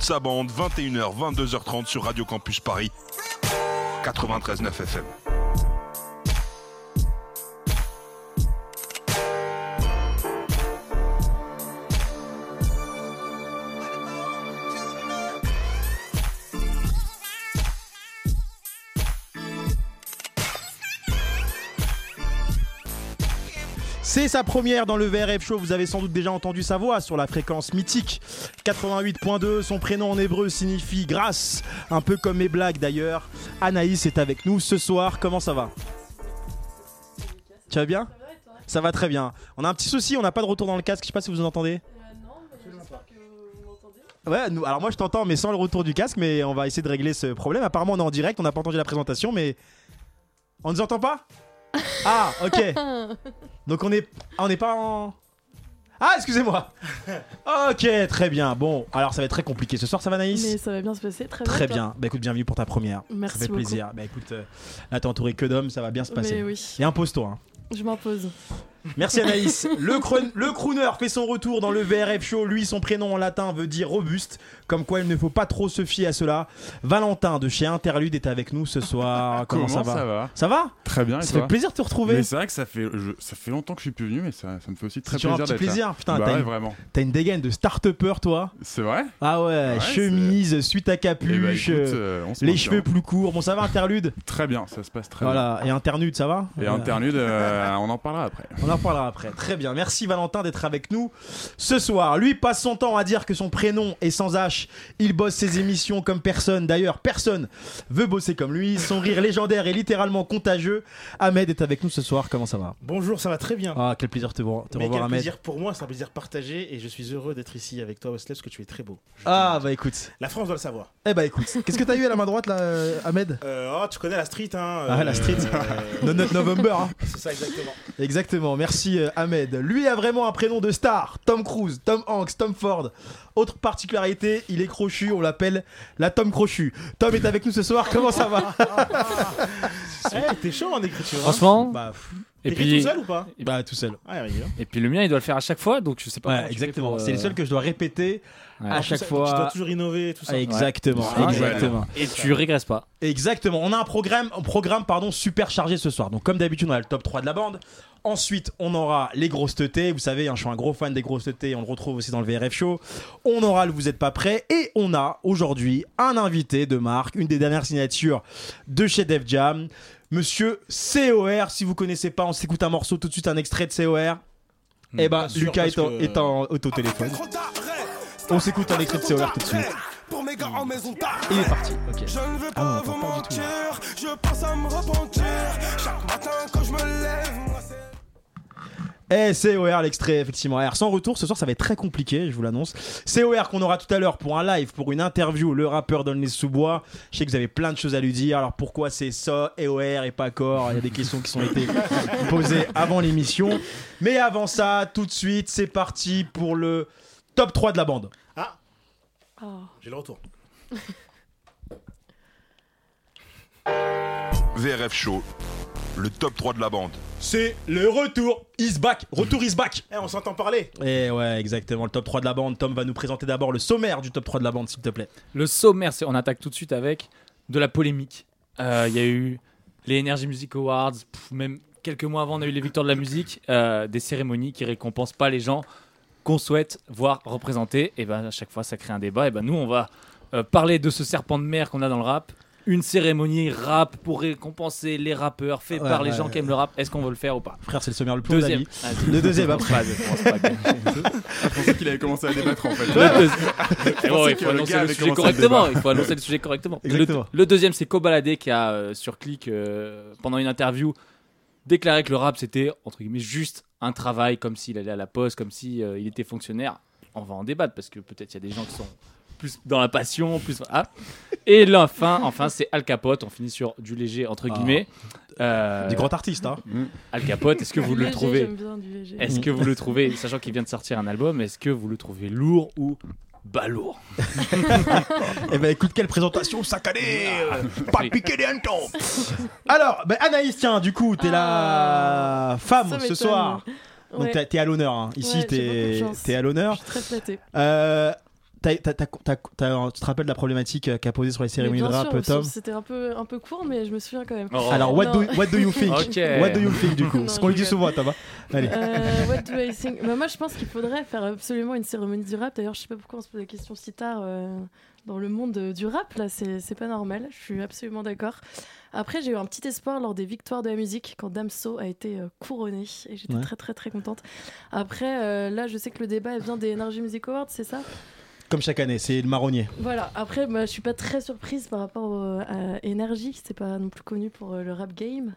sa bande, 21h, 22h30 sur Radio Campus Paris, 93.9 FM. C'est sa première dans le VRF Show, vous avez sans doute déjà entendu sa voix sur la fréquence mythique 88.2, son prénom en hébreu signifie grâce, un peu comme mes blagues d'ailleurs. Anaïs est avec nous ce soir, comment ça va Tu vas bien Ça va très bien. On a un petit souci, on n'a pas de retour dans le casque, je sais pas si vous entendez Ouais, nous- alors moi je t'entends mais sans le retour du casque, mais on va essayer de régler ce problème. Apparemment on est en direct, on n'a pas entendu la présentation, mais... On ne nous entend pas Ah, ok. Donc on est, ah, on n'est pas en. Ah, excusez-moi. ok, très bien. Bon, alors ça va être très compliqué ce soir, ça va Naïs Mais ça va bien se passer, très, Très toi bien. Bah écoute, bienvenue pour ta première. Merci Ça fait beaucoup. plaisir. Bah écoute, euh, là t'es entouré que d'hommes, ça va bien se passer. Mais oui, Et impose-toi. hein. je m'impose. Merci Anaïs. le, crone- le crooner fait son retour dans le VRF show. Lui, son prénom en latin veut dire robuste. Comme quoi, il ne faut pas trop se fier à cela. Valentin de chez Interlude est avec nous ce soir. Comment, ça va Ça va Très bien. et Ça toi fait plaisir de te retrouver. Mais c'est vrai que ça fait, je- ça fait longtemps que je suis plus venu, mais ça, ça me fait aussi très Tu as un plaisir petit d'être là. plaisir. Putain, Bah t'as ouais, une- vraiment. t'as une dégaine de start-upper, toi. C'est vrai Ah ouais, Ouais, chemise, suite à Eh bah, capuche, écoute, euh, euh, on se les maintient. cheveux plus courts. Bon, ça va, interlude Très bien, ça se passe très Voilà, et internude, ça va bien. Et Voilà. interlude, euh, on en parlera après. On en parlera après. Très bien, merci Valentin d'être avec nous ce soir. Lui passe son temps à dire que son prénom est sans H. Il bosse ses émissions comme personne. D'ailleurs, personne veut bosser comme lui. Son rire légendaire est littéralement contagieux. Ahmed est avec nous ce soir, comment ça va Bonjour, ça va très bien. Ah, quel plaisir de te voir, te Mais revoir, quel Ahmed. plaisir pour moi, c'est un plaisir partagé et je suis heureux d'être ici avec toi Wesley parce que tu es très beau. Je Ah te- bah écoute, La France doit le savoir. eh bah écoute, qu'est-ce que t'as eu à la main droite là, euh, Ahmed Euh, oh, tu connais la street hein. Ah, la street. euh, 9 November, hein c'est ça exactement. Exactement, merci euh, Ahmed. Lui a vraiment un prénom de star. Tom Cruise, Tom Hanks, Tom Ford. Autre particularité, il est crochu, on l'appelle la Tom Crochu. Tom est avec nous ce soir, comment ça va Eh, T'es chaud en écriture. hein. Franchement, Bah, et T'écris puis, tout seul ou pas bah tout seul. Ah, il y a rien. et puis le mien, il doit le faire à chaque fois, donc je sais pas. Ouais, exactement. C'est le seul que je dois répéter euh, Ouais. à Tout chaque ça, Tu dois fois. toujours innover et tout ça. Exactement, Ouais. exactement. Et tu régresses pas. Exactement. On a un programme, un programme pardon, super chargé ce soir. Donc, comme d'habitude, on a le top 3 de la bande. Ensuite, on aura les grosses teutés. Vous savez, hein, je suis un gros fan des grosses teutés. On le retrouve aussi dans le VRF Show. On aura le Vous êtes pas prêts. Et on a aujourd'hui un invité de marque, une des dernières signatures de chez Def Jam. Monsieur COR. Si vous connaissez pas, on s'écoute un morceau tout de suite, un extrait de COR. Eh ben, Hmm. Pas sûr, Lucas parce est en, que- euh, est en auto-téléphone. On s'écoute un extrait de COR tout de suite. Pour mes gars en maison Il est parti. Ok. Je ne Ah veux pas vous mentir, je pense à me repentir. Chaque matin quand je me lève, moi c'est. Eh, COR, l'extrait, effectivement. Alors, sans retour, ce soir, ça va être très compliqué, je vous l'annonce. COR qu'on aura tout à l'heure pour un live, pour une interview, le rappeur dans les sous-bois. Je sais que vous avez plein de choses à lui dire. Alors, pourquoi c'est ça, EOR et pas corps Il y a des questions qui sont été posées avant l'émission. Mais avant ça, tout de suite, c'est parti pour le top 3 de la bande. Ah. J'ai le retour. VRF Show, le top 3 de la bande. C'est le retour is back. Retour is back. Eh, on s'entend parler. Et Eh ouais, exactement. Le top 3 de la bande. Tom va nous présenter d'abord le sommaire du top 3 de la bande, s'il te plaît. Le sommaire, c'est on attaque tout de suite avec de la polémique. Euh, Il y a eu les Energy Music Awards, pff, même quelques mois avant, on a eu les Victoires de la musique, euh, des cérémonies qui récompensent pas les gens qu'on souhaite voir représentés. Et ben à chaque fois, ça crée un débat. Et ben nous, on va euh, parler de ce serpent de mer qu'on a dans le rap. Une cérémonie rap pour récompenser les rappeurs faits Ouais, par les ouais, gens ouais. qui aiment le rap. Est-ce qu'on veut le faire ou pas Frère, c'est le sommaire le plus long de la Deuxième. vie. Ah, Le deuxième je après. pense pas, je pense pas. Je pensais qu'il avait commencé à débattre en fait. Le deuxi- Eh bon, pensais il que le gars faut annoncer le avait sujet commencé correctement. le débat. Il faut annoncer le sujet correctement. Le, Exactement. le deuxième, c'est Kobalade qui a euh, sur clic euh, pendant une interview déclaré que le rap c'était entre guillemets juste un travail, comme s'il allait à la poste, comme si euh, il était fonctionnaire. On va en débattre parce que peut-être il y a des gens qui sont plus dans la passion, plus ah. Et là, enfin, enfin, c'est Al Capote. On finit sur du léger entre Ah. guillemets. Euh, Mm. Du grand artiste, hein. Al Capote. Est-ce que vous Du le léger, trouvez J'aime bien du léger. Est-ce que vous le trouvez, sachant qu'il vient de sortir un album, est-ce que vous le trouvez lourd ou balourd Eh ben écoute, quelle présentation saccadée euh, Pas Ah, Oui. piqué des hannetons Alors, ben, Anaïs, tiens, du coup, t'es la Ah, Ça femme ce m'étonne. soir. Ouais, Donc t'as- t'es à l'honneur, hein. ici Ouais, j'ai t'es beaucoup de chance. t'es à je l'honneur. suis très flattée. Euh, t'as- t'as- t'as- t'as- t'as- tu te rappelles de la problématique euh, qu'a posée sur les cérémonies de bien rap, sûr, Tom C'était un peu, un peu court, mais je me souviens quand même. Oh. Alors, what do, Non. what do you think Ok. What do you think du coup Non, Ce qu'on lui dit je- souvent, Thomas. Allez. Euh, what do I think Bah, Moi, je pense qu'il faudrait faire absolument une cérémonie du rap. D'ailleurs, je sais pas pourquoi on se pose la question si tard euh, dans le monde euh, du rap. Là, c'est c'est pas normal. Je suis absolument d'accord. Après, j'ai eu un petit espoir lors des victoires de la musique quand Damso a été euh, couronné et j'étais Ouais. très très très contente. Après, euh, là, je sais que le débat vient des Energy Music Awards, c'est ça Comme chaque année, c'est le marronnier. Voilà. Après, bah, je suis pas très surprise par rapport au- à Energy. C'est pas non plus connu pour euh, le rap game.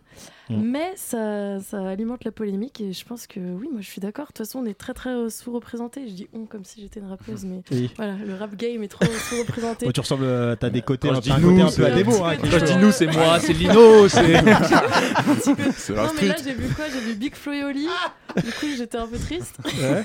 Mm. Mais ça, ça alimente la polémique et je pense que oui, moi je suis d'accord. De toute façon, on est très très euh, sous-représenté. Je dis on comme si j'étais une rappeuse, mais Oui. voilà, le rap game est trop sous-représenté. Oh, tu ressembles, euh, t'as des côtés, Quand un- je dis t'as un nous, côté un c'est- peu à démo. Quand hein, je qui- Quand je dis Euh, nous, c'est moi, c'est Lino, c'est. C'est la non, mais street. là j'ai vu quoi J'ai vu Big Flo et Oli. du coup, j'étais un peu triste. Ouais.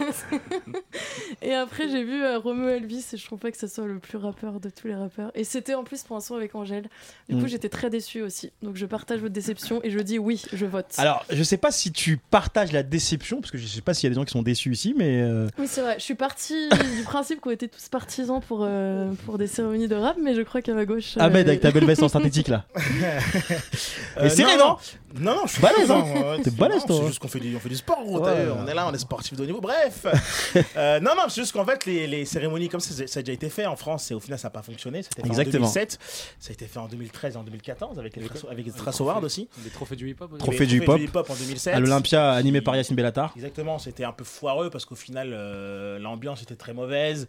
et après, j'ai vu euh, Romeo Elvis et je trouve pas que ce soit le plus rappeur de tous les rappeurs. Et c'était en plus pour un son avec Angèle. Du coup, Mm. j'étais très déçue aussi. Donc, je partage votre déception et je dis oui, je vote. Alors, je sais pas si tu partages la déception, parce que je sais pas s'il y a des gens qui sont déçus ici, mais euh, Oui, c'est vrai. Je suis partie du principe qu'on était tous partisans pour, euh, pour des cérémonies de rap, mais je crois qu'à ma gauche. euh, Ahmed avec ta belle veste en synthétique là. Euh, serré, non Non, non, je suis Balèze, hein non, ouais, T'es c'est- balèze, non, toi, hein C'est juste qu'on fait, du- on fait du sport, gros, Ouais. t'as vu, on est là, on est sportif de haut niveau. Bref Euh, Non, non, c'est juste qu'en fait, les, les cérémonies comme ça, c'est- ça a déjà été fait en France et au final, ça n'a pas fonctionné. C'était fait Exactement. en 2007, ça a été fait en 2013 et en 2014 avec les, Trace- avec les Trace Awards aussi. Des trophées du hip-hop. Trophée Les du hip-hop. hip-hop en 2007. À l'Olympia, animé par Yacine Bellatar. Exactement, c'était un peu foireux parce qu'au final, euh, l'ambiance était très mauvaise.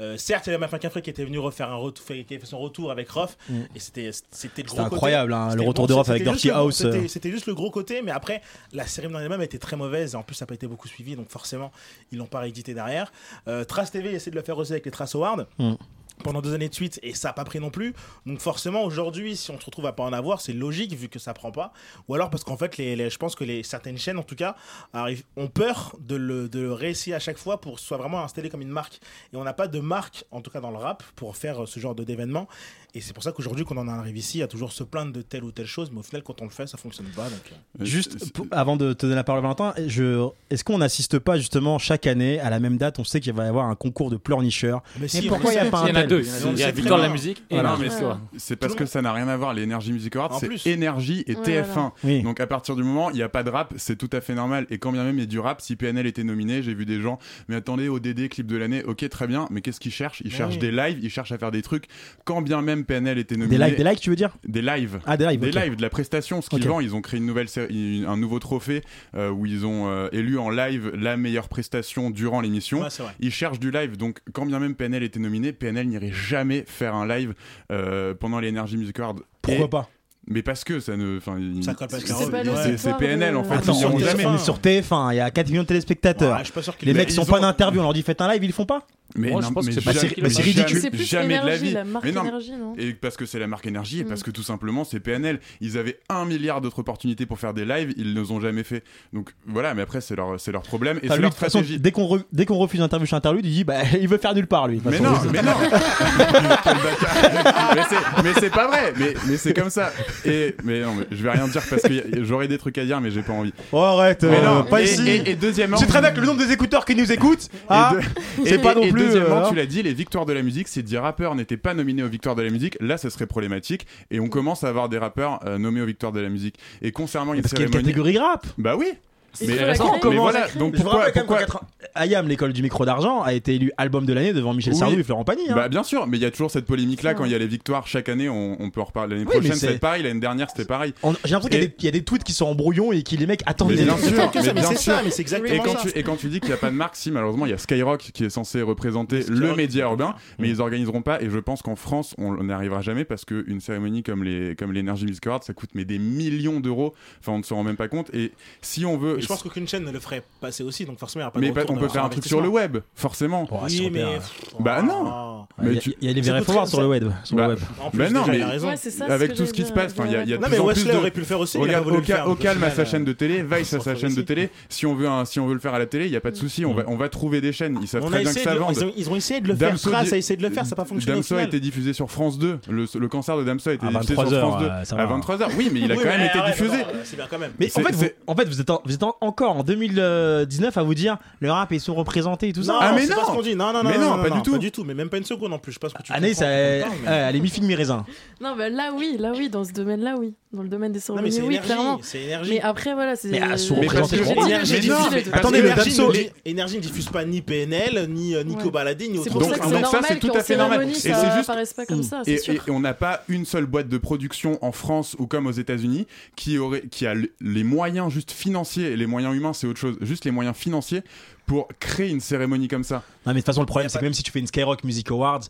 Euh, certes, il y avait Mafia Café qui était venu refaire un retour, fait- qui avait fait son retour avec Rof, Mm. et c'était c'était le gros C'était côté. incroyable, hein, le C'était- retour bon, de Rof c'était avec juste Dirty le- House. euh, C'était c'était juste le gros côté, mais après, la cérémonie elle-même était très mauvaise. et En plus, ça n'a pas été beaucoup suivi, donc forcément, ils l'ont pas réédité derrière. Euh, Trace TV essaie de le faire aussi avec les Trace Awards. Mm. Pendant deux années de suite, et ça n'a pas pris non plus. Donc, forcément, aujourd'hui, si on se retrouve à pas en avoir, c'est logique vu que ça prend pas. Ou alors parce qu'en fait, les, les- je pense que les, certaines chaînes, en tout cas, arrivent, ont peur de le, de le réessayer à chaque fois pour que ce soit vraiment installé comme une marque. Et on n'a pas de marque, en tout cas dans le rap, pour faire euh, ce genre de- d'événement. Et c'est pour ça qu'aujourd'hui, quand on en arrive ici, à toujours se plaindre de telle ou telle chose, mais au final, quand on le fait, ça fonctionne pas. Donc, euh, Juste pour- avant de te donner la parole, Valentin, je... est-ce qu'on n'assiste pas justement chaque année à la même date On sait qu'il va y avoir un concours de pleurnicheurs. Mais Mais si, pourquoi on il y a sait. pas un Il y en a tel deux. il y en a deux. Il y a C'est Victoire de très la bien. musique et Voilà, Energy mais Music Awards. C'est parce Tout que ça n'a rien à voir. Les Energy Music Awards, En plus. c'est énergie et Ouais, TF1. Oui. Donc à partir du moment, il n'y a pas de rap, c'est tout à fait normal. Et quand bien même il y a du rap, si PNL était nominé, j'ai vu des gens, mais attendez, ODD, clip de l'année, ok, très bien, mais qu'est-ce qu'ils cherchent Ils Mais cherchent oui. des lives, ils cherchent à faire des trucs. Quand bien même PNL était nominé, Des likes, des likes, tu veux dire des lives. Ah, des likes. Des ok. lives, de la prestation, ce qu'ils Ok. vendent, ils ont créé une nouvelle série- une- un nouveau trophée euh, où ils ont euh, élu en live la meilleure prestation durant l'émission. Ouais, c'est vrai. Ils cherchent du live, donc quand bien même PNL était nominé, PNL n'irait jamais faire un live euh, pendant les Energy Music Awards. Pourquoi Et- pas Mais parce que ça ne. enfin, ils- Ça colle pas avec c'est- la robe. c'est- Ouais. c'est- C'est PNL euh, en fait. Attends, ils y iront on est- jamais. on est sur TF1, il y a 4 millions de téléspectateurs. Ouais, je suis pas sûr qu'il Les le- mecs ils sont pas ont- d'interview, on leur dit faites un live, ils le font pas. Mais Moi, non, je pense que mais c'est pas jamais- sûr qu'ils le mais fassent. ridicule. C'est plus Jamais de la énergie, vie. la marque Mais non, énergie, non Et parce que c'est la marque énergie et Mm. parce que tout simplement c'est PNL. Ils avaient un milliard d'autres opportunités pour faire des lives, ils ne les ont jamais fait. Donc voilà, mais après c'est leur, c'est leur problème et Enfin, c'est lui, de leur toute façon, stratégie. dès qu'on re- dès qu'on refuse l'interview chez Interlude, il dit bah, il veut faire nulle part lui. de toute Mais façon. non, mais non Quel bâtard. Mais c'est- Mais c'est pas vrai Mais, mais c'est comme ça et, Mais non, mais je vais rien dire parce que y a- j'aurais des trucs à dire mais j'ai pas envie. Oh, arrête, Mais euh, non, pas et, ici. et- et deuxièmement... C'est très bien que le nombre des écouteurs qui nous écoutent. Ah, et deux- c'est et- pas et- non et plus. deuxièmement, euh, tu l'as dit, les victoires de la musique, si des rappeurs n'étaient pas nominés aux victoires de la musique, là, ça serait problématique. Et on commence à avoir des rappeurs euh, nommés aux victoires de la musique. Et concernant une parce qu'il y a une cérémonie, catégorie rap. bah oui. Et Mais sur la attends, crème, mais comment on voilà, la crée donc Je vous pourquoi, rappelle quand même hein. pourquoi- qu'en 80 IAM, l'école du micro d'argent, a été élu album de l'année devant Michel Oui. Sardou et Florent Pagny. hein. Bah bien sûr, mais il y a toujours cette polémique là C'est quand il y a les victoires chaque année, on, on peut en reparler l'année Oui, mais prochaine, c'est- c'est pareil, l'année dernière c'était pareil. On- J'ai l'impression qu'il y, a Et- des- il y a des tweets qui sont en brouillon et qui les mecs attendent. Mais les- bien C'est sûr, pas que ça, mais mais bien c'est ça, sûr. mais c'est exactement Et quand, ça. tu, et quand tu dis qu'il n'y a pas de marque, si malheureusement il y a Skyrock qui est censé représenter Skyrock. Mm. le média urbain, mais ils organiseront pas. Et je pense qu'en France, on on n'y arrivera jamais parce qu'une cérémonie comme les comme l'Energy Music Awards, ça coûte mais des millions d'euros. Enfin, on ne se rend même pas compte. Et si on veut, Et je pense qu'aucune chaîne ne le ferait passer aussi, donc forcément, il n'y aura pas de Euh, mais pas- retour on de peut leur faire un truc sur le web, forcément. Oh, Oui, sur mais. Terre. Bah non. Oh. Il y a- Mais tu- il y a les Ça vrais coûte forwards très- sur le web. Sur le Bah, web. En plus, Bah non, déjà, il mais- a raison. Ouais, c'est ça. avec que tout je ce qui veux se dire. passe, enfin, il y a, il y a de Non, plus mais en plus Wesley de- aurait pu le faire aussi. il a Regarde, voulu le au, faire, cal- au donc au calme à sa final, chaîne de télé, Vice on à se sa retrouve chaîne de ici. télé. Si on veut, un, si on veut le faire à la télé, il n'y a pas de souci, on va, on va trouver des chaînes. Ils savent On a très bien que essayé ça de- vende. ils, ont, ils ont essayé de le faire. Damso Trace dé- a essayé de le faire, ça n'a pas fonctionné. Damso au a final. été diffusé sur France 2. Le, le cancer de Damso a été À diffusé 23 sur heures, France 2 euh, ça va. à 23h. Ah Oui, mais il a Oui, quand mais même été arrête, diffusé. attends, euh, C'est bien quand même. Mais en C'est- fait, vous, c'est- en fait, vous êtes en, vous êtes en en- encore en 2019 à vous dire le rap ils sont représentés et tout ça. Ah, mais c'est non. pas ce qu'on dit. Non, non, non, Mais non, pas du tout. Pas du tout, mais même pas une seconde en plus. Je pense que tu. Anaïs, comprends, Ah, elle, tu comprends pas, mais- ouais, elle est mi-fille, mi-raisin. Non, bah là oui, là oui, dans ce domaine-là oui, dans le domaine des Non, mais cérémonies, c'est oui, énergie. clairement. C'est énergie. Mais après voilà, c'est. Mais à Mais parce sous-représenter, que- je comprends J'ai dit pas. le- Mais j'ai dit non, le- mais j'ai dit attendez, le- le Énergie Damso- ne- Énergie ne diffuse pas ni PNL, ni, euh, ni Ouais. Cobaladé, ni C'est autre pour Donc- ça que donc c'est ça, normal c'est tout qu'en à fait normal. cérémonie, Et ça c'est juste- apparaisse pas comme ça, Et, c'est sûr. et- et on n'a pas une seule boîte de production en France ou comme aux États-Unis qui aurait qui a le- les moyens juste financiers, les moyens humains c'est autre chose, juste les moyens financiers pour créer une cérémonie comme ça. Non, mais de toute façon, le Y problème, a c'est que pas- même si tu fais une Skyrock Music Awards,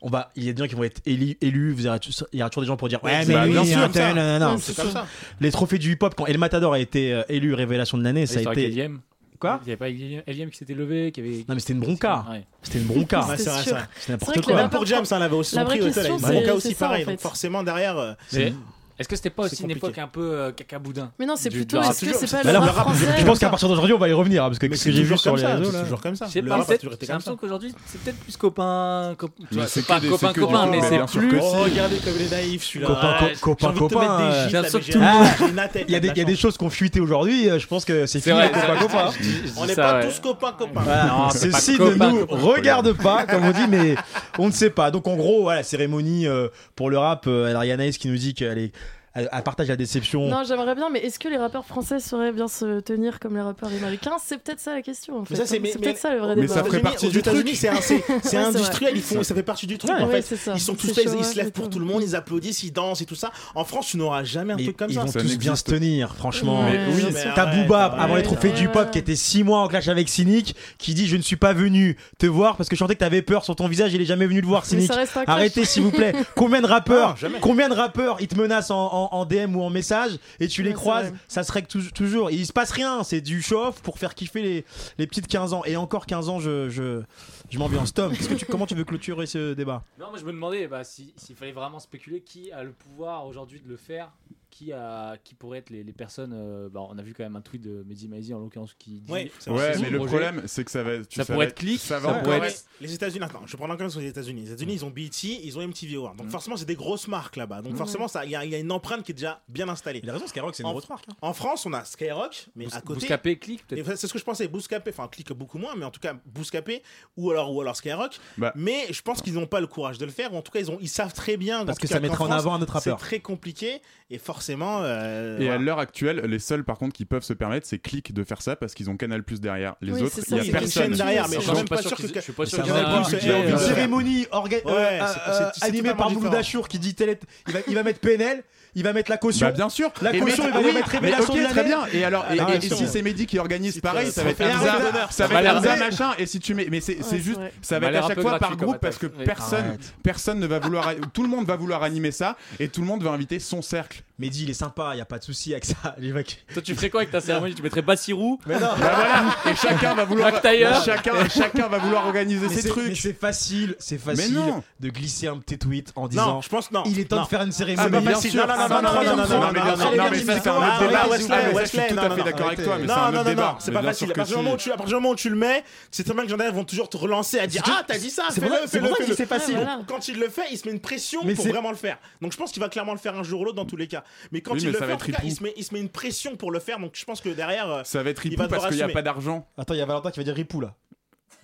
on va, il y a des gens qui vont être éli- élus, vous aurez tous- il y aura toujours des gens pour dire Ouais, Ouais, mais bah, lui, bien il est sûr, un comme ça. tel, nanana. Ouais, C'est comme ça. Les trophées du hip-hop, quand El Matador a été euh, élu révélation de l'année, ça a L'histoire été. avec Eliem. Quoi Il n'y avait pas Eliem Eliem qui s'était levé, qui avait. Non, mais c'était une bronca. Ouais. C'était une bronca. Ouais, c'est vrai, sûr. ça. C'est C'est n'importe vrai que la quoi. Comme vraie pour James, hein, elle avait aussi la son vraie prix au soleil. question, Bah, mon c'est- cas c'est aussi ça, en pareil. fait. Donc forcément derrière. euh, C'est- Est-ce que c'était pas C'est aussi une époque compliqué. un peu euh, cacaboudin Mais non, c'est Du- plutôt du rap. est-ce que c'est pas Bah le là, rap on- français Je pense qu'à partir d'aujourd'hui, on va y revenir, hein, parce que Mais ce que j'ai vu sur les ça, réseaux. c'est là- toujours comme ça. Je sais Le pas, rap a peut-être- toujours été j'ai comme ça. l'impression qu'aujourd'hui c'est peut-être plus copain. cop- tu Mais vois, c'est C'est que pas des- c'est copain que du copain, rap, mais mais bien c'est sûr plus. que si. Oh, regardez comme il est naïf celui-là. Copain, co- Ouais, copain, j'ai envie de te copain, mettre euh, des gifles, Bien là, sûr mais que j'ai- tout le j'ai une attelle, Il y a de des, la il y a des chance. choses qu'on fuitait aujourd'hui, euh, je pense que c'est C'est fini. vrai, les copains, c'est copains. On n'est pas tous copains copains. Voilà, Non, c'est pas ceci copain, ne nous copain. regarde pas, comme on dit, mais on ne sait pas. Donc en gros, voilà, cérémonie euh, pour le rap. Euh, Ariana Hayes qui nous dit qu'elle est, elle, elle partage la déception. Non, j'aimerais bien, mais est-ce que les rappeurs français sauraient bien se tenir comme les rappeurs américains C'est peut-être ça la question. En fait. hein. Mais ça, c'est- mais- peut-être mais- ça le vrai mais débat. ça ferait Aux partie États-Unis- du aux États-Unis, c'est un- c'est- c'est vrai. industriel, ils font, ça fait partie du truc. en fait, Ouais, c'est ça. ils sont tous C'est là, ils chaud, se lèvent pour ouais, tout le monde, ils applaudissent, ils dansent et tout ça. En France, tu n'auras jamais un Mais truc comme ils ça. vont ça tous bien se n'existe tenir, franchement. Mais oui, mais T'as arrête, Booba, arrête. avant les trophées Ouais, du hip-hop, ouais. qui était 6 mois en clash avec Cynic, qui dit Je ne suis pas venu te voir parce que je sentais que t'avais peur sur ton visage, il est jamais venu le voir, Mais Cynic. ça reste un clash. Arrêtez s'il vous plaît. Combien de rappeurs, Non, jamais. combien de rappeurs ils te menacent en, en- en DM ou en message et tu les Ouais, c'est croises, vrai. ça se règle tou- toujours. Il se passe rien, c'est du chauffe pour faire kiffer les, les petites 15 ans. Et encore 15 ans, je, je, je m'ambiance. Tom, qu'est-ce que tu, comment tu veux clôturer ce débat Non, moi je me demandais bah, si- s'il fallait vraiment spéculer qui a le pouvoir aujourd'hui de le faire, qui, a, qui pourrait être les, les personnes. euh, bah, on a vu quand même un tweet de Mehdi Maizi en l'occurrence qui dit. Ouais, c'est vrai, Ouais, c'est mais ça. le projet. problème c'est que ça va tu- Ça ça pourrait va être clic, ça ça va pourrait encore être- être Les États-Unis, attends, je prends encore sur les États-Unis. Les États-Unis, ils ont BET, ils ont MTV Award. Hmm. Donc forcément, c'est des grosses marques là-bas. Donc forcément, ça- il y, a- il y a une empreinte qui est déjà bien installée. Il a raison, Skyrock, c'est une grosse marque. hein. En France, on a Skyrock, mais à côté. Bouscapé, clic et peut-être. C'est ce que je pensais, Bouscapé, enfin clique beaucoup moins, mais en tout cas Bouscapé ou alors, ou alors Skyrock. Bah. Mais je pense qu'ils n'ont pas le courage de le faire, ou en tout cas ils, ont, ils savent très bien. Parce en que tout cas, ça mettra qu'en en France, avant un autre C'est rappeur. très compliqué et forcément. euh, Et à voilà. l'heure actuelle, les seuls par contre qui peuvent se permettre, c'est Click de faire ça parce qu'ils ont Canal Plus derrière. Les Oui, autres, c'est ça, il n'y c'est a une chaîne personne. derrière, mais Encore, je suis même pas pas sûr sûr qu'ils- que- je suis pas sûr ça qu'ils va aient avoir un un budget, budget. hein. Une Ouais. euh, cérémonie orga- euh, Ouais, euh, c'est- c'est- c'est animée par totalement Boulou différent. Dachour qui dit tel est- il, va, il va mettre PNL, il va mettre la caution. Bah bien sûr. La Et caution, mais- il va ah lui oui, mettre mais révélation ok, de très l'année. bien. Et alors, et, Ah, et- bien et sûr. si c'est Mehdi qui organise Si, pareil, ça ça va va être faire un peu Hamza, d'honneur. ça Ça va va être l'air Hamza bien. machin. Et si tu mets, mais c'est Ouais, c'est c'est juste, vrai. ça Ça va m'a être l'air à un chaque peu fois par gratuit comme groupe parce que attaque. Oui. personne, Arrête. personne ne va vouloir, tout le monde va vouloir animer ça et tout le monde va inviter son cercle. Mehdi, il est sympa, il n'y a pas de souci avec ça. Les mecs- Toi, tu ferais quoi avec ta cérémonie Tu mettrais Bassirou Bah voilà. Et chacun va vouloir, Jacques Tailleur. chacun, chacun va vouloir organiser Mais ses c'est- mais trucs. c'est facile, c'est facile non. de glisser un petit tweet en disant Non, je pense non. il est temps non. de faire une Ah, cérémonie. bah, bien Non, sûr. non, non, Ah, non, bah, non, bien non, sûr. non, Ah, non, mais bien non, sûr. non, Non, mais mais ça, ça, c'est hein. un ah, autre débat. Wesley, Ah, mais ça, je Wesley, suis tout non, à non, fait non. d'accord avec toi, mais c'est Non, un non, autre non, débat. non, c'est Mais pas bien facile. sûr À partir que du si. moment où tu, à partir du moment où tu le mets, c'est très bien que les gens derrière vont toujours te relancer à dire Ah, t'as dit ça, C'est pour ça- fais-le, c'est fais-le, pour ça que fais-le. c'est facile. Ouais, voilà. Quand il le fait, il se met une pression Mais pour c'est- vraiment le faire. Donc je pense qu'il va clairement le faire un jour ou l'autre dans tous les cas. Mais quand Oui, il mais le ça fait, va en être tout cas, hipou. il se met- il se met une pression pour le faire. Donc je pense que derrière. euh, Ça va être Il hipou va parce devoir qu'il n'y a assumer. pas d'argent. Attends, il y a Valentin qui va dire Ripou là.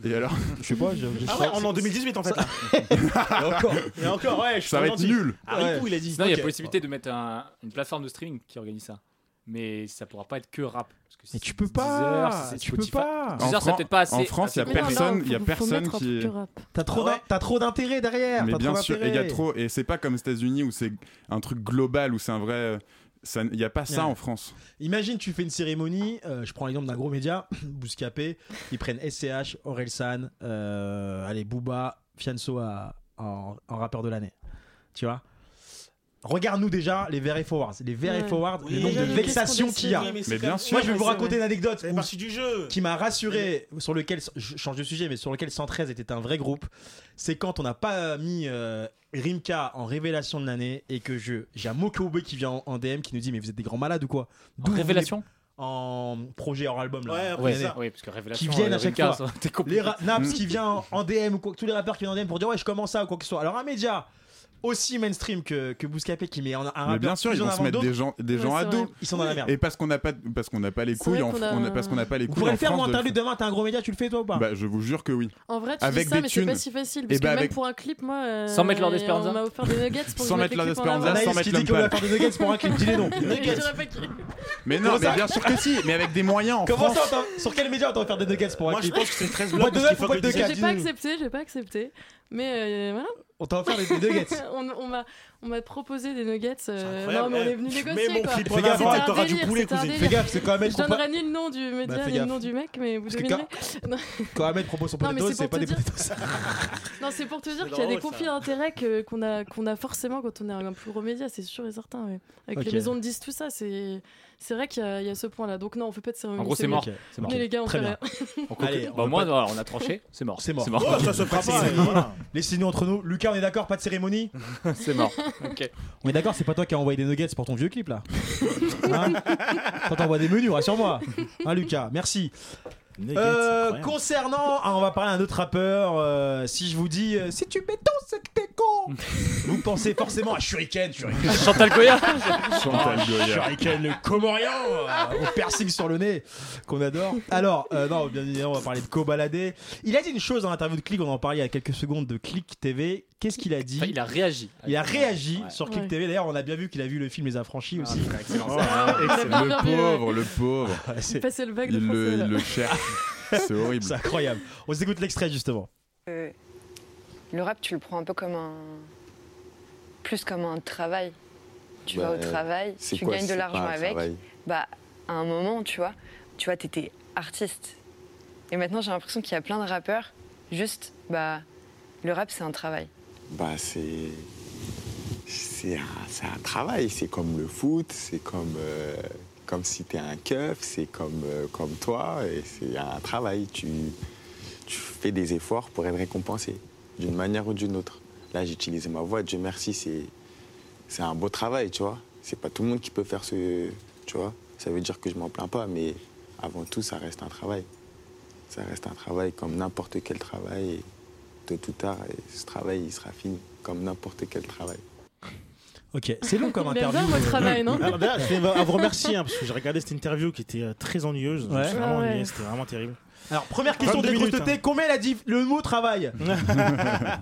Et alors, Je sais pas, je, Ah ouais, on est en 2018 en fait. là. encore. Et encore, ouais, je ça va suis être gentil. nul. Ah, Ouais. Ripou, il a dit. Sinon, il y Ok. a possibilité de mettre un- une plateforme de streaming qui organise ça. Mais ça pourra pas être que rap. Parce que Mais si tu c'est peux Deezer, pas, si c'est tu peux Spotify- pas. Deezer, En c'est Fran- peut-être pas assez. en France, il y a Mais non, personne- non, il y a faut- faut personne mettre un qui truc est- de rap. T'as trop, Ouais. d'in- t'as trop d'intérêt derrière. Mais t'as bien trop sûr, et d'intérêt. il y a trop, et c'est pas comme aux États-Unis où c'est un truc global où c'est un vrai. euh, ça- Il n'y a pas ça Ouais. en France. Imagine, tu fais une cérémonie. euh, je prends l'exemple d'un gros média, Bouscapé. Ils prennent SCH, Orelsan, euh, allez, Booba, Fianso à- en, en rappeur de l'année. Tu vois Regarde-nous déjà les VRF Awards. Les VRF Ouais. Awards, Oui, le nombre de mais qu'est-ce vexations qu'on qu'il y a. décide mais c'est Mais bien comme- sûr. Moi, je vais Ouais, vous c'est raconter une anecdote C'est où- partie du jeu. qui m'a rassuré, sur lequel je change de sujet, mais sur lequel 113 était un vrai groupe, c'est quand on n'a pas mis euh, Rimka en révélation de l'année et que je j'ai un Mokobe qui vient en, en DM qui nous dit mais vous êtes des grands malades ou quoi D'où En vous révélation venez- en projet hors album là. Ouais, en ouais, année. ça. Oui, parce que révélation. Qui viennent à euh, chaque Rimka, fois. ça- t'es Les compliqué. ra- Naps qui vient en, en DM ou quoi, tous les rappeurs qui viennent en DM pour dire ouais je commence ça ou quoi que ce soit. Alors un média aussi mainstream que, que Bouscapé qui met en, un Mais rappeur bien sûr, plus ils en vont se avant mettre d'autres, des gens, des Ouais, gens à c'est dos. vrai. Ils sont dans la merde. Et parce qu'on n'a pas, parce qu'on n'a pas les C'est couilles, vrai en- qu'on a- on a- parce qu'on n'a pas les Vous couilles. pourrez en le faire mon France de le interlude demain, t'es un gros média, tu le fais toi ou pas Bah, je vous jure que oui. En vrai, tu Avec dis ça, des mais c'est pas thunes. si facile. Et Parce que bah, même avec- pour un clip, moi. euh, Sans mettre hein. Lord Esperanza. On m'a offert des nuggets pour que Sans je mette mettre les Lord clips en Esperanza, avant. sans Bah, Anaïs mettre qui dit l'homme qu'on va pâle. faire des nuggets pour un clip, dis-les donc. Mais Nuggets. j'aurais pas cru. Mais non, Comment mais ça bien sûr que si, mais avec des moyens en Comment France. ça, on t'en- sur quel média on t'en faire des nuggets pour un Moi, je clip pense que c'est 13 Boîte blocs. de parce qu'il neuf faut ou boîte que de les- quatre J'ai pas dis-nous. accepté, j'ai pas accepté. Mais euh, voilà. On t'a offert des des nuggets. on on m'a on m'a proposé des nuggets. euh, C'est non, incroyable. mais on Eh, est venu tu mets négocier. mon quoi. clip en Fais C'était gaffe, un avant et t'auras du délire, poulet, c'était un cousin. Fais délire. gaffe, c'est quand Ahmed Je qu'on pa- donnerai ni le nom du média, fais ni le gaffe. nom du mec, mais vous Parce que devinerez. quand Ahmed propose son Non, mais potatoes, c'est c'est pour pas te des dire. potatoes. Non, c'est pour te dire C'est qu'il y a des drôle, conflits ça. d'intérêts que- qu'on a, qu'on a forcément quand on est un plus gros média, c'est sûr et certain. ouais. Avec Ok. les maisons de 10, tout ça, c'est c'est vrai qu'il y, a- il y a ce point-là. Donc, non, on fait pas de cérémonie. En gros, c'est bon. mort. Ok, c'est Mais les gars, on Très fait bien. rien. Allez, Bah, on au va moins, pas- voilà, on a tranché, c'est mort. C'est mort. C'est mort. Oh, ça se fera pas. et hein. voilà. laissez-nous entre nous. Lucas, on est d'accord, pas de cérémonie c'est mort. Ok. On est d'accord, c'est pas toi qui as envoyé des nuggets pour ton vieux clip là Hein Toi t'envoies des menus, rassure-moi Hein Lucas, merci Nuggets, Euh, incroyable. Concernant, ah, on va parler à un autre rappeur, euh, si je vous dis euh, si tu mets ton c'est que t'es con Vous pensez forcément Ah, à Shuriken, Shuriken, Chantal Goya Chantal Goya. Shuriken le Comorian euh, au piercing sur le nez qu'on adore. Alors, euh, non, bien évidemment, on va parler de Kobalade. Il a dit une chose dans l'interview de Click, on en parlait il y a quelques secondes de Click TV. Qu'est-ce qu'il a dit Enfin, Il a réagi. Il a réagi sur Click Ouais. TV. D'ailleurs, on a bien vu qu'il a vu le film Les Ah, Affranchis aussi. Oh, bien excellent. Le vu, ouais. pauvre, le pauvre. Ouais, c'est- Passer le bac de Il français. le, là. il le cherche. C'est horrible. c'est incroyable. On s'écoute l'extrait justement. Euh, Le rap, tu le prends un peu comme un. plus comme un travail. Tu Bah, vas au travail, C'est tu quoi, gagnes de c'est l'argent pas un avec. travail Bah, à un moment, tu vois, tu vois, t'étais artiste. Et maintenant, j'ai l'impression qu'il y a plein de rappeurs, juste, bah, le rap, c'est un travail. Bah, c'est. C'est un, c'est un travail. C'est comme le foot, c'est comme. euh, comme si t'es un keuf, c'est comme, euh, comme toi, et c'est un travail. Tu, tu fais des efforts pour être récompensé, d'une manière ou d'une autre. Là, j'ai utilisé ma voix, Dieu merci, c'est. C'est un beau travail, tu vois. C'est pas tout le monde qui peut faire ce. Tu vois Ça veut dire que je m'en plains pas, mais avant tout, ça reste un travail. Ça reste un travail comme n'importe quel travail. et tôt ou tard, et ce travail, il sera fini, comme n'importe quel travail. Ok, c'est long comme Il aime interview. Ah, bah, bien, moi, le travail, non Alors, d'ailleurs, euh, Ah, bah, je tenais à vous remercier hein, parce que j'ai regardé cette interview qui était euh, très ennuyeuse. Je me suis Ouais. vraiment Ah ouais. ennuyé, c'était vraiment terrible. Alors première question de Vingt-deux minutes, hein. grossièreté, combien elle a dit le mot travail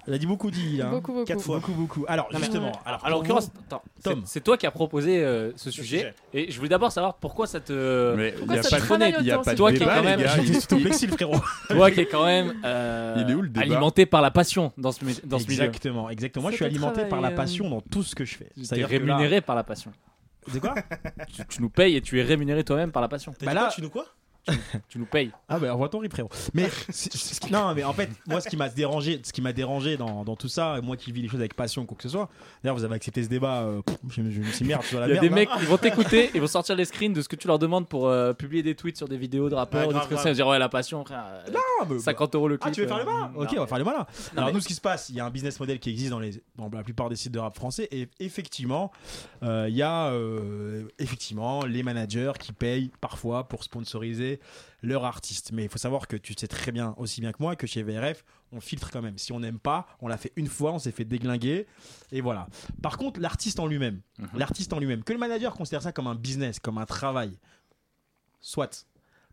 Elle a dit beaucoup dit. Hein. Beaucoup, beaucoup. Quatre fois. beaucoup, beaucoup. Alors Non, mais- justement, Ouais. alors En pour l'occurrence, vous- attends, Tom. c'est- c'est toi qui as proposé euh, ce sujet. sujet. Et je voulais d'abord savoir pourquoi ça te. Mais il Pourquoi n'y a ça pas te de travaille il y a autant, pas c'est de toi qui débat, as quand les même- gars. j'étais sous ton plexi, le frérot. Toi qui est quand même euh, Il est où, le débat alimenté par la passion dans ce, mi- dans ce milieu. exactement, exactement. Moi, je Ça suis te alimenté par la travaille, euh, passion dans tout ce que je fais. Tu es C'est-à-dire que là- rémunéré par la passion. C'est quoi Tu, tu nous payes et tu es rémunéré toi-même par la passion. T'as Bah dit là- quoi, tu nous quoi Tu nous payes. Ah bah envoie ton rip frérot. Mais c'est- c'est- ce qui- non mais en fait moi ce qui m'a dérangé, ce qui m'a dérangé dans, dans tout ça, et moi qui vis les choses avec passion quoi que ce soit. D'ailleurs vous avez accepté ce débat, euh, pff, je me je me suis merde, tu vois la Il y a merde. hein. des là. mecs, ils vont t'écouter, ils vont sortir les screens de ce que tu leur demandes pour euh, publier des tweets sur des vidéos de rappeurs Ouais, ou des grave, trucs comme ça. grave. Ils vont dire ouais la passion, frère. euh, Ah, mais- 50 euros le clip. Ah, tu veux faire le malin euh, Ok, non, on va faire le malin. Non, Alors, mais- nous, ce qui se passe, il y a un business model qui existe dans, les, dans la plupart des sites de rap français. Et effectivement, euh, il y a euh, effectivement les managers qui payent parfois pour sponsoriser leurs artistes. Mais il faut savoir que tu sais très bien, aussi bien que moi, que chez VRF, on filtre quand même. Si on n'aime pas, on l'a fait une fois, on s'est fait déglinguer. Et voilà. Par contre, l'artiste en lui-même, Mhm. l'artiste en lui-même, que le manager considère ça comme un business, comme un travail, soit.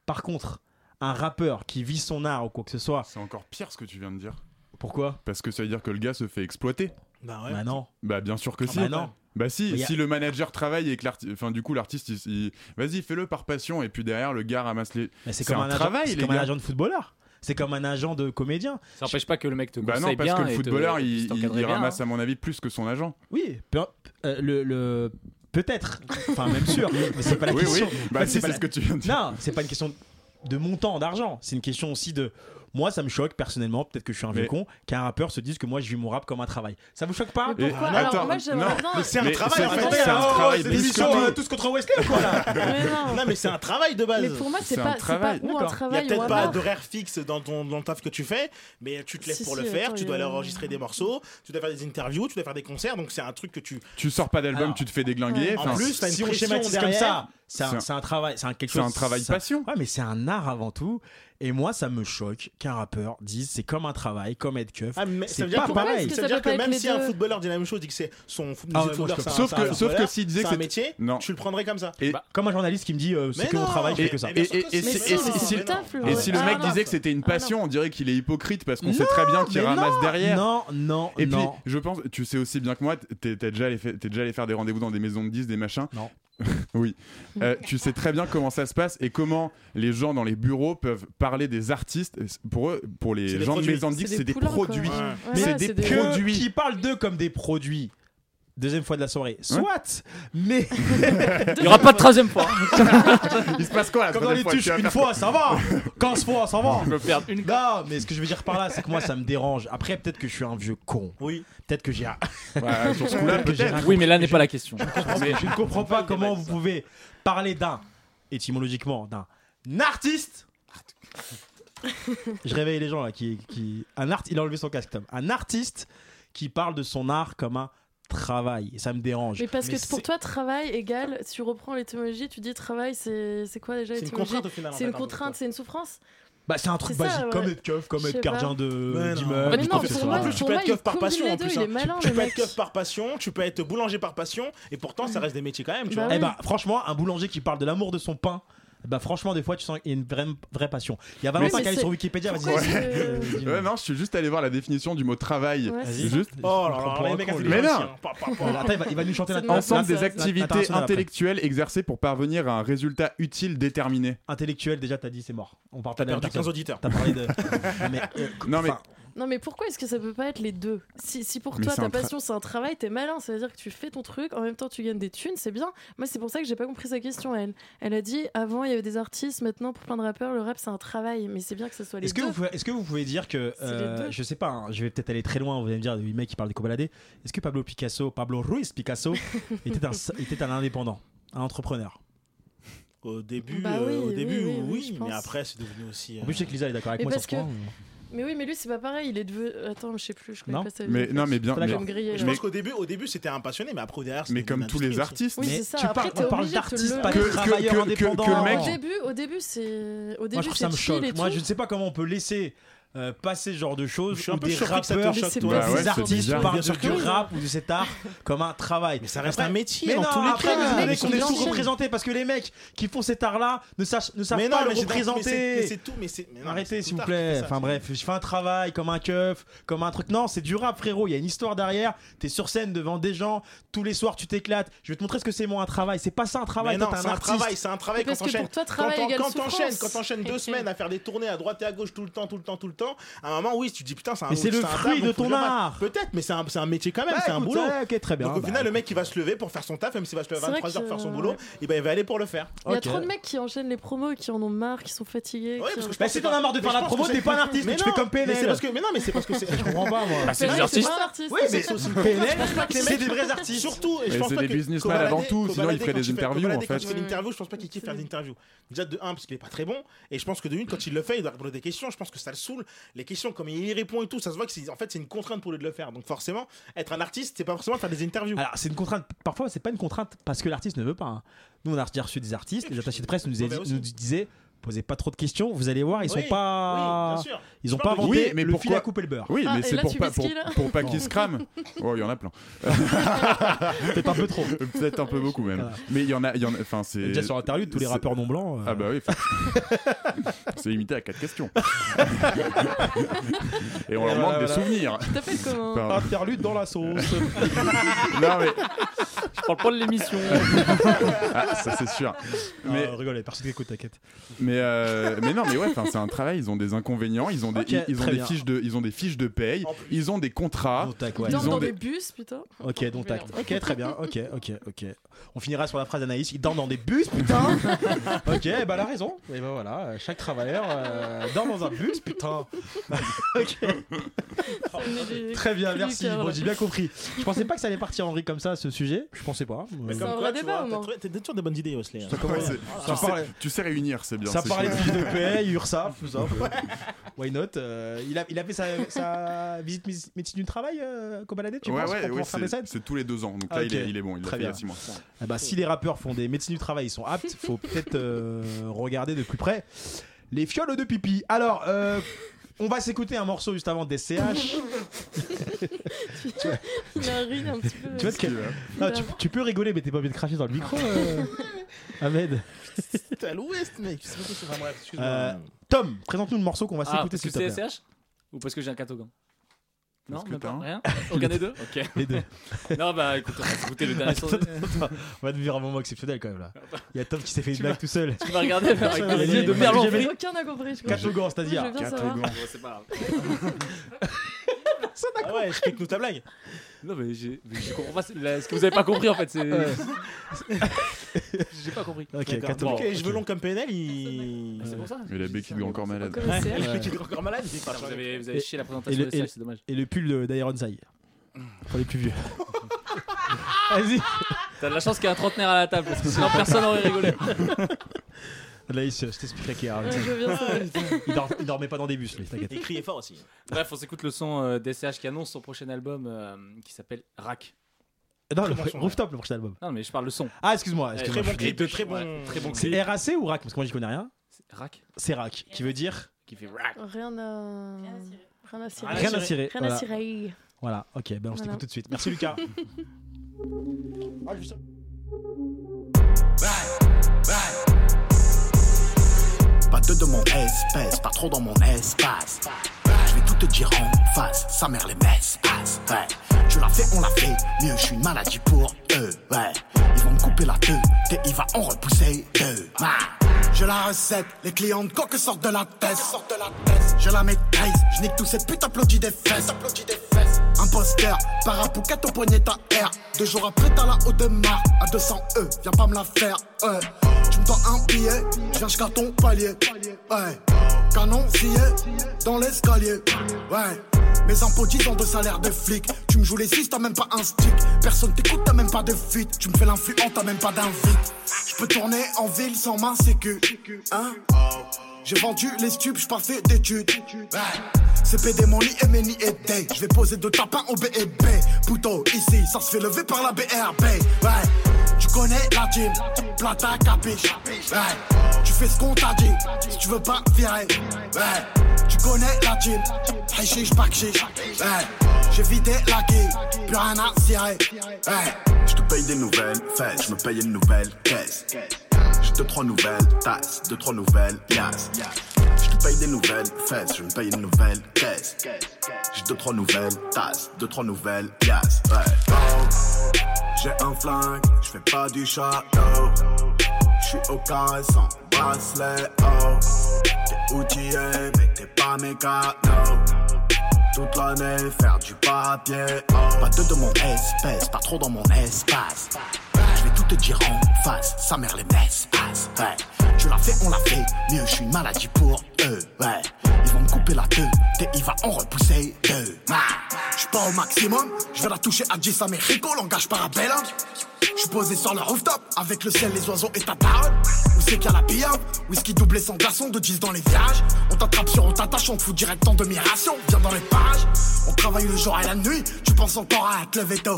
Par contre, un rappeur qui vit son art ou quoi que ce soit, C'est encore pire ce que tu viens de dire. pourquoi Parce que ça veut dire que le gars se fait exploiter. Bah ouais. Bah non. Bah bien sûr que si. bah non. Bah si, Mais y a- si le manager travaille et que l'artiste, enfin du coup l'artiste, il, il- vas-y fais-le par passion et puis derrière le gars ramasse les. Mais c'est C'est comme un un, agent- travail, c'est les comme un gars. agent de footballeur. C'est comme un agent de comédien. Ça n'empêche pas que le mec te Bah conseille non parce bien que le et te- footballeur te- il, il t'encadrer bien, ramasse hein. à mon avis plus que son agent. Oui. Pe- euh, le, le- peut-être. Enfin même sûr. mais c'est pas la oui oui. question. Bah c'est si pas c'est la- ce que tu viens de dire. Non, c'est pas une question de montant d'argent. C'est une question aussi de. Moi, ça me choque personnellement. Peut-être que je suis un vieux Mais- con. Qu'un rappeur se dise que moi, je vis mon rap comme un travail. Ça vous choque pas Mais Et- pourquoi attends, Alors, moi, j'aimerais non, bien. Mais c'est un Mais travail. c'est- euh, en fait, hein. attendez, c'est un alors, travail. travail, mais surtout- tous contre Wesley ou quoi là Mais non. Non mais c'est un travail de base. Mais pour moi, c'est C'est un pas, c'est pas travail. ou un Il D'accord. n'y a travail ou peut-être un pas art. d'horaire fixe dans, ton, dans le taf que tu fais, mais tu te lèves Si, pour si, le faire, attends, tu il y dois a- aller enregistrer des morceaux, tu dois faire des interviews, tu dois faire des concerts, donc c'est un truc que tu. Tu sors pas d'album, Alors. tu te fais déglinguer. Ouais. En enfin, plus, t'as une Si on pression schématise comme derrière. ça, C'est un, C'est un- c'est un travail, c'est un quelque C'est chose. un travail ça- passion. Ouais, mais c'est un art avant tout. Et moi, ça me choque qu'un rappeur dise c'est comme un travail, comme être keuf. Ah, mais C'est ça veut dire pas que- pareil. Ça veut dire peut pas que être même les si un deux. footballeur dit la même chose, dit que c'est son foot- Ah ouais, musique moi, je footballeur, c'est un- Sauf c'est que- un sauf footballeur, que s'il disait c'est que un c'était- métier, Non. tu le prendrais comme ça. Et- Bah, Comme un journaliste qui me dit Ah, euh, c'est Mais que mon non. travail, je fais Et- que ça. et- Et, et- et Mais si, c'est et ça, si- si- mais non. et si le Ah, mec non. disait que c'était une Ah, non. passion, on dirait qu'il est hypocrite parce qu'on Non, sait très bien qu'il mais ramasse non, derrière. Non, non, Et non. puis, je pense, tu sais aussi bien que moi, t'es t'es déjà, allé fa- t'es déjà allé faire des rendez-vous dans des maisons de 10, des machins. Non. oui. Euh, tu sais très bien comment ça se passe et comment les gens dans les bureaux peuvent parler des artistes. Pour eux, pour C'est les des gens de produits. maisons de 10, c'est des poulains, quoi. produits. Ouais. Ouais, C'est ouais, des Que- produits. qui parle d'eux comme des produits. Deuxième fois de la soirée. Soit, mais Il n'y aura pas de troisième fois. Il se passe quoi la comme dans troisième les fois que tuches, tu vas une faire- fois ça va, 15 fois ça va. Je peux perdre une. Non, mais ce que je veux dire par là, c'est que moi ça me dérange. Après, peut-être que je suis un vieux con. Oui. Peut-être que j'ai. Ouais, sur ce coup-là, peut-être que j'ai peut-être. rien Oui, mais là n'est pas la question. Mais je ne comprends pas pas comment le vous débat, pouvez parler d'un, étymologiquement, d'un artiste. Je réveille les gens là qui, qui un art, il a enlevé son casque Tom. Un artiste qui parle de son art comme un travail et ça me dérange. Mais parce Mais que pour c'est- toi, travail égale, tu reprends l'étymologie, tu dis travail, c'est c'est quoi déjà C'est une l'étymologie contrainte au final. en C'est fait, une un peu, contrainte, c'est une souffrance. Bah c'est un truc C'est ça, basique ouais. comme être keuf, comme Je être sais gardien Mais de non. d'immeuble. ou Mais non, quoi que ce pour soit. En moi- plus, tu peux être il keuf par combine passion les en deux, plus. il hein. est malin, Tu le peux être mec. keuf par passion, tu peux être boulanger par passion, et pourtant ça reste des métiers quand même, tu Bah vois. ouais. Eh bah franchement, un boulanger qui parle de l'amour de son pain, bah franchement des fois tu sens qu'il y a une vraie, vraie passion. Il y a Valentin Mais qui est c'est- sur Wikipédia, vas-y. Euh, Pourquoi je- Vas-y. Ouais, non, je suis juste allé voir la définition du mot travail. Ouais, Vas-y. Juste. Oh là Je là, comprends les mecs, c'est pas trop, des les magiciens. gars. Pa, pa, pa. Attends, il va, il va nous chanter la C'est de la- Ensemble ça, des ça, activités l'international après. intellectuelles exercées pour parvenir à un résultat utile déterminé. intellectuel déjà t'as dit c'est mort. On parle pas T'as de la même perdu 15 personne. auditeurs. T'as parlé de. mais, euh, Non, mais- enfin, Non, mais pourquoi est-ce que ça peut pas être les deux si, si pour Mais toi c'est un ta tra- passion c'est un travail, t'es malin, ça veut dire que tu fais ton truc, en même temps tu gagnes des thunes, c'est bien. Moi c'est pour ça que j'ai pas compris sa question. Elle, elle a dit avant il y avait des artistes, maintenant pour plein de rappeurs le rap c'est un travail, mais c'est bien que ce soit les Est-ce que, deux. vous pouvez- est-ce que vous pouvez dire que. C'est les euh, deux. je sais pas, hein, je vais peut-être aller très loin, vous allez me dire, oui, mec, qui parle de cobaladé. Est-ce que Pablo Picasso, Pablo Ruiz Picasso, était, un, était un indépendant, un entrepreneur Au début, Bah oui, euh, au oui, début, oui, oui, oui, je mais pense. après c'est devenu aussi. En plus, je sais que Lisa est d'accord avec Mais moi parce sur ce que- point. Mais oui, mais lui c'est pas pareil, il est devenu. Attends, je sais plus, je connais Non. pas sa vie. Mais, non, mais bien. Faudra mais- Je vais me griller, Je là. pense qu'au début, au début c'était un passionné, mais après derrière. c'est mais devenu comme une tous les industrie aussi. artistes. Oui, mais c'est ça. tu Après, parles, t'es on parle obligé de te d'artiste, le- pas Que- de que- travailleur que- que- que le indépendant. mec- Au début, au début c'est. Au début, Moi, je trouve ça c'est me chill choque. et Moi, tout. je ne sais pas comment on peut laisser euh, passer ce genre de choses Je suis un où peu des surpris que ça te Ah rappeurs choque, ou toi. des Ouais, ouais, c'est artistes bizarre. parlent Bien sûr du que oui. rap ou de cet art comme un travail. Mais ça reste un métier Mais dans non, tous les après, cas. vous voulez Mais qu'on qui est l'enchaîne. sous-représenté parce que les mecs qui font cet art-là ne, sachent- ne savent mais non, pas mais le j'ai- mais c'est- mais représenter. c'est tout, mais c'est. mais non, Arrêtez mais c'est s'il tout vous tard, c'est plaît. ça, Enfin c'est- bref, je fais un travail comme un keuf, comme un truc. Non, c'est du rap frérot, il y a une histoire derrière. T'es sur scène devant des gens, tous les soirs tu t'éclates. Je vais te montrer ce que c'est moi un travail. C'est pas ça un travail, Mais non, toi, t'es c'est un un artiste. travail, c'est un travail Mais quand parce que t'enchaînes. pour toi, Quand travail t'en- égale quand t'enchaînes, souffrance. quand t'enchaînes deux semaines à faire des tournées à droite et à gauche tout le temps, tout le temps, tout le temps, à un moment, oui, tu te dis putain, c'est un Mais c'est le un fruit taf, de donc faut ton que je le fasse. art. Peut-être, mais c'est un, c'est un métier quand même, Ouais, c'est un écoute, boulot. ouais, ok, très bien. Donc au Bah, final, le mec, il va se lever pour faire son taf, même s'il va se lever C'est à vrai 23h que faire son c'est- boulot, et ben il va aller pour le faire. Il y a Ok. trop de mecs qui enchaînent les promos, qui en ont marre, qui sont Ouais, fatigués. qui- parce que je Bah, pense si que t'en c'est- as marre de mais faire je la pense promo, que t'es c'est- pas un artiste, Mais tu non, fais comme Mais c'est PNL. parce que, mais non, mais c'est parce que c'est. Je comprends pas moi. Bah, c'est vrai des que artistes. pas un artiste. Oui, mais c'est aussi- PNL, les c'est mecs- des vrais artistes. Surtout, et je Mais pense c'est pas des que businessmen Kobalade- avant tout, sinon Kobalade, ils feraient quand des il fait- interviews, Kobalade, en quand fait. il fait l'interview, je pense pas qu'il kiffe faire des interviews. Déjà de un parce qu'il est pas très bon et je pense que de une quand il le fait, il doit répondre à des questions, je pense que ça le saoule. Les questions comme il y répond et tout, ça se voit que c'est en fait c'est une contrainte pour lui de le faire. Donc forcément, être un artiste, c'est pas forcément faire des interviews. Alors, Ah, c'est une contrainte. Parfois, c'est pas une contrainte parce que l'artiste ne veut pas. hein. Nous, on a déjà reçu des artistes. Les attachés de presse nous, a dit- Mauvais bah, aussi. nous disaient posez pas trop de questions. Vous allez voir, ils sont Oui, oui, pas. bien sûr. ils ont Je pas parle de- inventé Oui, mais le fil pourquoi- à couper le beurre. Oui, Ah, mais et c'est là, pour tu pas, vis ce pour, qu'il a. pour pas qu'ils se crament. Oh, il y en a plein. Peut-être un peu trop. Euh, Peut-être un peu beaucoup même. Voilà. Mais il y en a, il y en a. Enfin, c'est. Déjà sur l'interview, tous les c'est- rappeurs non blancs. euh, Ah bah oui. enfin, c'est limité à quatre questions. Et on leur Voilà, manque des voilà. souvenirs. Tu t'appelles comment Enfin, Interlude dans la sauce. non mais Je parle pas de l'émission. Euh, ah, ça c'est sûr. Mais mais rigolez, personne t'écoute, t'inquiète. Mais, euh, mais non, mais ouais, 'fin, c'est un travail. Ils ont des inconvénients, ils ont des, Ok, ils, ils ont très des bien. fiches de, ils ont des fiches de paye, ils ont des contrats. Donc, tac, Ils ouais. Ils dorment ont dans des- des bus, putain. Ok, donc tac. Ok, très bien. Ok, ok, ok. On finira sur la phrase d'Anaïs. Ils dorment dans des bus, putain. ok, bah elle a raison. Et bah voilà, euh, chaque travail d'ailleurs, euh, dans, dans un bus, putain. Ok. Très bien, merci. Lucas, Bon, ouais. j'ai bien compris. Je pensais pas que ça allait partir en riz comme ça, ce sujet. Je pensais pas. Mais Euh, ça comme aura quoi, tu débat, vois, au t'as moins. trouvé- t'as toujours des bonnes idées, Wesley. hein. comment- Ouais, c'est- ça tu, parlait- sais, tu sais réunir, c'est bien. ça c'est parlait de cool. fiche de paix, URSAF, tout ça. Why not euh, il, a, il a fait sa, sa visite mé- médecine du travail, euh, Cobaladé, tu Ouais, penses, ouais, pour ouais, pouvoir faire des c'est scènes c'est tous les deux ans. Donc Ah, là, il, ok. est, il est bon. Il l'a Très fait il y a bien. six mois. Ah bah, si les rappeurs font des médecines du travail, ils sont aptes, faut peut-être euh, regarder de plus près les fioles de pipi. Alors, euh, on va s'écouter un morceau juste avant des CH. Il a ri un petit peu. tu, vois ce qu'elle- hein. Ah, tu, tu peux rigoler, mais t'es pas obligé de cracher dans le micro, euh, Ahmed. T'es à l'ouest, mec. C'est pas possible. Enfin, bref, excuse-moi. Euh, Tom, présente-nous le morceau qu'on va Ah, s'écouter, parce que s'il te plaît. c'est SCH Ou parce que j'ai un cat au gant Non, Parce que même t'as pas, un- rien Aucun des deux Ok. Les deux. Non, bah écoute, on va s'écouter le dernier son. Attends, attends, attends. On va vivre un moment exceptionnel quand même là. Il y a Tom qui s'est fait une blague tout seul. Tu vas regarder avec Personne des n'a yeux de dit. Merlon. Jamais- Aucun n'a compris, je crois. Quatre gants, Moi, c'est-à-dire. je veux bien savoir. Bon, c'est pas grave. Ah ouais, explique-nous ta blague. Non, mais j'ai- mais je comprends pas c'est- la- ce que vous avez pas compris en fait. c'est- Ouais. J'ai pas compris. Ok, D'accord. quatre Bon, gants. ok, je veux long comme PNL, il. Mais C'est pour ça. Mais la béquille de encore malade. Comme le CH. Il est encore malade, il est Putain, Vous parti. avez, vous Et- avez chié la présentation et le- de et le- SCH, c'est dommage. Et le pull de- d'Ironside. Pour les plus vieux. Ah, Vas-y. T'as de la chance qu'il y a un trentenaire à la table parce que sinon personne n'aurait rigolé. Laïs, je t'expliquerai qui est Ouais, Ironside. je veux bien savoir. Il, dort- il dormait pas dans des bus, lui, t'inquiète. Il criait fort aussi. Bref, on s'écoute le son euh, d'SCH qui annonce son prochain album euh, qui s'appelle Rack. Non, le rooftop, le prochain album. Non, mais je parle le son. Ah, excuse-moi. excuse-moi, très je bon suis clip, dé- très bon- ouais, très bon clip. C'est RAC ou RAC Parce que moi j'y connais rien. C'est Rack C'est RAC, qui veut dire qui fait Rack. Rien à. Rien à cirer. rien à cirer. Rien Voilà. à cirer. Voilà, ok, ben on se Voilà. t'écoute tout de suite. Merci Lucas. Pas deux de mon espèce, pas trop dans mon espace. Je vais tout te dire en face, sa mère les messes passe. Ouais. Je la fais, on la fait, mieux, je suis une maladie pour eux. Ouais. Ils vont me couper la tête et il va en repousser deux. Ouais. Je la recette, les clients de coque sortent de la tête. Sortent de la tête. Je la maîtrise, je nique tous ces putes, applaudis des fesses. Applaudis des fesces. Imposteur, parapouquette au poignet ta R. Deux jours après, t'as la haute marre. À 200 E, viens pas me la faire. Ouais. Tu me dois un billet, viens jusqu'à ton palier. Ouais. Canon scié dans l'escalier. Ouais. Mes impôts disent ans de salaire de flic. Tu me joues les 6, t'as même pas un stick. Personne t'écoute, t'as même pas de fuite. Tu me fais l'influent, t'as même pas d'invite. Je peux tourner en ville sans main sécu. Hein J'ai vendu les stupes, j'ai pas fait d'études. Ouais. CPD, mon lit, MNI et Day. Je vais poser deux tapins au BEB. Pouto, ici, ça se fait lever par la BRB. Ouais. Tu connais la team, plata capiche. Ouais. Tu fais ce qu'on t'a dit, si tu veux pas virer. Ouais. Tu connais la team, hashish bakchiche. Ouais. J'ai vidé la quille, plus rien à cirer. Ouais. Je te paye des nouvelles fesses, je me paye une nouvelle caisse. J'ai deux, trois nouvelles tasses, deux, trois nouvelles yas. Je te paye des nouvelles fesses, je me paye une nouvelle caisse. J'ai deux, trois nouvelles tasses, deux, trois nouvelles yas. Ouais. J'ai un flingue, je fais pas du château. Je suis au carré sans bracelet. Oh. T'es outillé, mais t'es pas mécano. Toute l'année, faire du papier. Oh. Pas deux de mon espèce, pas trop dans mon espace. Je vais tout te dire en face, sa mère les messes passe. Ouais. Tu l'as fait, on l'a fait, mieux, je suis une maladie pour eux. Ouais. Ils vont me couper la tête et il va en repousser deux. Je suis pas au maximum, je vais la toucher à 10 à mes rigots, langage parabellum. Je suis posé sur le rooftop, avec le ciel, les oiseaux et ta daronne. Où c'est qu'il y a la pillave Whisky doublé sans glaçon, de 10 dans les virages. On t'attrape sur, on t'attache, on te fout direct en demi-ration. Viens dans les parages, on travaille le jour et la nuit. Tu penses encore à te lever tôt.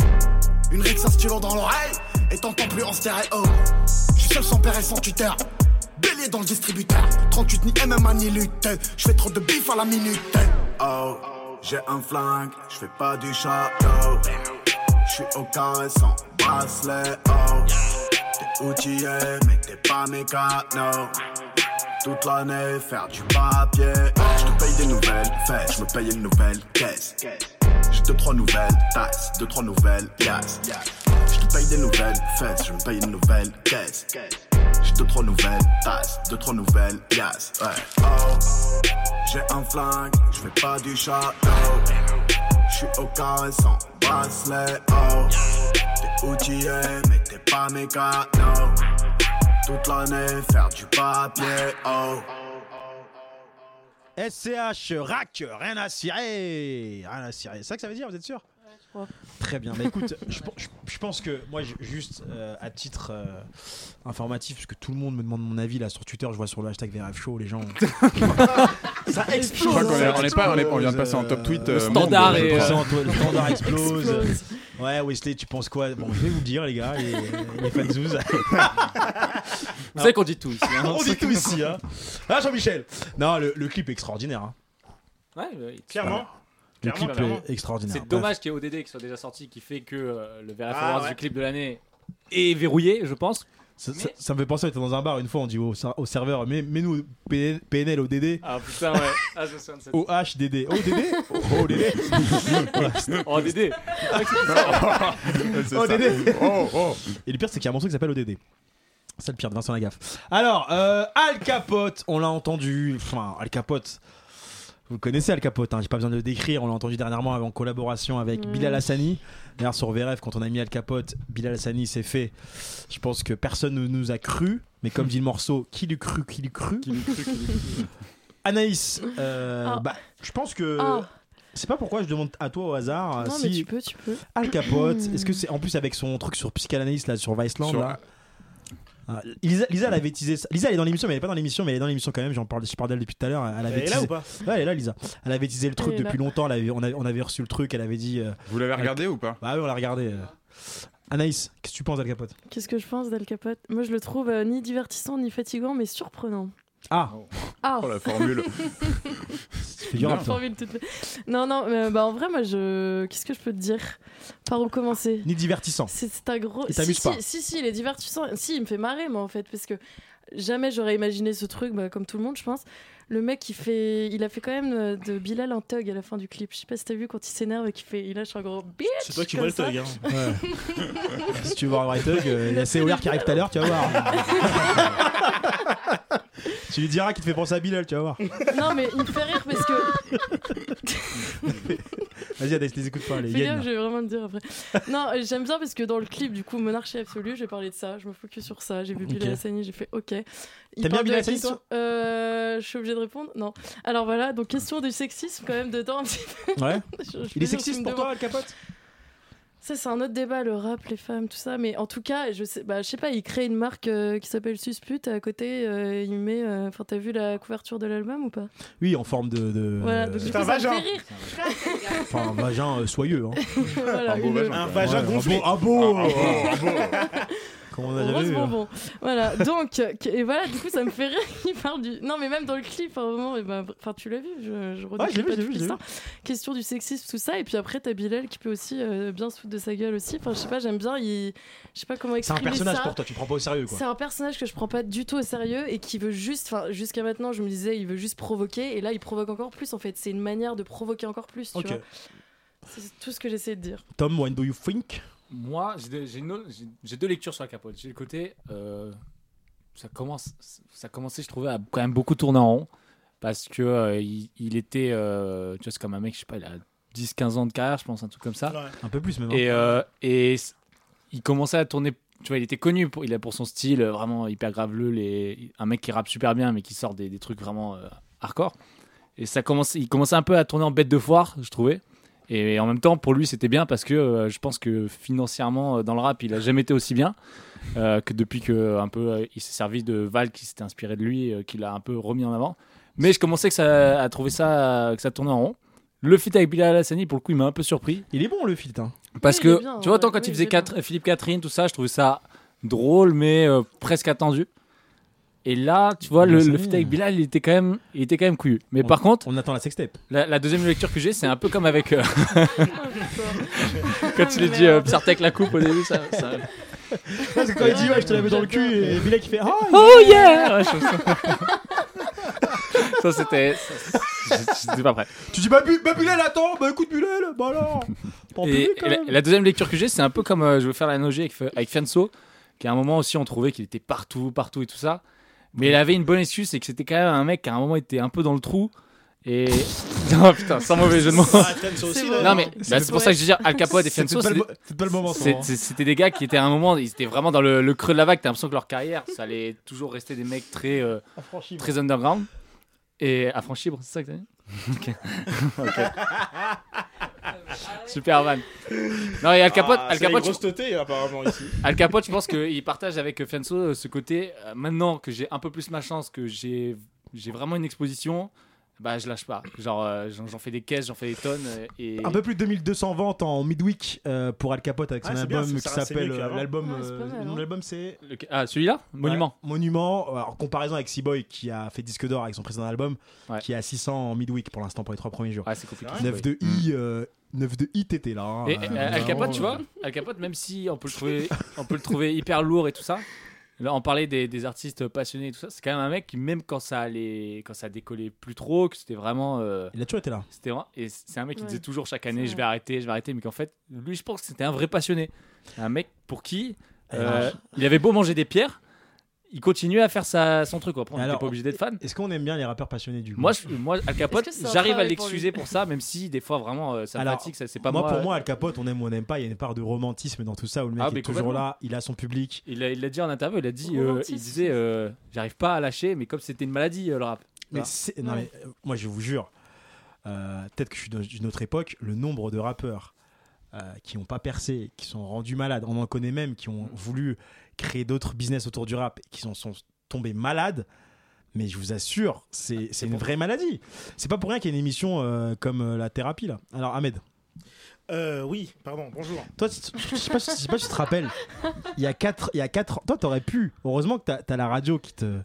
Une rixe, un stylo dans l'oreille, et t'entends plus en stéréo. Je suis seul sans père et sans tuteur. Bélier dans le distributeur 38 ni MMA ni lutte Je fais trop de bif à la minute Oh j'ai un flingue Je fais pas du château Je suis au carré sans bracelet Oh T'es outillé mais t'es pas mécano toute l'année, faire du papier. oh. Je te paye des nouvelles fesses, je me paye une nouvelle caisse. J'ai deux, trois nouvelles tasses, deux, trois nouvelles pièces. Je te paye des nouvelles fesses, je me paye une nouvelle caisse. J'ai deux, trois nouvelles tasses, deux, trois nouvelles pièces. Ouais. Oh, j'ai un flingue, je fais pas du château. Je suis au carré sans bracelet. Oh, t'es outillé, mais t'es pas mécano. Toute l'année, faire du papier. Oh. SCH, rack, rien à cirer. Rien à cirer. C'est ça que ça veut dire, vous êtes sûr Très bien. Mais écoute, je, pen- je- je pense que moi, je- juste euh, à titre euh, informatif, parce que tout le monde me demande mon avis là sur Twitter, je vois sur le hashtag VRF Show, les gens. ça Je explose. crois qu'on est- ça on est pas- on est pas- on vient explose, de passer en top tweet, le euh, standard monde, je est- crois. le standard explose. Explose. ouais, Wesley, tu penses quoi Bon, je vais vous le dire, les gars, les, les fanzouz. Vous savez qu'on dit tout ici, hein. On dit tout ici. Hein. Ah, Jean-Michel. Non, le, le clip est extraordinaire. hein. Ouais, ouais, Clairement. Le Clairement, clip clairement. est extraordinaire. C'est dommage qu'il y ait ODD qui soit déjà sorti, qui fait que euh, le VRF Ah, Awards ouais. du clip de l'année est verrouillé, je pense. Ça, ça- ça me fait penser, on était dans un bar une fois, on dit au, ser- au serveur, mais, mais nous, PN- PNL, ODD. Ah putain, ouais. Ah, ce sound, c'est- OHDD. ODD ODD ODD. ODD Et le pire, c'est qu'il y a un morceau qui s'appelle ODD. C'est le pire de Vincent Lagaffe. Alors, euh, Al Capote, on l'a entendu. Enfin, Al Capote. Vous le connaissez Al Capote, hein, j'ai pas besoin de le décrire. On l'a entendu dernièrement en collaboration avec Mm. Bilal Hassani. D'ailleurs, sur VRF, quand on a mis Al Capote, Bilal Hassani s'est fait. Je pense que personne ne nous a cru. Mais comme dit le morceau, qui l'eût cru, qui l'eût cru Anaïs, euh, Oh. bah, je pense que. Oh. C'est pas pourquoi je demande à toi au hasard euh, Non, Ah, si mais tu peux, tu peux. Al Capote, est-ce que c'est en plus avec son truc sur psychanalyse là sur Viceland Sur- là Ah, Lisa, Lisa, elle avait teasé ça. Lisa, elle est dans l'émission, mais elle est pas dans l'émission, mais elle est dans l'émission quand même. J'en parle, je parle d'elle depuis tout à l'heure. Elle, avait est là teasé- ou pas Ouais, elle est là, Lisa. Elle avait teasé le truc Elle est là. depuis longtemps. elle avait- on, avait, on avait reçu le truc. Elle avait dit. euh, Vous l'avez elle- regardé ou pas Bah oui, on l'a regardé. euh. Anaïs, qu'est-ce que tu penses d'Al Capote Qu'est-ce que je pense d'Al Capote Moi, je le trouve euh, ni divertissant ni fatigant, mais surprenant. Ah Ah Oh, la formule. C'est dur, La putain. formule toute- Non, non, mais, bah, en vrai, moi, je... qu'est-ce que je peux te dire Par où commencer Ni divertissant. C'est c'est un gros. Il si, t'amuse si, pas. Si, si, il est divertissant. Si, il me fait marrer, moi, en fait, parce que jamais j'aurais imaginé ce truc, bah, comme tout le monde, je pense. Le mec, il, fait... il a fait quand même euh, de Bilal un thug à la fin du clip. Je sais pas si t'as vu quand il s'énerve et qu'il fait... il lâche un gros bitch. C'est toi qui comme vois le ça. thug. Hein. Ouais. si tu veux voir un vrai thug, euh, il y a Seolar qui arrive tout à l'heure, tu vas voir. tu lui diras qu'il te fait penser à Bilal, tu vas voir. Non, mais il me fait rire parce que. Vas-y, Anaïs, les écoute pas, les Fais hyènes, gaffe, là. je vais vraiment le dire après. non, euh, j'aime bien parce que dans le clip, du coup, Monarchie Absolue, j'ai parlé de ça. Je me focus sur ça. J'ai vu Ok. Bilal Hassani, j'ai fait OK. Il bien parle de Bilal la Hassani, question- toi Euh, Je suis obligée de répondre Non. Alors voilà, donc question du sexisme quand même dedans. un petit peu. Ouais. Je- je Il est plaisir, tu sexiste me pour demandes. toi, Al Capote Ça, c'est un autre débat, le rap, les femmes, tout ça. Mais en tout cas, je sais, bah, je sais pas, il crée une marque euh, qui s'appelle Suspute. À côté, euh, il met. euh, Enfin, t'as vu la couverture de l'album ou pas Oui, en forme de. de- Voilà, donc euh, du c'est un coup, ça me vagin. fait rire. Enfin, un vagin euh, soyeux. Hein. Voilà, une- Un vagin Ouais, gonflé. Un beau. Ah, Un beau. Comment on a déjà Rose vu, hein. bonbon. Voilà. Donc euh, que- et voilà, du coup, ça me fait rire qu'il parle du. Non, mais même dans le clip, à un moment, et ben, enfin, tu l'as vu. Je, je redis Ouais, je l'ai pas vu, je l'ai toute vu, je l'ai l'histoire. Question du sexisme, tout ça, et puis après, t'as Bilal qui peut aussi euh, bien se foutre de sa gueule aussi. Enfin, je sais pas, j'aime bien. Il, je sais pas comment C'est un exprimer personnage ça. pour toi, tu le prends pas au sérieux quoi. C'est un personnage que je prends pas du tout au sérieux et qui veut juste, enfin jusqu'à maintenant je me disais il veut juste provoquer et là il provoque encore plus en fait. C'est une manière de provoquer encore plus, tu Ok. vois. C'est tout ce que j'essaie de dire. Tom, when do you think Moi, j'ai deux- j'ai une autre- j'ai- j'ai deux lectures sur la capote. J'ai le côté, euh, ça commence, ça commençait, je trouvais, à quand même beaucoup tourner en rond parce que euh, il, il était, euh, tu vois, c'est comme un mec, je sais pas, il a 10-15 ans de carrière, je pense, un truc comme ça. Ouais. Un peu plus même. hein. Et, euh, et s- il commençait à tourner. Tu vois, il était connu pour, il a pour son style euh, vraiment hyper graveleux. Et un mec qui rappe super bien, mais qui sort des, des trucs vraiment euh, hardcore. Et ça commençait, il commençait un peu à tourner en bête de foire, je trouvais. Et, en même temps, pour lui, c'était bien parce que euh, je pense que financièrement, euh, dans le rap, il a jamais été aussi bien euh, que depuis que un peu euh, il s'est servi de Val qui s'était inspiré de lui, euh, qu'il a un peu remis en avant. Mais je commençais que ça, à trouver ça, euh, que ça tournait en rond. Le feat avec Bilal Hassani, pour le coup, il m'a un peu surpris. Il est bon le filtre. Hein. Parce Oui, il que, est bien, tu vois, autant ouais, quand oui, il il faisait est bien. Catr- Philippe Catherine, tout ça, je trouvais ça drôle, mais euh, presque attendu. Et là, tu vois, le, Ouais, ça le y est. hein. feat avec Bilal, il était quand même, il était quand même couillu. Mais par contre, On attend la sextape. la, la deuxième lecture que j'ai, c'est un peu comme avec euh, quand il a Merde. dit euh, Psartek la coupe au début, ça. ça- Parce que Ah, quand il dit ouais, je te la mets dans le cul et Bilal qui fait oh, Oh yeah Ouais, je trouve ça, Ça, c'était. ça, je- J'étais pas prêt. Tu dis bah, Bu- bah Bilal attends, bah écoute Bilal, bah alors. T'en Et, peux et quand la, même. la deuxième lecture que j'ai, c'est un peu comme euh, je veux faire l'analogie avec, Fe- avec Fianso, qui à un moment aussi on trouvait qu'il était partout, partout et tout ça. Mais il avait une bonne excuse, c'est que c'était quand même un mec qui à un moment était un peu dans le trou. Et. non, putain, sans mauvais jeu de mots. Ah, Tiens, ça C'est aussi, bon. là. Non, mais bah, c'est pour ça que je veux dire, Al Capone et C'était Fianso, pas c'est le des- mo- c'était pas le moment. c'est- ça, hein. c'est- c'était des gars qui étaient à un moment, ils étaient vraiment dans le, le creux de la vague. T'as l'impression que leur carrière, ça allait toujours rester des mecs très, euh, très underground. Et affranchibre, c'est ça que t'as dit Ok. Ok. Super van. Non, et Al Capote, Ah, Al c'est la Capote, grosse je- teuté, apparemment, ici. Al Capote, je pense qu'il partage avec Fianso euh, ce côté. euh, maintenant que j'ai un peu plus ma chance, que j'ai j'ai vraiment une exposition, bah je lâche pas. Genre, euh, j'en j'en fais des caisses, j'en fais des tonnes. euh, Et... Un peu plus de 2200 ventes en midweek euh, pour Al Capote avec Ah, son c'est bien, album c'est- qui ça reste s'appelle mieux que euh, l'avant. l'album Ouais, c'est pas euh, mal, le nom hein. de l'album c'est Lequel- ah, celui-là Monument. Ouais, Monument alors, en comparaison avec C-Boy qui a fait disque d'or avec son précédent album qui est à 600 en midweek pour l'instant pour les trois premiers jours. Ah, c'est compliqué. 9 de I euh, 9 de I t'étais là. hein. Et, et, Euh, Al Capote, tu vois, Al Capote, même si on peut le trouver, on peut le trouver hyper lourd et tout ça. Là, on parlait des, des artistes passionnés et tout ça. C'est quand même un mec qui, même quand ça allait, quand ça décollait plus trop, que c'était vraiment. euh, Il a toujours été là. C'était vraiment- et c'est un mec qui Ouais. disait toujours chaque C'est année, je vrai. vais arrêter, je vais arrêter, mais qu'en fait, lui, je pense que c'était un vrai passionné. Un mec pour qui Elle euh, Ah, marche. il avait beau manger des pierres, il continuait à faire sa, son truc. quoi. Après, on n'était alors, pas obligé d'être fan. Est-ce qu'on aime bien les rappeurs passionnés du coup Moi, je- moi, Al Capote, Est-ce que c'est un j'arrive à travail pour l'excuser lui pour, ça, même si des fois vraiment euh, ça me Alors, fatigue, ça c'est pas moi, moi. euh. pour moi, Al Capote, on aime ou on n'aime pas, il y a une part de romantisme dans tout ça où le mec Ah, mais est toujours complètement. là, il a son public. Il a- il l'a dit en interview, il a dit, euh, il disait, euh, j'arrive pas à lâcher, mais comme c'était une maladie euh, le rap. Mais Voilà. c'est- non, mais, euh, moi, je vous jure, euh, peut-être que je suis dans- d'une autre époque, le nombre de rappeurs euh, qui n'ont pas percé, qui sont rendus malades, on en connaît même, qui ont voulu créer d'autres business autour du rap, qui en sont tombés malades. Mais je vous assure, c'est c'est une vraie maladie. C'est pas pour rien qu'il y a une émission euh, comme euh, la thérapie là. Alors Ahmed, Euh, oui, pardon, bonjour. toi, tu te- je sais pas, si- je sais pas si tu te rappelles. Il y a 4 il y a quatre ans, toi t'aurais pu. Heureusement que t'as as la radio qui te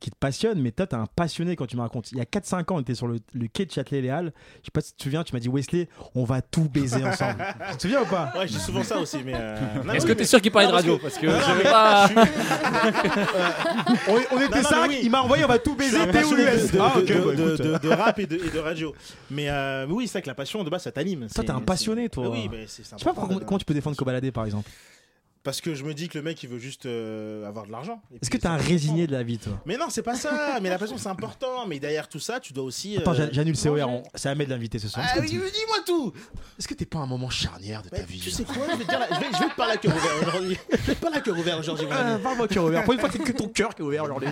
qui te passionne, mais toi t'es un passionné quand tu me racontes. Il y a 4-5 ans, on était sur le, le quai de Châtelet-Léal. Je sais pas si tu te souviens, tu m'as dit Wesley, on va tout baiser ensemble. tu te souviens ou pas Ouais, j'ai souvent ça aussi, mais. euh, non, Est-ce oui, que mais- t'es sûr qu'il parlait de Non, radio Parce parce que que- je Non, non, vais mais- pas. on, on était Non, non, 5, mais oui. il m'a envoyé, on va tout Je suis baiser, un t'es où passionné de- l'US de- Ah, ok, de- bah, de, écoute. de- de rap et de, et de radio. Mais euh, oui, c'est vrai que la passion de base, ça t'anime. Toi, C'est- t'es un c'est- passionné, toi. Ah Oui, mais c'est c'est je sais pas important pourquoi- de- comment tu peux défendre Cobaladé, par exemple. Parce que je me dis que le mec, il veut juste euh, avoir de l'argent. Et Est-ce que puis, t'es un c'est- résigné de la vie, toi Mais non, c'est pas ça. Mais la passion, c'est important. Mais derrière tout ça, tu dois aussi. Attends, euh, j'a- j'annule COR, on- c'est Ahmed l'invité ce soir. Ah oui, mais dis-moi tout Est-ce que t'es pas un moment charnière de ta vie hein. Tu sais quoi je vais, te dire la- je, vais, je vais te parler à cœur ouvert aujourd'hui. Je vais te parler à cœur ouvert aujourd'hui. mon Euh, ami. Parle-moi cœur ouvert. Pour une fois, c'est que ton cœur qui est ouvert aujourd'hui.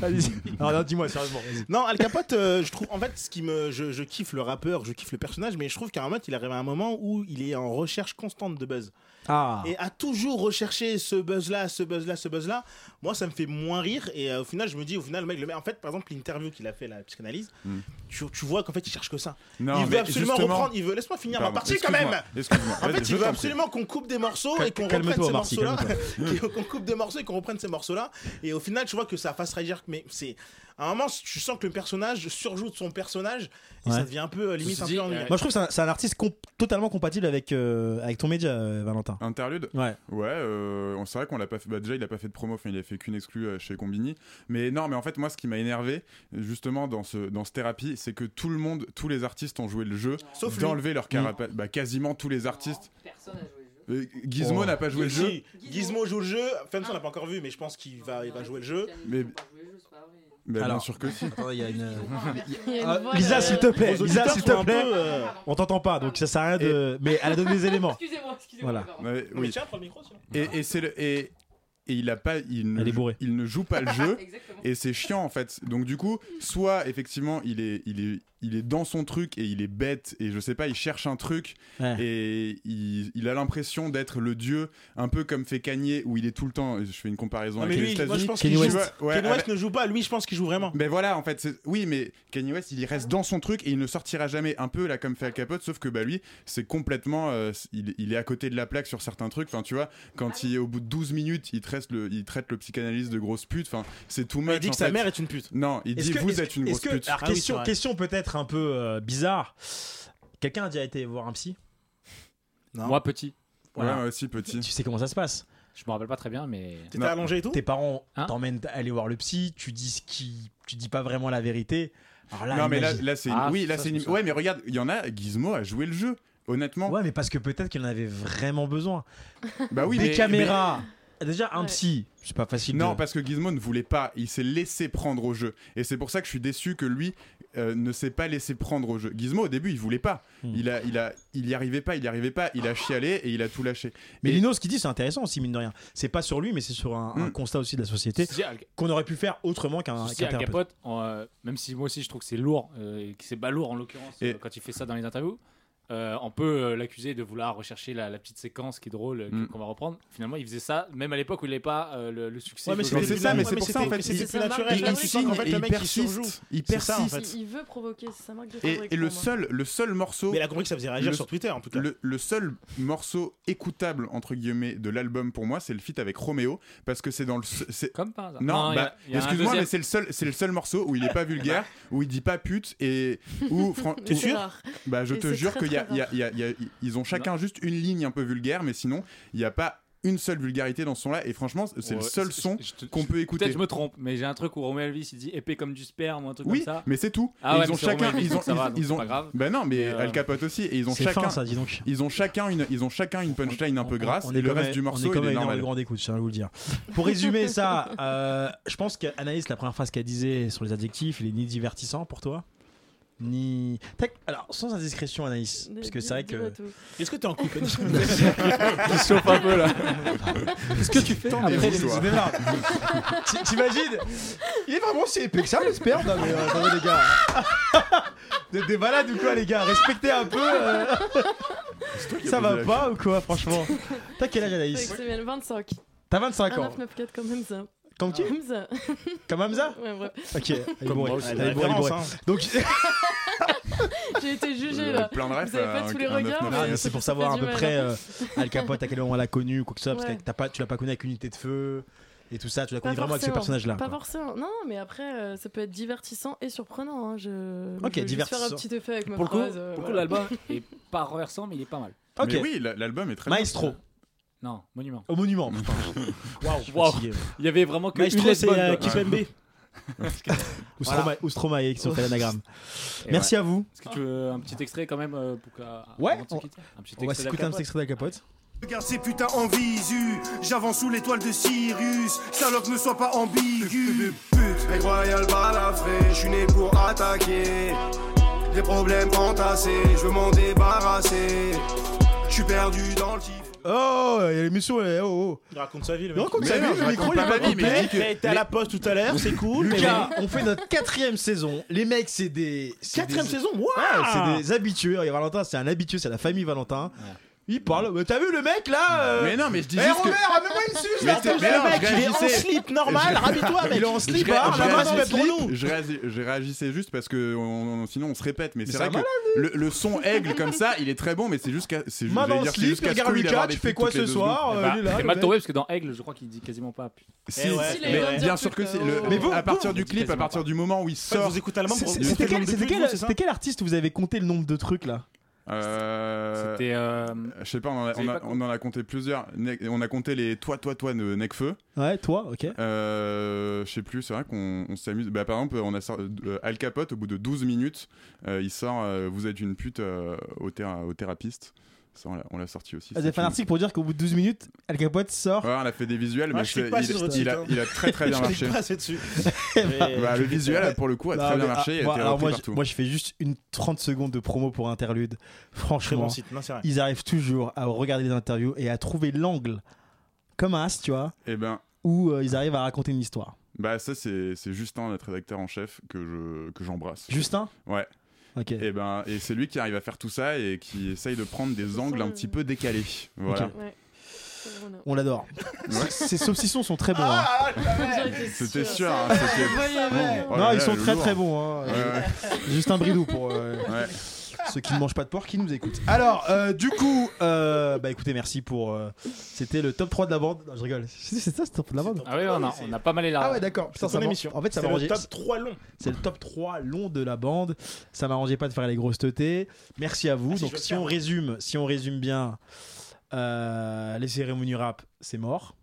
Allez-y. Alors, Ah, non, dis-moi, sérieusement. vas-y. Non, Al Capote, euh, je trouve en fait ce qui me, je, je kiffe le rappeur, je kiffe le personnage, mais je trouve qu'à un moment, il arrive à un moment où il est en recherche constante de buzz. Ah. Et à toujours rechercher ce buzz-là, ce buzz-là, ce buzz-là, moi ça me fait moins rire. Et euh, au final, je me dis, au final, le mec, le mec en fait, par exemple, l'interview qu'il a fait, la psychanalyse, Hmm. tu, tu vois qu'en fait, il cherche que ça. Non, il mais veut absolument justement- reprendre, il veut, laisse-moi finir ma Pardon, partie quand excuse-moi, même excuse-moi. En Vas-y, fait, je il veut t'en absolument qu'on coupe des morceaux Cal- et qu'on calme-toi, reprenne ces Marty, morceaux-là. calme-toi. qu'on coupe des morceaux et qu'on reprenne ces morceaux-là. Et au final, tu vois que ça fasse réagir. Mais c'est. À un moment, tu sens que le personnage surjoue de son personnage et Ouais. ça devient un peu euh, limite Ceci un dit, peu ennuyeux. Moi, je trouve que c'est un- c'est un, artiste comp- totalement compatible avec, euh, avec ton média, euh, Valentin. Interlude Ouais. Ouais, euh, on- c'est vrai qu'on l'a pas fait. bah, déjà, il a pas fait de promo, enfin, il a fait qu'une exclue euh, chez Combini. Mais non, mais en fait, moi, ce qui m'a énervé, justement, dans ce, dans ce thérapie, c'est que tout le monde, tous les artistes ont joué le jeu Sauf lui. d'enlever leur carapace. Mm. Bah, quasiment tous les artistes. Euh, Gizmo Oh. n'a pas joué le jeu. Si, Gizmo joue le jeu. Fenson, on l'a pas encore vu, mais je pense qu'il va, il va jouer le jeu. Mais. mais Bah, bien Alors. sûr que si. il y a Ah, une. Il y a une voix, Lisa, euh, s'il te plaît, vos Lisa, auditeurs s'il sont te un plaît. peu, euh, On t'entend pas, donc ça sert à rien de. Mais elle a donné des éléments. Excusez-moi, excusez-moi. Voilà. Ouais, Non, mais oui. tiens, prends le micro, sinon. Et, et c'est le et, et il a pas il ne, Elle est bourrée. il ne joue pas le jeu Exactement. et c'est chiant en fait. Donc du coup, soit effectivement, il est il est il est dans son truc et il est bête et je sais pas, il cherche un truc Ouais. et il, il a l'impression d'être le dieu un peu comme fait Kanye où il est tout le temps je fais une comparaison Non, mais avec les lui, moi, je États-Unis. pense Tu qu'il joue. vois, ouais, Kanye West avec- ne joue pas. Lui, je pense qu'il joue vraiment. ben voilà, en fait, c'est- oui, mais Kanye West, il y reste dans son truc et il ne sortira jamais un peu là comme fait Al Capote, sauf que bah lui, c'est complètement, euh, il, il est à côté de la plaque sur certains trucs. Enfin, tu vois, Ah quand il est au bout de 12 minutes, il traite le, il traite le psychanalyste de grosse pute. Enfin, c'est tout much. Il dit en que sa fait. mère est une pute. Non, il Est-ce dit que- vous est-ce- êtes une est-ce grosse que- pute. Alors, Ah oui, question, c'est vrai. question peut-être un peu euh, bizarre. Quelqu'un a déjà été voir un psy Moi petit. Voilà. Ouais, aussi petit. Tu sais comment ça se passe Je me rappelle pas très bien, mais. T'étais allongé et tout Tes parents t'emmènent aller voir le psy, tu dis ce qui. Tu dis pas vraiment la vérité. Alors là, non, mais là, imagine- Ah, là, c'est, Ah, une- oui, là, c'est, une- ouais, mais regarde, il y en a. Gizmo a joué le jeu. Honnêtement. Ouais, mais parce que peut-être qu'il en avait vraiment besoin. Bah oui, Des mais- caméras. Déjà, un Ouais. psy, c'est pas facile. Non, de- parce que Gizmo ne voulait pas. Il s'est laissé prendre au jeu. Et c'est pour ça que je suis déçu que lui, euh, ne s'est pas laissé prendre au jeu. Gizmo, au début, il voulait pas. Hmm. Il, a, il, a, il y arrivait pas, il y arrivait pas. Il a chialé et il a tout lâché. Mais Lino, ce qu'il dit, c'est intéressant aussi, mine de rien. C'est pas sur lui, mais c'est sur un, un constat aussi de la société Si, Al- qu'on aurait pu faire autrement qu'un si, qu'un Al thérapeute. Capote, en, euh, même si moi aussi je trouve que c'est lourd, euh, et que c'est pas lourd en l'occurrence Et- euh, quand il fait ça dans les interviews, euh, on peut euh, l'accuser de vouloir rechercher la, la petite séquence qui est drôle euh, que- Mm. qu'on va reprendre. Finalement, il faisait ça même à l'époque où il n'avait pas euh, le, le succès. Ouais, mais Mais qu'aujourd'hui. c'est ça, mais c'est mais pour ça en c'était- fait. c'était il- plus il- naturel. Il, Là, il tu sens signe qu'en fait, et le il mec, il surjoue. persiste. Il C'est ça, en persiste. fait. Il, il veut provoquer, c'est sa marque de Et, fabrique. et le pour moi. seul, le seul morceau, Mais il a compris que ça faisait réagir Le- sur Twitter en tout cas. le, le seul morceau écoutable entre guillemets de l'album pour moi, c'est le feat avec Roméo parce que c'est dans le, c'est- Comme par hasard. Non, il y a- bah, il y a un excuse-moi, deuxième. mais c'est le seul, c'est le seul morceau où il est pas vulgaire, où il dit pas pute et où, fran- Mais où- c'est rare. bah, je Et te c'est jure très, qu'il y a, très il y a- il y a- il y a- ils ont chacun juste une ligne un peu vulgaire, mais sinon il n'y a pas une seule vulgarité dans ce son-là. Et franchement, c'est Ouais, le seul je- son je- je- qu'on peut Peut-être écouter. je me trompe, mais j'ai un truc où Romain Elvis il dit épais comme du sperme ou un truc Oui, comme ça. mais c'est tout. Ah Et ouais, ils ont mais c'est Romain chacun, Elvis, ils ont, donc ça va, ils- donc ils c'est ont- pas grave. Bah non, mais Mais, euh, Al Capote aussi, et ils ont C'est fin, chacun, ça, dis donc. ils ont chacun une, ils ont chacun une punchline un peu grasse. On Et est le comme reste à- du morceau, on est il comme à est une heure de normal. grande écoute, je tiens à vous le dire. Pour résumer ça, euh, je pense qu'Anaïs, la première phrase qu'elle disait sur les adjectifs, il est ni divertissant pour toi, ni. Tac. Alors, sans indiscrétion, Anaïs, parce que c'est vrai Dis-moi que. tout. Est-ce que t'es en couple Il chauffe un peu là. Qu'est-ce que tu fais après les émissions T'imagines Il est vraiment si épais que ça, j'espère. Non, mais, euh, attendez, les gars. Vous êtes des malades ou quoi, les gars Respectez un peu. euh. Ça va pas ou quoi, franchement T'as quel âge, Avec Anaïs semaine 25. T'as 25 ans. 1994 comme Hamza. Comme qui Comme ça. Comme Hamza Ouais, bref. Ok, elle est bourrée. moi aussi. hein. Elle est bourrée, elle est bourrée. Donc, J'ai été jugé Euh, là. Plein de refs, Vous avez pas un- tous les un regards, hein. 9-9. Ah, mais- mais c'est pour savoir à du peu mal. hein. près euh, Al Capote à quel moment on l'a connu, quoi que ce soit, parce Ouais. que t'as pas, tu l'as pas connu avec Unité de Feu et tout ça, tu l'as connu vraiment avec ce forcément. personnage-là. Pas quoi. forcément. Non, mais après, euh, ça peut être divertissant et surprenant. hein, Je... Ok, je vais juste divertissant. faire un petit effet avec ma Pour le coup, phrase. euh, pour le coup, voilà. l'album est pas renversant, mais il est pas mal. Ok, Mais oui, la- l'album est très bien. Maestro, Non, monument. au monument. putain. Waouh, je suis Waouh. fatigué. Il y avait vraiment que une Maestro, lettre c'est bonne, euh, quoi. Kipembe. Ou Stromae- Ou Stromae qui sont fait l'anagramme. Et Merci à vous. Est-ce que tu veux un petit extrait quand même euh, pour que- Ouais, avant de se on- quitter Un petit On va extrait s'écouter un d'Al petit extrait Capote. d'Al Capote. Regarde ces putains en visu, j'avance sous l'étoile de Sirius. Salope, ne sois pas ambigu. Pute, royal balafré, je suis né pour attaquer. Des problèmes entassés, je veux m'en débarrasser. Je suis perdu dans le tif. Oh, il y a l'émission, elle est- oh, oh. Il raconte sa vie le Il mec. raconte Mais sa vie, non, je le micro, Oh, il est pas raconte pas ma vie, mais coupé. je dis que- T'as été à la poste tout à l'heure, c'est cool. mais- Lucas, on fait notre quatrième saison. Les mecs, c'est des. c'est Quatrième des- saison, Ouais, waouh c'est des habitués. Et Valentin, c'est un habitué, c'est la famille Valentin. Il parle. Mais T'as vu le mec là euh, Mais non, mais je dis Eh juste que. Robert, ramène-moi une suce là Mais t'es- t'as mais vu non, je Il est en réagissais. slip normal, rhabille-toi Il mec. est en slip, ré- hein, je la main, réagissais- c'est pour nous. Je, réagis- je réagissais juste parce que on- on- sinon on se répète, mais, Mais c'est c'est vrai que le, le son aigle comme ça, il est très bon, mais c'est jusqu'à. C'est Main j'allais dans le dire, c'est slip, jusqu'à regarde Scrooge Lucas, d'avoir tu fais des trucs quoi toutes les ce deux soir secondes. euh, Bah, il est là, C'est le mal mec. tombé parce que dans Aigle, je crois qu'il dit quasiment pas. putain. Si, ouais, si, mais- mais mais- bien sûr que c'est. le- Mais vous- à partir vous- du clip, à partir du moment où il Ouais, sort. Vous écoutez allemand C'est- pour c'est- vous écoutez C'était le quel, nombre de c'était vues, quel- vous, c'est ça c'était quel artiste où vous avez compté le nombre de trucs là euh, C'était. euh, Je sais pas, on, en a- Vous avez on a- pas- on en a compté plusieurs. Ne- On a compté les toi, toi, toi de Necfeu. Ouais, toi, ok. Ah, Euh, je sais plus, c'est vrai qu'on on s'amuse. Bah, par exemple, on a sort- euh, Al Capote, au bout de 12 minutes, euh, il sort euh, Vous êtes une pute euh, au, théra- au thérapeute. Ça, on l'a- on l'a sorti aussi. Ah, Vous ça, avez fait un tu- article pour dire qu'au bout de 12 minutes, Al Capote sort. Ouais, on a fait des visuels, Ah, mais je clique c'est- pas il, sur votre il a, site, hein. il a très très bien Je clique marché. pas assez dessus. Bah, Et- le visuel, pour le coup, a Non, très mais, bien marché. ah, et a moi, été alors repris moi, je- partout. moi, je fais juste une 30 secondes de promo pour interlude. Très Franchement, bon site, non c'est vrai. ils arrivent toujours à regarder les interviews et à trouver l'angle, comme un as, tu vois, Et ben, où euh, ils arrivent à raconter une histoire. bah, ça, c'est c'est Justin, notre rédacteur en chef, que je- que j'embrasse. Justin Ouais. Ok. Et ben, et c'est lui qui arrive à faire tout ça et qui essaye de prendre des angles un petit peu décalés. Voilà. Ok. Ouais. C'est bon, non. On l'adore. Ces saucissons sont très bons. hein. Ah, J'en étais C'était sûre. sûr. hein, Je c'était- voyais bien. Oh non, là ils là, sont le très lourd. très bons. hein. Ouais, ouais. Juste un bridou pour euh, Ouais. ceux qui ne mangent pas de porc qui nous écoutent. Alors, euh, du coup, euh, bah écoutez, merci pour. euh, C'était le top 3 de la bande. Non, je rigole. C'est c'est ça, c'est le top 3 de la bande Ah oui, on a, on a pas mal Ah ouais, élargi. d'accord. Putain, C'est ça ton m'en- émission. En fait, ça C'est m'arrangeait. le top 3 long. C'est le top 3 long de la bande. Ça m'arrangeait pas de faire les grosses teutés. Merci à vous. Ah, si, je Donc, veux si faire. on résume, si on résume bien, euh, les cérémonies rap, c'est mort.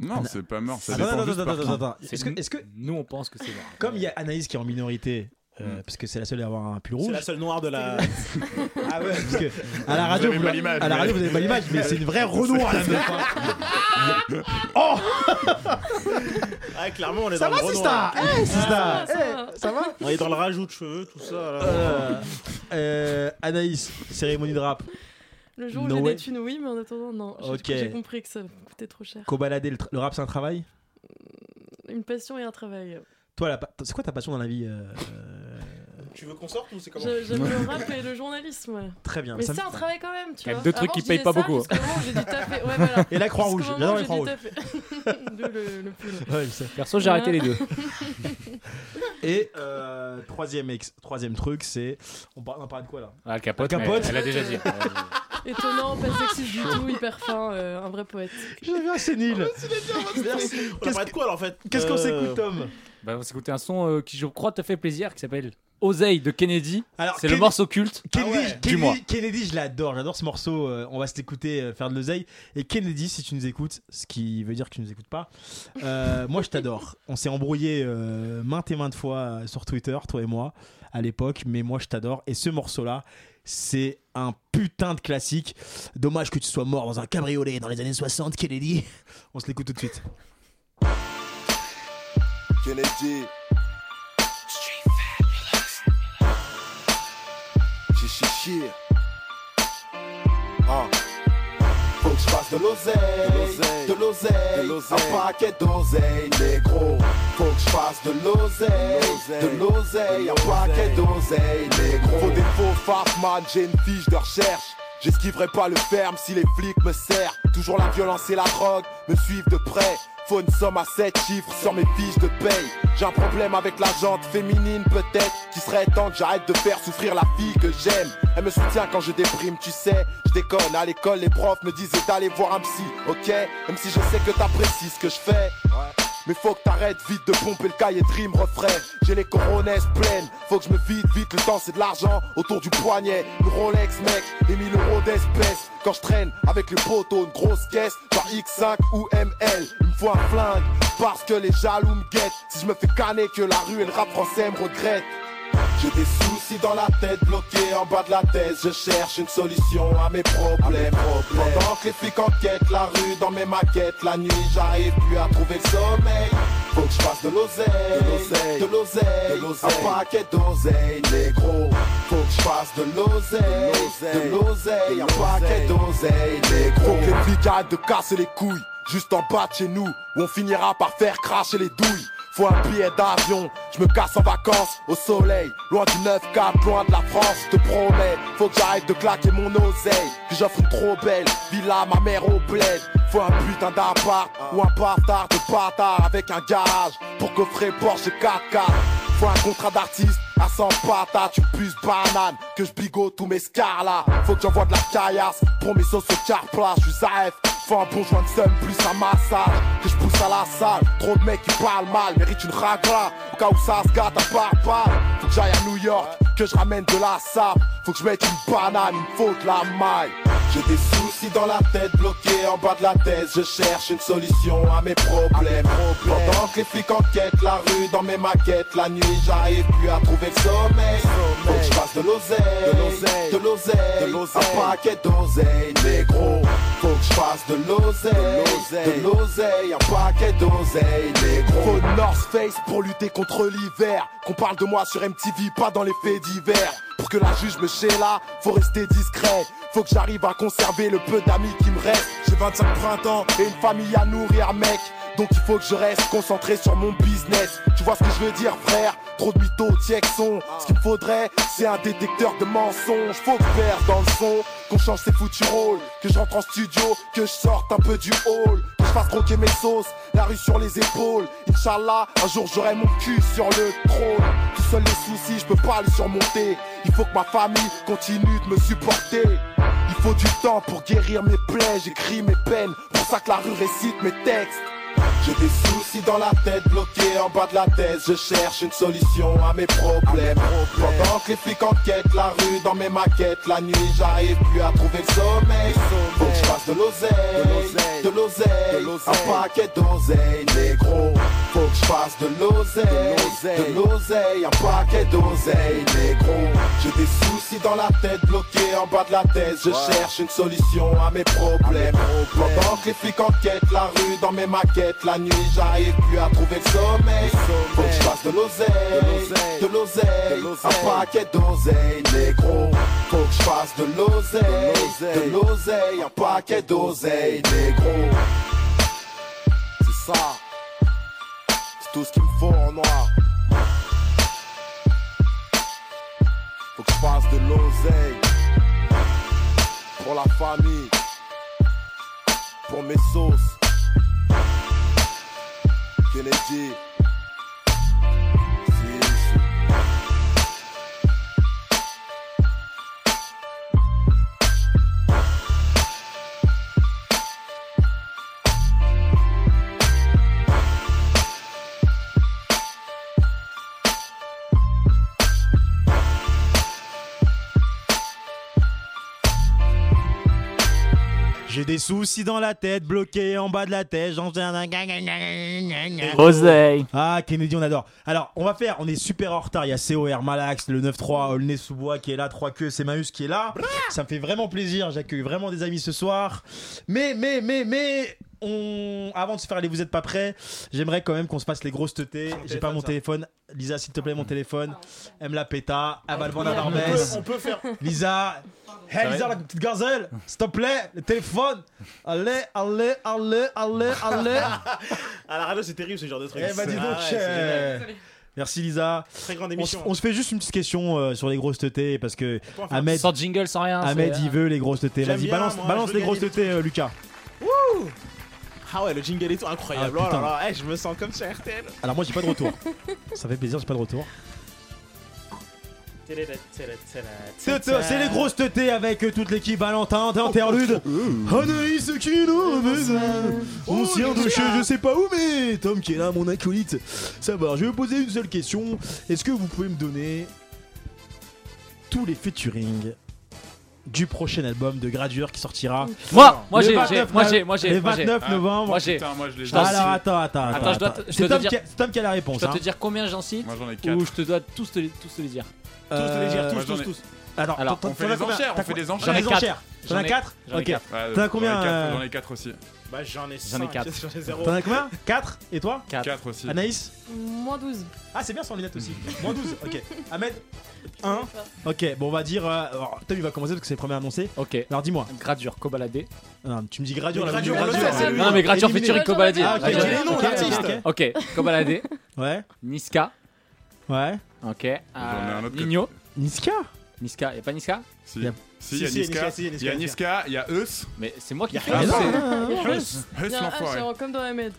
Non, c'est pas mort. Ça Ah, dépend non, juste non, par non, qui. non, attends. C'est Est-ce que, nous- est-ce que, Nous, on pense que c'est bon. comme il y a Anaïs qui est en minorité, euh, Hmm. Mm. parce que c'est la seule à avoir un pull C'est rouge. la seule noire de la. Ah ouais, parce que à la radio, avez vous, pas l'image, à la mais- radio, vous avez pas l'image, mais c'est une vraie Renoir la meuf. hein. Oh, Ah clairement on les ça a va, en gros Sista noir. Eh, Ah, Sista ça va, ça va. Eh, Ça va On est dans le rajout de cheveux, tout ça. là. Euh, euh, Anaïs, cérémonie de rap. Le jour où No j'ai way. des thunes, oui, mais en attendant, non. J'ai- Ok. J'ai compris que ça coûtait trop cher. Cobaladé, le, tra- le rap c'est un travail Une passion et un travail. Toi, la pa- c'est quoi ta passion dans la vie euh, euh, Tu veux qu'on sorte ou c'est comment J'ai- J'aime le rap et le journalisme. Très bien. Mais Ça me- c'est un travail quand même, tu Quand même vois. deux trucs Avant, qui je payent disais pas ça, beaucoup. jusqu'au moment où j'ai dû taper. Ouais, voilà. Et la Croix-Rouge, Jusqu'au j'adore moment la où Croix-Rouge. j'ai dû taper. D'où le, le pull. Ouais, je sais. Perso, j'ai arrêté les deux. Et euh, troisième, ex- troisième truc, c'est. On parle, on parle de quoi là Ah, le capote, Al Capote. mais elle a déjà dit. Étonnant, pas sexiste du tout, hyper fin, euh, un vrai poète. J'avais un sénile On a parlé de quoi alors en fait Qu'est-ce qu'on Euh, s'écoute, Tom Bah, on s'écoutait un son euh, qui, je crois, te fait plaisir, qui s'appelle Oseille de Kennedy. Alors, C'est le Ken- morceau culte. Kennedy, Ah ouais. Kennedy- Dis-moi. Kennedy, je l'adore, j'adore ce morceau. euh, on va se l'écouter euh, faire de l'oseille. Et Kennedy, si tu nous écoutes, ce qui veut dire que tu nous écoutes pas, euh, moi je t'adore. On s'est embrouillé euh, maintes et maintes fois euh, sur Twitter, toi et moi, à l'époque, mais moi je t'adore. Et ce morceau-là, c'est un putain de classique. Dommage que tu sois mort dans un cabriolet dans les années 60, Kennedy. On se l'écoute tout de suite. Kennedy. J'ai chichi. Ah. Faut que je fasse de l'oseille, de l'oseille, un paquet d'oseille, négro. Faut que je fasse de l'oseille, de l'oseille, un paquet d'oseille, négro. Faut des faux farces, man, j'ai une fiche de recherche. J'esquiverai pas le ferme si les flics me serrent. Toujours la violence et la drogue me suivent de près. Faut une somme à 7 chiffres sur mes fiches de paye. J'ai un problème avec la jante féminine peut-être. Qui serait temps que j'arrête de faire souffrir la fille que j'aime. Elle me soutient quand je déprime, tu sais. Je déconne, à l'école les profs me disaient d'aller voir un psy, ok Même si je sais que t'apprécies ce que je fais. Mais faut que t'arrêtes vite de pomper le cahier de rime, refrain. J'ai les coronaises pleines, faut que je me vide vite. Le temps c'est de l'argent autour du poignet. Une Rolex, mec, et 1000 euros d'espèces. Quand je traîne avec les potos, une grosse caisse, par X5 ou ML. Une fois un flingue, parce que les jaloux me guettent. Si je me fais canner, que la rue et le rap français me regrette. J'ai des soucis dans la tête, bloqués en bas de la thèse. Je cherche une solution à mes problèmes. Pendant que les flics enquêtent la rue dans mes maquettes, la nuit j'arrive plus à trouver le sommeil. Faut que je fasse de l'oseille, de l'oseille, un paquet d'oseille, négro. Faut que je fasse de l'oseille, de l'oseille, un paquet d'oseille, négro. Faut que les flics arrêtent de casser les couilles, juste en bas de chez nous, où on finira par faire cracher les douilles. Faut un billet d'avion, je me casse en vacances au soleil, loin du 9-4, loin de la France, je te promets, faut que j'arrête de claquer mon oseille, que j'offre une trop belle villa à ma mère au bled. Faut un putain d'appart ou un bâtard de bâtard avec un garage pour coffrer Porsche 4 Faut un contrat d'artiste à 100 patates, tu puces banane, que je bigote tous mes scars là. Faut que j'envoie de la caillasse pour mes sauces au carplat, je suis AF, faut un bon joint de seum plus un massage Que je pousse à la salle Trop de mecs qui parlent mal Mérite une ragla Au cas où ça se gâte à barbare Faut que j'aille à New York Que je ramène de la sable Faut que je mette une banane Il me faut de la maille J'ai des soucis dans la tête Bloqué en bas de la thèse Je cherche une solution à mes problèmes Pendant que les flics enquêtent la rue dans mes maquettes La nuit j'arrive plus à trouver le sommeil Faut que je fasse de l'oseille De l'oseille Un paquet d'oseille négro faut que je fasse de l'oseille, de l'oseille, un paquet d'oseille, négro. Faut une North Face pour lutter contre l'hiver. Qu'on parle de moi sur MTV, pas dans les faits divers. Pour que la juge me chéla, là, faut rester discret. Faut que j'arrive à conserver le peu d'amis qui me reste. J'ai 25 printemps et une famille à nourrir, mec. Donc il faut que je reste concentré sur mon business. Tu vois ce que je veux dire, frère Trop de mythos, tiexon. Ce qu'il me faudrait, c'est un détecteur de mensonges. Faut que faire dans le son, qu'on change ses foutus rôles. Que je rentre en studio, que je sorte un peu du hall. Que je fasse croquer mes sauces, la rue sur les épaules. Inch'Allah, un jour j'aurai mon cul sur le trône. Tout seul les soucis, je peux pas les surmonter. Il faut que ma famille continue de me supporter. Il faut du temps pour guérir mes plaies, j'écris mes peines, pour ça que la rue récite mes textes. J'ai des soucis dans la tête, bloqué en bas de la thèse, je cherche une solution à mes problèmes. Pendant que les flics enquêtent la rue dans mes maquettes, la nuit j'arrive plus à trouver le sommeil. Faut que je fasse de l'oseille, de l'oseille, un paquet d'oseille, négro. Faut que je fasse de l'oseille, de l'oseille, un paquet d'oseille, négro. J'ai des soucis dans la tête, bloqué en bas de la thèse. Je cherche une solution à mes problèmes. Pendant que les flics enquêtent la rue dans mes maquettes, la la nuit, j'arrive plus à trouver le sommeil. Faut que je fasse de l'oseille, de l'oseille, un paquet d'oseille, négro. Faut que je fasse de l'oseille, de l'oseille, un paquet d'oseille, négro. C'est ça, c'est tout ce qu'il me faut en noir. Faut que je fasse de l'oseille pour la famille, pour mes sauces. Kennedy, c'est ici. J'ai des soucis dans la tête, bloqués en bas de la tête. J'en fais un Oseille. Ah, Kennedy, on adore. Alors, on va faire, on est super en retard. Il y a COR, Malax, le 9-3, Aulnay sous bois qui est là, 3 queues, c'est Maüs qui est là. Ça me fait vraiment plaisir. J'accueille vraiment des amis ce soir. Mais, mais, mais, mais. On... Avant de se faire aller, vous êtes pas prêts. J'aimerais quand même qu'on se passe les grosses teutés. J'ai pas mon téléphone. Lisa, s'il te plaît, mon téléphone. Elle me la péta. Elle va Ah, bah, le vendre à Mm. On peut- Barbès. on peut faire- Lisa, Ça hey va Lisa, la petite gazelle, s'il te plaît, le téléphone. Allez, allez, allez, allez, allez. À la radio, c'est terrible ce genre de truc. Eh bah dis Ah donc. ouais, c'est euh, génial. Merci Lisa. Très grande On se- émission. On, se fait juste une petite question euh, sur les grosses teutés parce que peut en faire Ahmed, Sans jingle, sans rien. Ahmed c'est- il veut les grosses teutés. J'aime Vas-y, bien, balance, moi, balance je veux les grosses gagner des teutés, euh, Lucas. Wouh ah ouais, le jingle et tout, incroyable. Ah, oh là putain. là, eh, je me sens comme sur RTL. Alors moi j'ai pas de retour. Ça fait plaisir, j'ai pas de retour. C'est c'est les grosses teutés avec euh, toute l'équipe Valentin, Oh, interlude. Anaïs qui nous besoin. On tient de chez je sais pas où, mais Tom qui est là, mon acolyte. Ça va, je vais vous poser une seule question. Est-ce que vous pouvez me donner tous les featuring du prochain album de Gradure qui sortira Moi, moi le j'ai, 29 j'ai- moi j'ai, moi j'ai, le moi j'ai. 29 novembre. Moi j'ai. Putain, moi je les Je dois- Alors attends, attends, attends. Attends, je dois attends. te- je C'est dois Tom, te dire- qui a- c'est Tom qui a la Je réponse. dois te hein. dire combien j'en cite Moi j'en ai 4. ou je te dois tous te les, tous te les dire. Tous, tous les Euh, dire, moi, tous, j'en tous, ai- tous. Alors, Alors, t'en- on t'en fait as les combien enchères, on T'as fait quoi- des T'en as enchères. J'en ai quatre. enchères. T'en as ai- 4 j'en ai Ok. quatre. T'en as combien, J'en ai 4, euh, j'en ai quatre aussi. Bah j'en ai J'en ai cinq, quatre. J'en ai zéro. T'en as combien 4 Et toi Quatre. 4 aussi. Anaïs Moins 12. Ah, c'est bien sans lunettes aussi. Moins 12. Ok. Ahmed Un. Ok, bon, on va dire. euh, alors, Tom, il va commencer parce que c'est le premier annoncé. Ok. Alors, dis-moi. Gradure, cobaladé. Non, tu me dis gradure, Mais là, Gradure, on dit on le sait, c'est lui. Non mais Gradure Éliminé. featuring cobaladé. Ah, ok, Gradure. ok, Les noms, ok, l'artiste. ok, Ok, cobaladé. ok. Ouais, Niska. ouais. Ok. ai un euh, autre que- Nino. Niska Niska. Y'a pas Niska Si, Yep. si, il y a Niska, il y a Niska, il y a Eus. Mais c'est moi qui Y'a fais. rien. c'est- Eus, Il y a un H, l'enfoiré. ah, genre, comme dans Ahmed.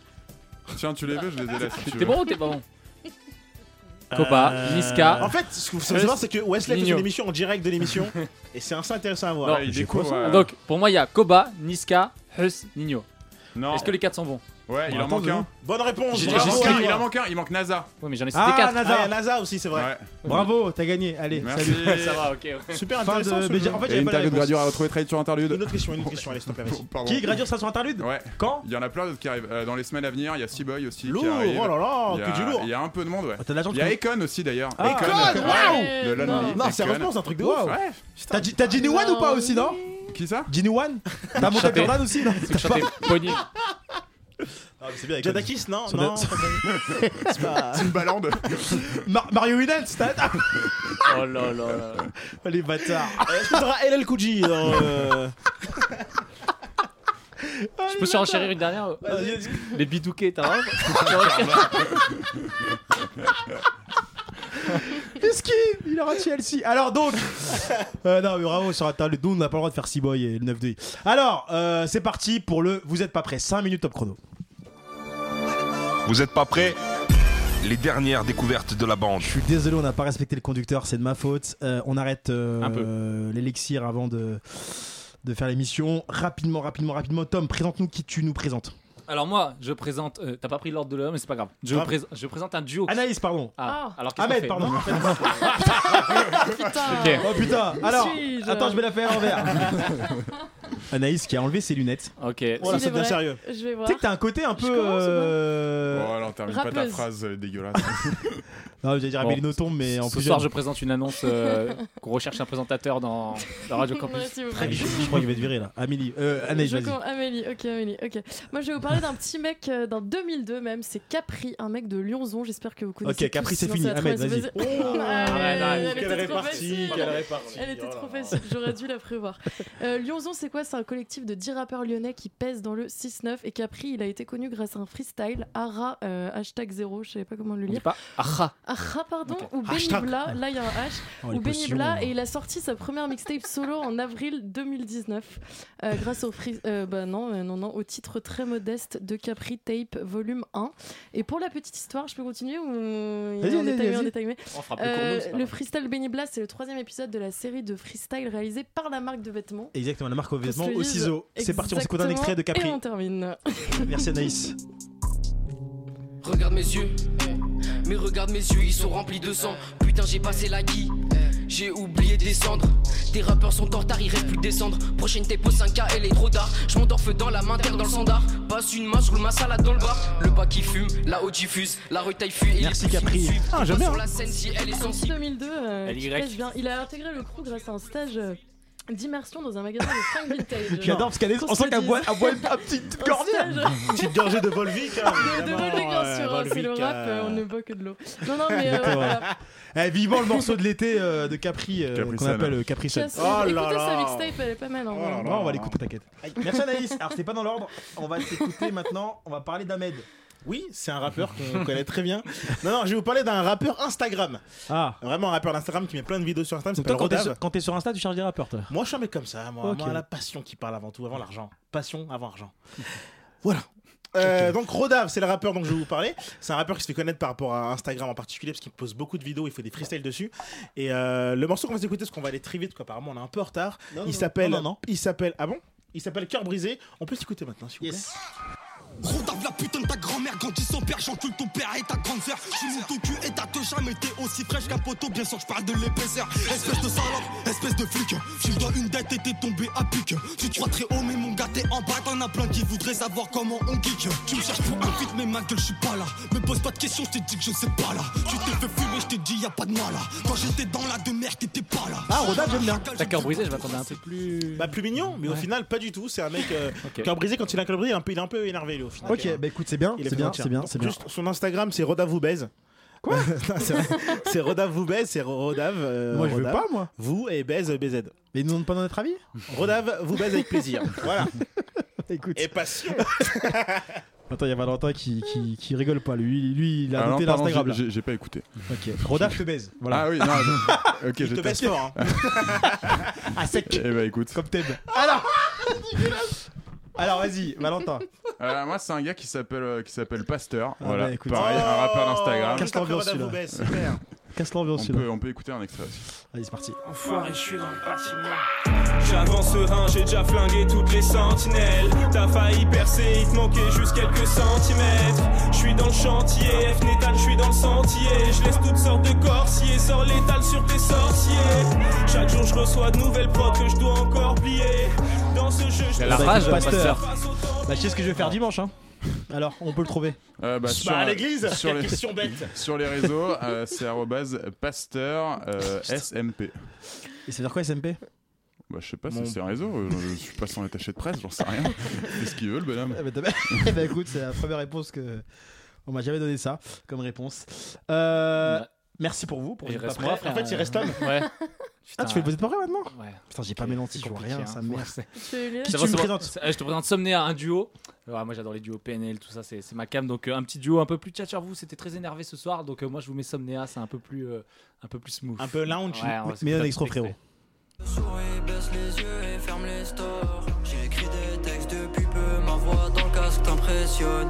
Tiens, tu les veux, je les ai là si tu T'es veux. bon ou t'es pas bon Euh, Copa, Niska. En fait, ce que vous savez savoir, c'est que Wesley fait Nino. son émission en direct de l'émission. et c'est assez intéressant à voir. Non. euh, Ouais, il j'ai découvre, quoi, ça euh, ouais. Donc pour moi il y a Koba, Niska, Hus, Nino. non. Est-ce que les 4 sont bons Ouais, il en Bah, Attends, manque deux un. secondes. Bonne réponse. J'ai- Il j'ai en bravo. manque un, Niska. il en manque un, il manque NASA. Ouais mais j'en ai cité Ah, 4. Ah, il y a Nazar. NASA aussi, c'est vrai. Ouais. Bravo, t'as gagné. Allez, Merci. salut. Ça va, ok. Super Fin intéressant. de. ce mais jeu. j'ai- En fait, Et j'avais pas la interlude réponse. gradure à retrouver trade sur interlude. Une autre question, une autre question, allez, s'il te plaît, vas-y. Pardon. Qui gradure ça sur interlude Ouais. Quand Il y en a plein d'autres qui arrivent. Euh, Dans les semaines à venir, il y a Seaboy aussi. qui Lourd, oh arrive. Il y là a- là, que du lourd. Ah, Il y a un peu de monde, ouais. Oh, T'as de la chance. Il y a Econ aussi d'ailleurs. Ah, Econ, Econ, ouais, ouais. de Lonely. Euh, Non, Econ. sérieusement, c'est un truc de ouf. Wow. Ouais. T'as dit- t'as dit Ah, New One ou pas aussi, non Qui ça Ginny One T'as monté Chappé. Jordan aussi non C'est que je chantais Pony. C'est bien Jadakis, non, Sur non. des- C'est Bah. pas. Une balande. Mario Winans t'as- ah, Oh là là là. Les bâtards Oh, Est-ce que t'auras LL Kouji dans. euh, Je peux surenchérir une dernière euh, Les bidouquets, t'as rien Piski Il aura Chelsea Alors donc Euh, Non mais bravo sur interlude Nous on n'a pas le droit de faire C-Boy et le 9 2 Alors euh, c'est parti pour le Vous êtes pas prêts 5 minutes top chrono Vous êtes pas prêts Les dernières découvertes de la bande. Je suis désolé on n'a pas respecté le conducteur C'est de ma faute Euh, On arrête euh, Un peu. euh, l'élixir avant de de faire l'émission rapidement rapidement rapidement Tom présente-nous qui tu nous présentes Alors moi, je présente. euh, T'as pas pris l'ordre de l'homme, mais c'est pas grave. Je, Grave. prés- je présente un duo. Anaïs pardon Ah, alors qu'est-ce qu'on Ahmed fait pardon Putain. Ok. Ah. Oh putain Alors Suis-je Attends je vais la faire en vert Anaïs qui a enlevé ses lunettes. Ok. Voilà, c'est bien sérieux. Je vais Tu voir. sais que t'as un côté un peu. commence ou pas euh, Oh, alors, termine pas ta Rappeuse. phrase euh, dégueulasse. Non, j'allais dire Bon. Abelino tombe, mais en Ce plus. soir, je présente une annonce euh, qu'on recherche un présentateur dans la Radio Ouais, Campus. s'il vous Très plaît. bien. Je crois qu'il va te virer là. Amélie, euh, Anaïs, Je vas-y. com- Amélie, ok, Amélie, ok. Moi, je vais vous parler d'un petit mec euh, d'un 2002 même, c'est Capri, un mec de Lyonzon, j'espère que vous connaissez. Ok, Capri, tous, c'est sinon fini. ça va trop Ahmed, vite se vas-y. passer. Oh, elle, arrête, était quelle trop répartie, facile. quelle répartie. Elle était Oh là trop là. facile, j'aurais dû la prévoir. Euh, Lyonzon, c'est quoi C'est un collectif de 10 rappeurs lyonnais qui pèsent dans le 6-9 et Capri, il a été connu grâce à un freestyle, Ara, euh, hashtag 0, je savais pas comment le On dit lire. pas Aha. Ara, Ah, pardon, Ok. ou Hashtag. Benibla, là il y a un H Oh, les ou Benny potions. Bla, et il a sorti sa première mixtape solo en avril 2019 euh, grâce au free- euh, bah non, euh, non, non, au titre très modeste de Capri Tape Volume 1. Et pour la petite histoire, je peux continuer ou on Vas-y, est vas-y, timé, on vas-y. est timé On frappe Euh, le cours Le freestyle Benny Bla, c'est le troisième épisode de la série de freestyle réalisée par la marque de vêtements. Exactement, la marque aux Qu'on se vêtements, le au dise. ciseau. C'est parti, on s'écoute un extrait Exactement. de Capri. Et on termine. Merci Anaïs. Regarde mes yeux, eh. mais regarde mes yeux, ils sont remplis de sang. Putain, j'ai passé la guille, eh. j'ai oublié de descendre. Tes rappeurs sont en retard, ils rêvent plus de descendre. Prochaine tempo 5K, elle est trop tard. Je m'endorfe dans la main, terre dans le sandar. Passe une main, je roule ma salade dans le bar. Le bas qui fume, la haut diffuse, la rue taille fuit. et Merci, les poussières Capri. suivent. Ah, Pas j'aime bien. hein. Sur la scène, si elle est Sorti sensible. 2002, euh, Elle qui y. pèse bien. il a intégré le crew grâce à un stage euh, d'immersion dans un magasin de fringues vintage. J'adore parce qu'elle est. qu'on On sent se le qu'elle dise. boit, elle boit une une petite Un cordière. stage- Petite gorgée de Volvic. hein, de, de évidemment, Volvic, bien euh, sûr, hein, c'est le Volvic, rap, euh, Oh euh, on ne boit que de l'eau. Non, non, mais euh, Exactement. voilà. Eh, vivant le morceau de l'été euh, de Capri, euh, Capri qu'on Sun. Oh appelle euh, Capri Sun. Casse- là Écoutez là. sa mixtape, elle est pas mal. hein, en Oh vrai. là Non, on va l'écouter, t'inquiète. Merci Anaïs. Alors, c'était pas dans l'ordre. On va s'écouter maintenant. On va parler d'Ahmed. Oui, c'est un rappeur qu'on connaît très bien. Non, non, je vais vous parler d'un rappeur Instagram. Ah. Vraiment un rappeur d'Instagram qui met plein de vidéos sur Instagram. Donc, s'appelle toi, quand t'es Rodave. sur- quand t'es sur Insta, tu charges des rappeurs, toi. Moi, Oh, je suis un mec comme ça. Moi, Ok. moi la passion qui parle avant tout, avant l'argent. Passion avant argent. voilà. Euh, donc Rodave, c'est le rappeur dont je vais vous parler. C'est un rappeur qui se fait connaître par rapport à Instagram en particulier parce qu'il pose beaucoup de vidéos, il fait des freestyles dessus. Et euh, le morceau qu'on va s'écouter, parce qu'on va aller très vite, quoi. Apparemment, on est un peu en retard. Non, non, il s'appelle, non, non, non. il s'appelle, ah bon Il s'appelle Cœur brisé. On peut s'écouter maintenant, s'il vous plaît. Yes. Rodave la putain de ta grand-mère grandit sans père, j'encule ton père et ta grande sœur. J'ai mis ton cul et ta te jamais été aussi fraîche qu'un poteau, bien sûr je parle de l'épaisseur. Espèce de salope, espèce de flic, tu me dois une dette et t'es tombé à pic. Tu te vois très haut mais mon gars t'es en bas, t'en as plein qui voudraient savoir comment on geek. Tu me cherches pour un feat mais ma gueule je suis pas là. Me pose pas de questions, je t'ai dit que je sais pas là. Tu t'es fait fumer, je t'ai dit y a pas de moi là. Quand j'étais dans la de merde t'étais pas là. Ah, Rodave, j'aime bien. T'as cœur brisé, je m'attendais à un truc plus. Bah plus mignon, mais au Ouais. final pas du tout. C'est un mec euh, Ok. cœur brisé quand il a un cœur brisé, il est un peu, il est un peu énervé lui au final. Ok, bah écoute, c'est bien, Il est c'est fait bien, mentir. c'est bien, Donc, c'est bien. Juste son Instagram, c'est Rodave vous baise. Quoi C'est vrai. C'est Rodave vous baise, c'est Ro- Rodave. euh, Moi, je veux Rodave, pas, moi. Vous et baise euh, BZ. Mais ils nous demandent pas notre avis Rodave vous baise avec plaisir. voilà. Écoute. Et passion. Attends, il y a Valentin qui, qui, qui rigole pas. Lui, lui il a Ah non, noté pardon, l'Instagram. j'ai- là. J'ai j'ai pas écouté. Ok. Rodaf te baise. Voilà. Ah oui, non, je- ok, Il te j'étais. baisse fort. hein. Ah, sec. Eh bah écoute. Comme t'aimes. Alors Alors, vas-y, Valentin. Euh, moi, c'est un gars qui s'appelle euh, qui s'appelle Pasteur. Ah voilà, bah, écoute. pareil, un rappeur d'Instagram. Juste après Casse-toi Rodave bien, vous baise, super. Casse l'ambiance, On celui-là. peut, on peut écouter un extrait aussi. Allez, c'est parti. Enfoiré, je suis dans le bâtiment. J'avance serein, j'ai déjà flingué toutes les sentinelles. T'as failli percer, il te manquait juste quelques centimètres. Je suis dans le chantier, F E Nétal, je suis dans le sentier. Je laisse toutes sortes de corsiers, sors l'étal sur tes sorciers. Chaque jour, je reçois de nouvelles prods que je dois encore plier. Dans ce jeu, je La Bah, rage, écoute, Pasteur. Pasteur. passe autant. Bah, je sais ce que je vais faire dimanche, hein. Alors, on peut le trouver. Euh, bah, sur, Bah, à euh, l'église, sur les, question bête. sur les réseaux, euh, c'est arrobase pasteur euh, SMP. Et ça veut dire quoi, SMP Bah, je sais pas si Mon- c'est un réseau, euh, je, je suis pas son attaché de presse, j'en sais rien. C'est ce qu'il veut, le bonhomme. Eh ben, t'as- Eh ben, écoute, c'est la première réponse que. On m'a jamais donné ça comme réponse. Euh, Ouais. Merci pour vous. Pour Il vous reste pas moi, prêts. frère. En fait, il reste homme. Ouais. Ah, tu fais le poser pas vrai maintenant Putain, Ouais. Putain, j'ai pas mes lentilles, C'est je vois compliqué, rien, hein. ça me merde. Tu veux lire Qui Ça tu me va, ça va. présentes Euh, je te présente Somnéa, un duo. Ouais, moi j'adore les duos PNL, tout ça, c'est c'est ma cam. Donc euh, un petit duo un peu plus tchatcher vous, c'était très énervé ce soir. Donc euh, moi je vous mets Somnéa, c'est un peu plus euh, un peu plus smooth. Un peu lounge. Ouais, on va Mais- s'écouter mais un petit extra, extrait. frérot. Souris, baisse les yeux et ferme les stores. J'écris des textes depuis peu, ma voix dans le casque t'impressionne.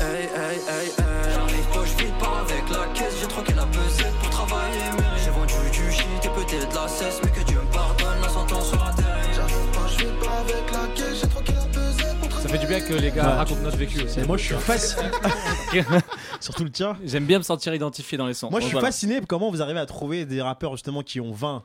Hey, hey, hey, hey. J'arrive poche vide, pas avec la caisse. J'ai troqué la pesette pour travailler, mais j'ai vendu du shit et peut-être de la cesse. Mais que Dieu me pardonne, la sentence sera terrible. J'arrive poche vide, pas avec la caisse. J'ai troqué la pesette pour Ça fait du bien que les gars Ouais. racontent notre vécu aussi. Et moi, je suis fasciné. Surtout le tien. J'aime bien me sentir identifié dans les sons. Moi, je suis Voilà. fasciné comment vous arrivez à trouver des rappeurs justement qui ont 20.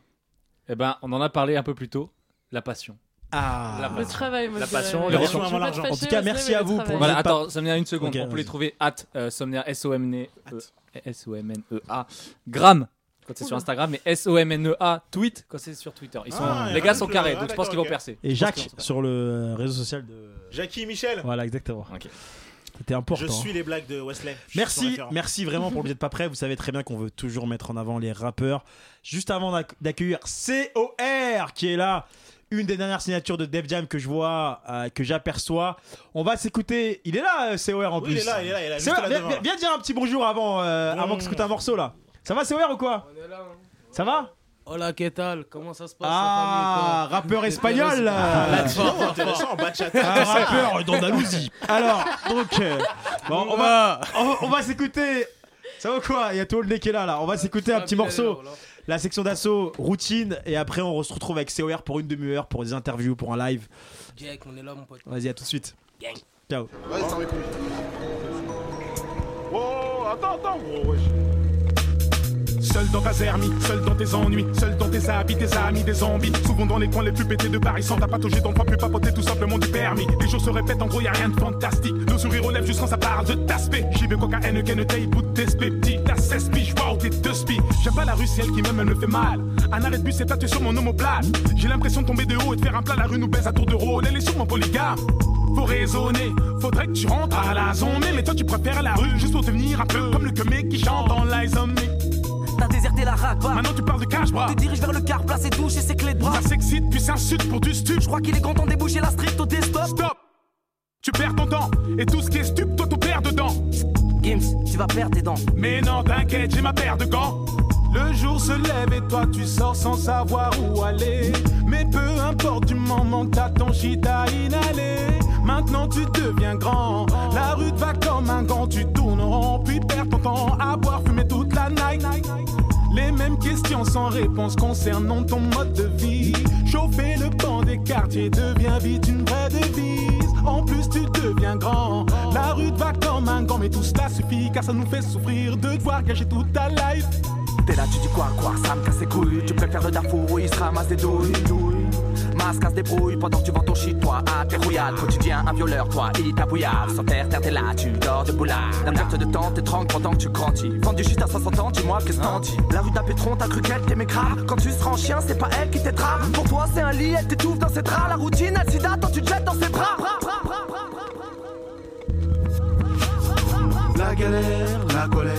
Eh ben, on en a parlé un peu plus tôt. La passion. Ah. La Le travail, moi, La je dirais. passion, La le passion ressenti. avant l'argent. En tout cas, merci à vous pour Voilà, votre attends, part- Somnière, une seconde. Ok, on peut vas-y. les trouver at euh, Somnière, S-O-M-N-E-A, S-O-M-N-E-A, E Gram quand c'est sur Oula. Instagram, mais S-O-M-N-E-A, E Tweet quand c'est sur Twitter. Ils sont, Ah, les il y a gars un sont truc, carrés, là. donc Ah, je pense qu'ils vont d'accord, percer. Et Je pense Jacques sur le réseau social de. Jackie Michel. Voilà, exactement. C'était important. hein. Je suis les blagues de Wesley. Je suis son Merci, référent. merci vraiment pour le biais de pas prêt. Vous savez très bien qu'on veut toujours mettre en avant les rappeurs. Juste avant d'ac- d'accueillir COR qui est là, une des dernières signatures de Def Jam que je vois, euh, que j'aperçois. On va s'écouter. Il est là, euh, COR en Oui, plus. il est là, il est là, il est là, COR, juste là viens, devant. viens- viens dire un petit bonjour avant, euh, avant que tu écoutes un morceau là. Ça va, COR ou quoi Ça va Hola, ¿qué tal? ¿Cómo se passe Ah, rappeur espagnol Ah, Ah, là. Fort, fort, Ah, Intéressant, fort. Un Ah, rappeur d'Andalousie. Alors, donc, euh, bon, on va, on va- on va s'écouter. Ça va ou quoi Il y a tout le nez qui est là, là. On va s'écouter un petit morceau. La section d'assaut, routine, et après on se retrouve avec COR pour une demi-heure, pour des interviews, pour un live. Jack, on est là, mon pote. Vas-y, à tout de suite. Gang. Ciao. Vas-y, ça m'écoute. Oh, attends, attends, gros, wesh. Seul dans ta zermie, seul dans tes ennuis, seul dans tes habits, tes amis, des zombies. Souvent dans les coins les plus pétés de Paris, sans tapatoger d'enfants, plus papoter tout simplement du permis. Les jours se répètent, en gros y a rien de fantastique. Nos sourires relèvent jusqu'en ça parle de t'aspect. J'y vais coca, N, taille, bout de t'espé, petit. T'as 16 piges, wow, t'es deux spies. J'aime pas la rue, c'est elle qui m'aime, elle me fait mal. Un arrêt de bus est tatoué sur mon omoplate. J'ai l'impression de tomber de haut et de faire un plat. La rue nous baise à tour de rôle, elle est sûrement polygame. Faut raisonner, faudrait que tu rentres à la zone. Mais toi tu préfères la rue juste pour devenir un peu comme le que mec qui chante en Lies on Me. T'as déserté la ragba. Maintenant tu parles de cash, bras. On te dirige vers le car, place et douche et ses clés de bras. Ça s'excite, puis s'insulte pour du stup. Je crois qu'il est grand temps de déboucher la street au desktop. Stop! Tu perds ton temps, et tout ce qui est stup, toi t'en perds dedans. Gims, tu vas perdre tes dents. Mais non, t'inquiète, j'ai ma paire de gants. Le jour se lève et toi tu sors sans savoir où aller. Mais peu importe du moment que t'as ton shit à inhaler. Maintenant tu deviens grand. La rue te va comme un gant, tu tournes en rond, puis perds ton temps à boire, fumer toute la night. Les mêmes questions sans réponse concernant ton mode de vie. Chauffer le banc des quartiers devient vite une vraie devise. En plus, tu deviens grand. La rue te va comme un gant, mais tout cela suffit car ça nous fait souffrir de devoir gâcher toute ta life. T'es là, tu dis quoi, quoi, ça me casse les couilles. Tu préfères le Darfour où il se ramasse des douilles. douilles. Masque à se débrouille pendant que tu vends ton shit, toi, à tes rouillades. Quotidien, un violeur, toi, il t'abouillard. Sans terre, terre, t'es là, tu dors debout là. La perte de temps, t'étrangle pendant que tu grandis. Vendre du shit à 60 ans, dis-moi qu'est-ce t'en dis. La rue d'un pétron, t'as cru qu'elle t'aimait grave. Quand tu seras en chien, c'est pas elle qui t'aidera. Pour toi, c'est un lit, elle t'étouffe dans ses draps. La routine, elle s'y toi, tu te jettes dans ses bras. La galère, la colère,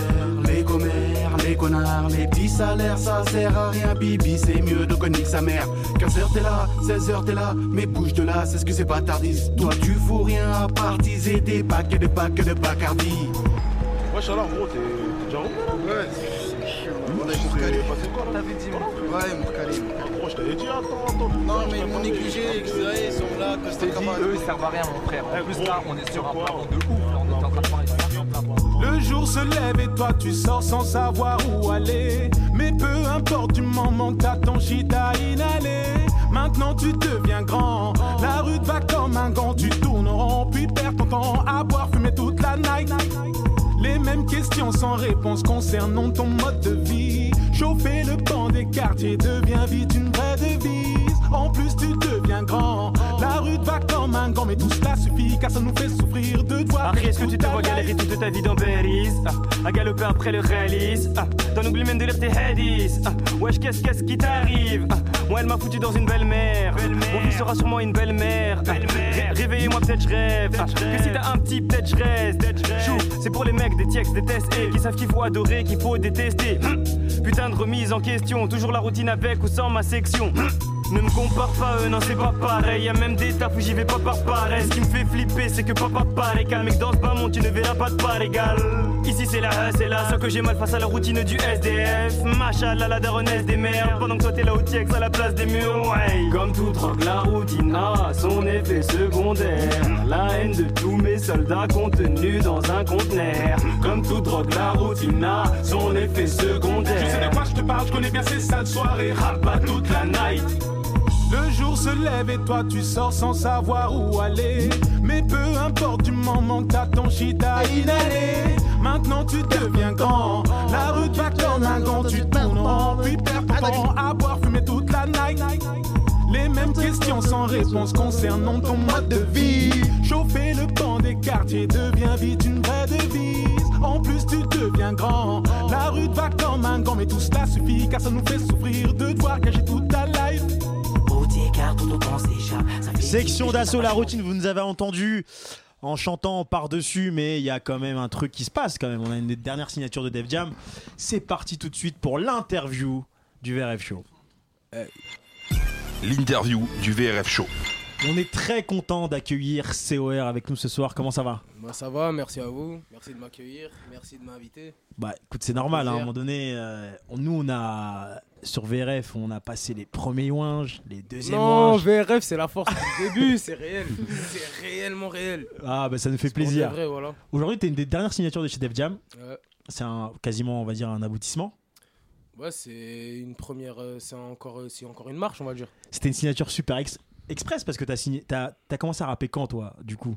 les commères, les connards, les petits salaires, ça sert à rien, bibi, c'est mieux de connaître sa mère. 15h t'es là, 16h t'es là, mais bouge de là, c'est ce que c'est bâtardise. Toi tu fous rien à partiser des paquets de paquets de bacardi. Wesh, alors gros, t'es t'es déjà revenu là Ouais, c'est chiant. On a juste calé. passé quoi là T'avais dit Ouais, Mourkalim. Gros, je t'avais dit, attends, attends. Non, mais mon négligé, XDA, ils sont là. Je t'ai dit, eux, ils servent à rien, hein. mon frère. En plus, là, on est sur un plan de ouf. Là, on est en train de parler le jour se lève et toi tu sors sans savoir où aller. Mais peu importe du moment que t'as ton shit à inhaler. Maintenant tu deviens grand. La rue te va comme un gant, tu tournes en rond, puis perds ton temps à boire, fumer toute la night. Les mêmes questions sans réponse concernant ton mode de vie. Chauffer le banc des quartiers devient vite une vraie devise. En plus tu deviens grand. La rue te va comme un gant, mais tout cela suffit car ça nous fait souffrir de toi. Est-ce que tu te vois galérer toute ta vie dans Paris ah, À galoper après le réalisme ah, T'en oublies même de lire tes hadiths ah, Wesh, qu'est-ce qu'est-ce qui t'arrive ah, Moi, elle m'a foutu dans une belle-mère Mon fils sera sûrement une belle-mère ah, ré- Réveillez-moi, peut-être je rêve ah, Que si t'as un petit, peut-être je reste Chou, c'est pour les mecs des TX, des tests et Qui savent qu'il faut adorer, qu'il faut détester Hum, Putain de remise en question Toujours la routine avec ou sans ma section Hum. Ne me compare pas à eux, non c'est pas pareil Y'a même des tafs où j'y vais pas par paresse Ce qui me fait flipper c'est que papa paraît calme Et que dans ce bas monde tu ne verras pas de part égale Ici c'est la hasse c'est là Sauf que j'ai mal face à la routine du SDF Machallah la daronesse des mères Pendant que toi t'es là au TX à la place des murs ouais. Comme tout drogue la routine a son effet secondaire La haine de tous mes soldats contenus dans un conteneur Comme tout drogue la routine a son effet secondaire Je sais de quoi je te parle, je connais bien ces sales soirées. Rabat toute la night. Le jour se lève et toi tu sors sans savoir où aller. Mais peu importe du moment que t'as ton shit à inhaler. Maintenant tu deviens grand. La rue te va comme un gant, tu tournes en rond, puis perds ton temps à boire, fumer toute la night. Les mêmes questions sans réponse concernant ton mode de vie. Chauffer le banc des quartiers devient vite une vraie devise. En plus, tu deviens grand. La rue te va comme un gant, mais tout cela suffit car ça nous fait souffrir de devoir cacher toute ta life. Section d'assaut, la routine, vous nous avez entendu en chantant par-dessus, mais il y a quand même un truc qui se passe quand même. On a une des dernières signatures de Def Jam. C'est parti tout de suite pour l'interview du VRF Show. L'interview du VRF Show. On est très content d'accueillir COR avec nous ce soir. Comment ça va Bah, ça va, merci à vous. Merci de m'accueillir. Merci de m'inviter. Bah écoute, c'est normal, hein, à un Plaisir. moment donné, euh, on- nous on a sur VRF, on a passé les premiers ouinges, les deuxièmes non, ouinges. VRF, c'est la force du début, c'est réel. C'est réellement réel. Ah bah ça nous fait pour de plaisir. vrai, voilà. Aujourd'hui, t'es une des dernières signatures de chez Def Jam. Ouais. C'est un, quasiment, on va dire, un aboutissement. Ouais, c'est une première. euh, c'est encore, euh, c'est encore une marche, on va dire. C'était une signature super ex- express parce que t'as signé, t'as as commencé à rapper quand toi, du coup.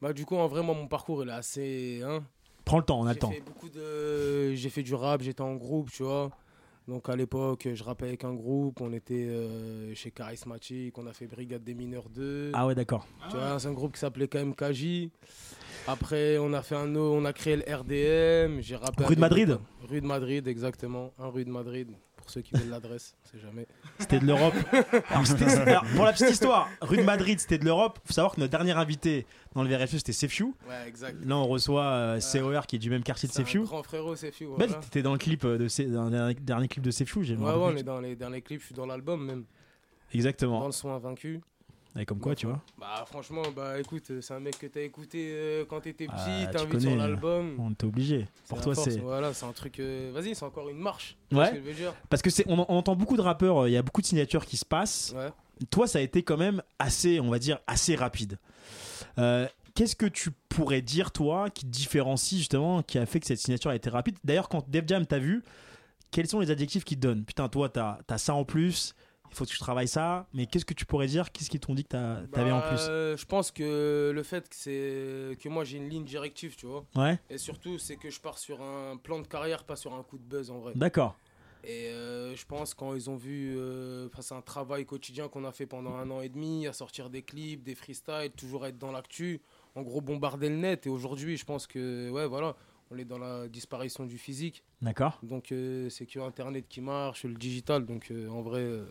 Bah, du coup, en vrai, moi, mon parcours, il est assez. hein, Prends le temps, on a le J'ai temps. fait beaucoup de- J'ai fait du rap, j'étais en groupe, tu vois. Donc à l'époque, je rappais avec un groupe, on était euh, chez Charismatic, on a fait Brigade des Mineurs 2. Ah ouais, d'accord. Tu vois, c'est un groupe qui s'appelait quand même KJ. Après, on a fait un autre- on a créé le RDM, j'ai rappé Rue de avec- Madrid Rue de Madrid, exactement. Un rue de Madrid, pour ceux qui veulent l'adresse, on sait jamais. C'était de l'Europe. Alors, c'était- c'était- alors, pour la petite histoire, rue de Madrid, c'était de l'Europe. Faut savoir que notre dernier invité dans le VRF c'était Sefiu. Ouais, exact. Là, on reçoit euh, COR qui est du même quartier de C'est un Sefiu. grand frérot, Sefiu, Ben, voilà. t'étais dans le clip euh, de ces- dans le dernier, dernier clip de Sefiu, j'ai Ouais, ouais, on est dans les derniers clips, je suis dans l'album même. Exactement. Dans le son invaincu. Et comme quoi, tu vois. Bah franchement, bah écoute, euh, c'est un mec que t'as écouté euh, quand t'étais Ah, petit, tu t'invites sur connais, l'album. on était obligé. C'est Pour la toi, force, c'est- Voilà, c'est un truc. euh, Vas-y, c'est encore une marche. Tu vois ce que Ouais. je veux dire Parce que c'est, on, en- on entend beaucoup de rappeurs, euh, il y a beaucoup de signatures qui se passent. Toi, ça a été quand même assez, on va dire, assez rapide. Euh, Qu'est-ce que tu pourrais dire, toi, qui te différencie justement, qui a fait que cette signature a été rapide D'ailleurs, quand Def Jam t'a vu, quels sont les adjectifs qu'il te donne Putain, toi, t'as as ça en plus, il faut que tu travailles ça, mais qu'est-ce que tu pourrais dire Qu'est-ce qu'ils t'ont dit que t'as- t'avais en Bah, plus euh, Je pense que le fait que c'est que moi j'ai une ligne directive, tu vois. Ouais. Et surtout, c'est que je pars sur un plan de carrière, pas sur un coup de buzz en vrai. D'accord. Et euh, je pense quand ils ont vu, euh, enfin, c'est un travail quotidien qu'on a fait pendant un an et demi, à sortir des clips, des freestyles, toujours être dans l'actu, en gros bombarder le net. Et aujourd'hui, je pense que, ouais, voilà, on est dans la disparition du physique. D'accord. Donc euh, c'est que Internet qui marche, le digital. Donc euh, en vrai, euh,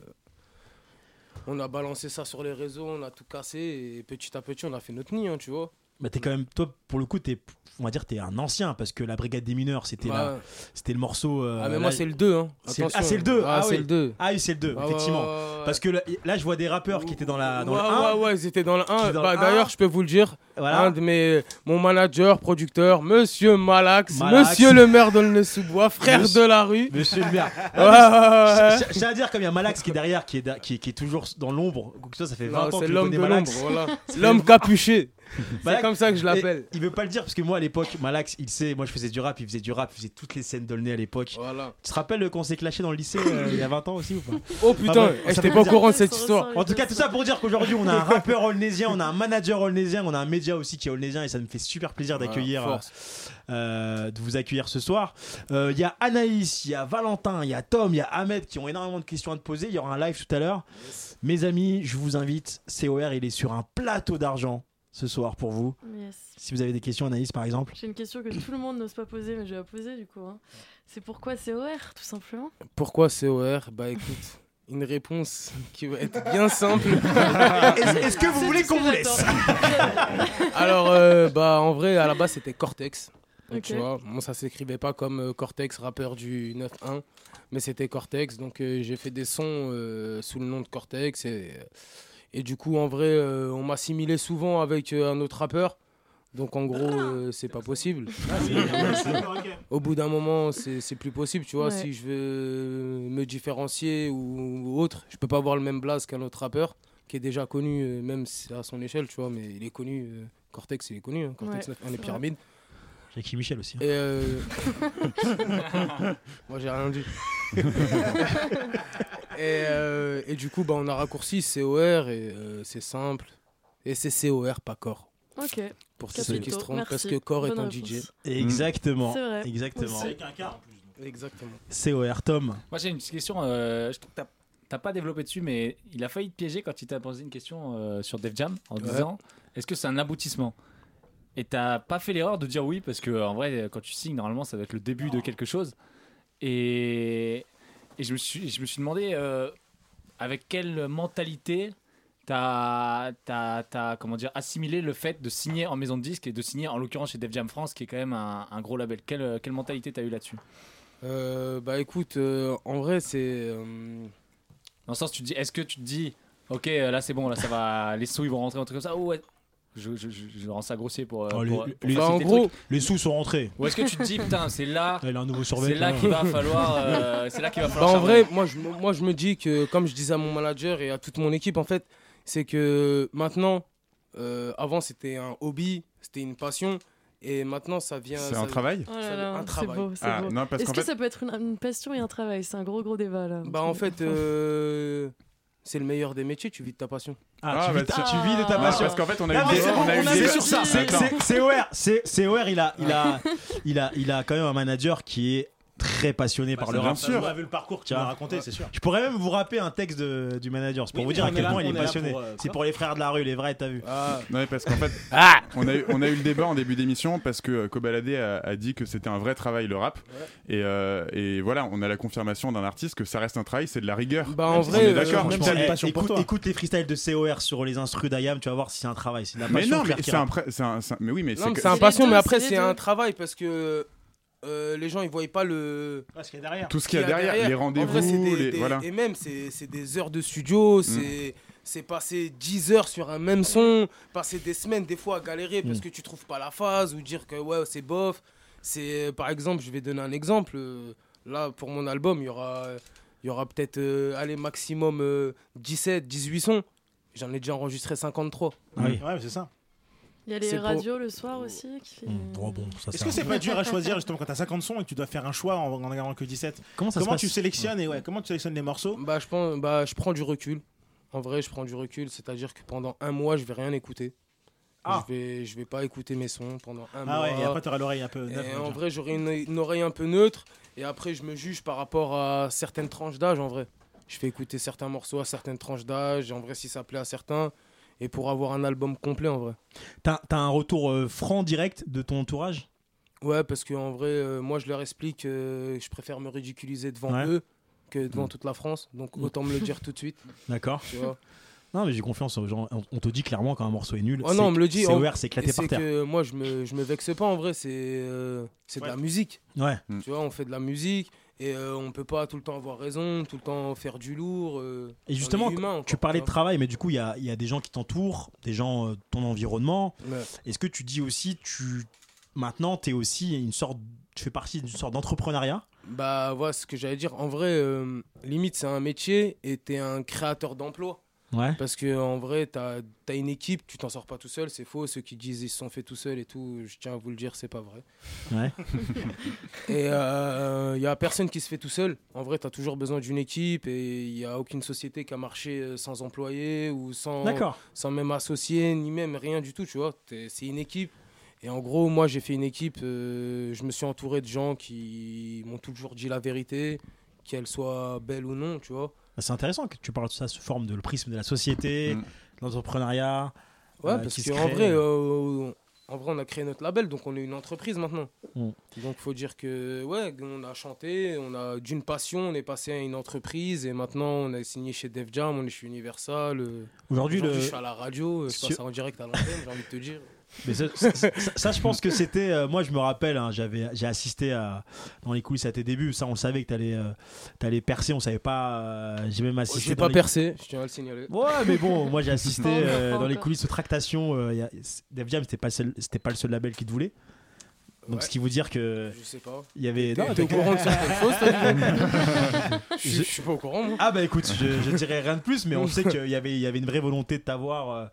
on a balancé ça sur les réseaux, on a tout cassé et petit à petit, on a fait notre nid, hein, tu vois. Bah t'es quand même toi pour le coup t'es on va dire t'es un ancien parce que la brigade des mineurs c'était Ouais. la- c'était le morceau euh, Ah, mais là- moi, c'est le 2, hein. C'est- Attention. ah c'est le 2 Ah, c'est oui. le 2. ah oui c'est le 2 Ah, ouais, effectivement ouais, ouais, ouais. parce que là, là, je vois des rappeurs qui étaient dans la dans ouais, le 1 ouais, ouais, ils étaient dans le 1. étaient dans Bah, le D'ailleurs, 1. je peux vous le dire, Voilà. un de mes, mon manager, producteur, monsieur Malax, Malax. monsieur le maire de sous-bois frère Monsieur- de la rue. Monsieur le maire. Ouais, ouais, ouais. J'ai à dire comme il y a Malax qui est derrière, qui est, da- qui est, qui est toujours dans l'ombre. Donc ça, ça fait 20 Non, c'est ans que je l'homme connais de Malax. l'ombre, voilà. Ça fait L'homme 20 capuché. C'est Malax- comme ça que je l'appelle. Et Il veut pas le dire parce que moi à l'époque, Malax, il sait, moi je faisais du rap, il faisait du rap, il faisait toutes les scènes d'Aulnay à l'époque. Voilà. Tu te rappelles euh, qu'on s'est clashé dans le lycée euh, il y a 20 ans aussi ou pas Oh putain, Enfin, bref, eh, ça j'étais fait pas au plaisir. courant de cette histoire. En tout cas, tout ça pour dire qu'aujourd'hui, on a un rappeur holnésien, on a un manager holnésien, on a un média aussi qui est holnésien et ça me fait super plaisir Voilà, d'accueillir, force. euh, euh, de vous accueillir ce soir. Euh, Il y a Anaïs, il y a Valentin, il y a Tom, il y a Ahmed qui ont énormément de questions à te poser. Il y aura un live tout à l'heure. Mes amis, je vous invite. COR, il est sur un plateau d'argent ce soir pour vous. Yes. Si vous avez des questions, Anaïs par exemple. J'ai une question que tout le monde n'ose pas poser, mais je vais la poser du coup. hein. C'est pourquoi COR, tout simplement Pourquoi COR Bah écoute, une réponse qui va être bien simple. Est-ce- est-ce que vous C'est voulez tout ce qu'on que vous laisse j'attends. Alors, euh, bah en vrai, à la base, c'était Cortex. Donc, Tu Ok. vois, bon, ça s'écrivait pas comme euh, Cortex, rappeur du 9-1, mais c'était Cortex. Donc euh, j'ai fait des sons euh, sous le nom de Cortex. Et, euh, et du coup, en vrai, euh, on m'assimilait souvent avec euh, un autre rappeur. Donc en gros, euh, c'est pas possible. Ah, Au bout d'un moment, c'est c'est plus possible, tu vois. Ouais. Si je veux me différencier ou, ou autre, je peux pas avoir le même blaze qu'un autre rappeur qui est déjà connu, euh, même si à son échelle, tu vois. Mais il est connu, euh, Cortex, il est connu, hein, Cortex Ouais, 9, on c'est est vrai. pyramide. J'ai qui Michel aussi. hein. Et euh, Moi, j'ai rien dit. et, euh, et du coup, bah, on a raccourci COR et euh, c'est simple. Et c'est COR, pas corps. Ok. Pour Capito, ceux qui se trompent, parce merci. que corps est Bonne un réponse. DJ. Exactement. C'est vrai. Exactement. Exactement. COR Tom. Moi j'ai une petite question. euh, je trouve que t'as t'as pas développé dessus, mais il a failli te piéger quand il t'a posé une question euh, sur Def Jam en Ouais. disant est-ce que c'est un aboutissement Et t'as pas fait l'erreur de dire oui, parce que euh, en vrai, quand tu signes, normalement, ça doit être le début de quelque chose. Et, et je, me suis, je me suis demandé euh, avec quelle mentalité t'as t'as- t'as, comment dire assimilé le fait de signer en maison de disque et de signer en l'occurrence chez Def Jam France, qui est quand même un, un gros label. Quelle, quelle mentalité t'as eu là-dessus Euh, bah écoute, euh, en vrai, c'est. euh, Dans le sens, tu te dis, est-ce que tu te dis, ok, euh, là c'est bon, là ça va, les sous ils vont rentrer, un truc comme ça, ou est- je, je, je, je rends ça grossier pour. euh, Oh, les- pour- les- pour les- faciliter en le gros, truc. les sous sont rentrés. Ou est-ce que tu te dis, putain, c'est là. Il a un nouveau hein. survêtement. C'est là qu'il va falloir. euh, c'est là qu'il va Bah, falloir. en charbonner. vrai, moi je, moi je me dis que, comme je disais à mon manager et à toute mon équipe, en fait, c'est que maintenant, euh, avant c'était un hobby, c'était une passion, et maintenant ça vient. C'est ça- un travail Ah, Oh là ça- là, Un c'est travail. beau, c'est Ah, beau. Est-ce que ça peut être une, une passion et un travail C'est un gros gros débat là. Bah en fait, euh, c'est le meilleur des métiers, tu vis de ta passion. Ah, bah, tu, vis, tu- tu vis de ta passion. parce qu'en fait, on a Non, eu mais des- c'est on a eu allait des- sur ça. C'est- Attends. c'est- C'est OR. C'est c'est OR. Il a, il a, il a, il a quand même un manager qui est très passionné Bah, par ça le doit- rap. ça doit avoir vu le parcours que tu Tiens. m'as raconté, c'est sûr. Je pourrais même vous rappeler un texte de- du manager. C'est pour Oui, vous mais dire à on est quel là- point on il est est là passionné. pour, euh, C'est pour les frères de la rue, les vrais, t'as vu. Ouais, Ah. parce qu'en fait, Ah Ah on, a eu, on a eu le débat en début d'émission parce que euh, Kobalade a, a dit que c'était un vrai travail le rap. Et, euh, et voilà, on a la confirmation d'un artiste que ça reste un travail, c'est de la rigueur. Bah, Bah, on est euh, d'accord, franchement, Putain, eh, mais- écoute, écoute les freestyles de COR sur les instrus d'IAM, tu vas voir si c'est un travail. C'est de la Mais passion non, mais claire qui c'est un, rentre. pré- c'est un- c'est un- Mais oui, mais Non, c'est mais que- c'est un passion, mais après c'est un travail parce que euh, les gens ils voyaient pas le. ce qu'il y a derrière. Tout ce qu'il y a qu'il derrière, les En vrai, rendez-vous, c'est des- les- des- voilà. Mm. Et même, c'est c'est des heures de studio, c'est c'est passer 10 heures sur un même son, passer des semaines des fois à galérer parce Mm. que tu trouves pas la phase ou dire que ouais, c'est bof. C'est par exemple, je vais donner un exemple. euh, Là, pour mon album, il y aura, il y aura peut-être, euh, allez, maximum euh, 17, 18 sons. J'en ai déjà enregistré 53. Ah Mm. oui. Ouais, mais c'est ça. Il y a les c'est pour- Mmh. radios le soir aussi qui fait. Est-ce que c'est pas dur à choisir justement quand t'as 50 sons et que tu dois faire un choix en en ayant que 17 Comment ça se passe tu sélectionnes et ouais, comment tu sélectionnes les morceaux Bah je pense, bah je prends du recul. En vrai, je prends du recul, c'est-à-dire que pendant un mois, je vais rien écouter. Je vais, je vais pas écouter mes sons pendant un Ah mois. ouais, et après, t'auras l'oreille un peu hein. neutre, Et on va en dire. vrai, j'aurai une, une oreille un peu neutre. Et après, je me juge par rapport à certaines tranches d'âge. En vrai, je fais écouter certains morceaux à certaines tranches d'âge. En vrai, si ça plaît à certains, et pour avoir un album complet, en vrai. T'as t'as un retour euh, franc direct de ton entourage Ouais, parce qu'en vrai, euh, moi, je leur explique que je préfère me ridiculiser devant Ouais. eux que devant toute la France. Donc, Mm. autant me le dire tout de suite. D'accord. Tu vois. Non, mais j'ai confiance aux gens. On, on te dit clairement quand un morceau est nul. Oh non, c'est- on me le dit. C'est en- OR, c'est éclaté et par terre. que moi, je me, je me vexe pas en vrai. C'est euh, c'est de la musique. Ouais. Tu vois, on fait de la musique et euh, on peut pas tout le temps avoir raison, tout le temps faire du lourd. euh, on Et est justement, humain, hein. tu quoi, parlais de tu vois. travail, mais du coup, il y a, il y a des gens qui t'entourent, des gens euh, de ton environnement. Ouais. Est-ce que tu dis aussi, tu maintenant, tu es aussi une sorte, tu fais partie d'une sorte d'entrepreneuriat Bah voilà ce que j'allais dire. En vrai, euh, limite, c'est un métier et t'es un créateur d'emploi. Ouais. Parce que en vrai, t'as as une équipe, tu t'en sors pas tout seul, c'est faux. Ceux qui disent ils se sont fait tout seuls et tout, je tiens à vous le dire, c'est pas vrai. Ouais. et il euh, y a personne qui se fait tout seul. En vrai, t'as toujours besoin d'une équipe et il y a aucune société qui a marché euh, sans employés ou sans, D'accord. sans même associé ni même rien du tout. Tu vois, T'es- c'est une équipe. Et en gros, moi, j'ai fait une équipe. euh, je me suis entouré de gens qui m'ont toujours dit la vérité, qu'elle soit belle ou non, tu vois. Bah, C'est intéressant que tu parles de ça sous forme de le prisme de la société, l'entrepreneuriat. Ouais, euh, parce qui se qu'en crée. vrai, euh, en vrai, on a créé notre label, donc on est une entreprise maintenant. Mm. Donc faut dire que ouais, on a chanté, on a d'une passion, on est passé à une entreprise et maintenant on a signé chez Def Jam, on est chez Universal. euh, Aujourd'hui, le- je suis à la radio, euh, je passe Sur- en direct à l'antenne, j'ai envie de te dire. Mais ça, ça- ça- ça, je pense que c'était. euh, moi, je me rappelle, hein, j'avais, j'ai assisté à, dans les coulisses à tes débuts. Ça, on le savait que t'allais, euh, t'allais percer. On savait pas. euh, j'ai même assisté. j'ai dans pas les- percé, je tiens à le signaler. Ouais, mais bon, moi j'ai assisté Pas encore, euh, pas dans les encore. coulisses aux tractations. Euh, y a- Def Jam, c'était pas, le seul- c'était pas le seul label qui te voulait. Donc, Ouais. ce qui veut dire que. Je sais pas. Il y avait. T'es- Non, t'es au t'es- courant de certaines choses, toi Je- je suis pas au courant, moi. Ah, bah écoute, je, je dirais rien de plus, mais on sait qu'il y avait, il y avait une vraie volonté de t'avoir euh,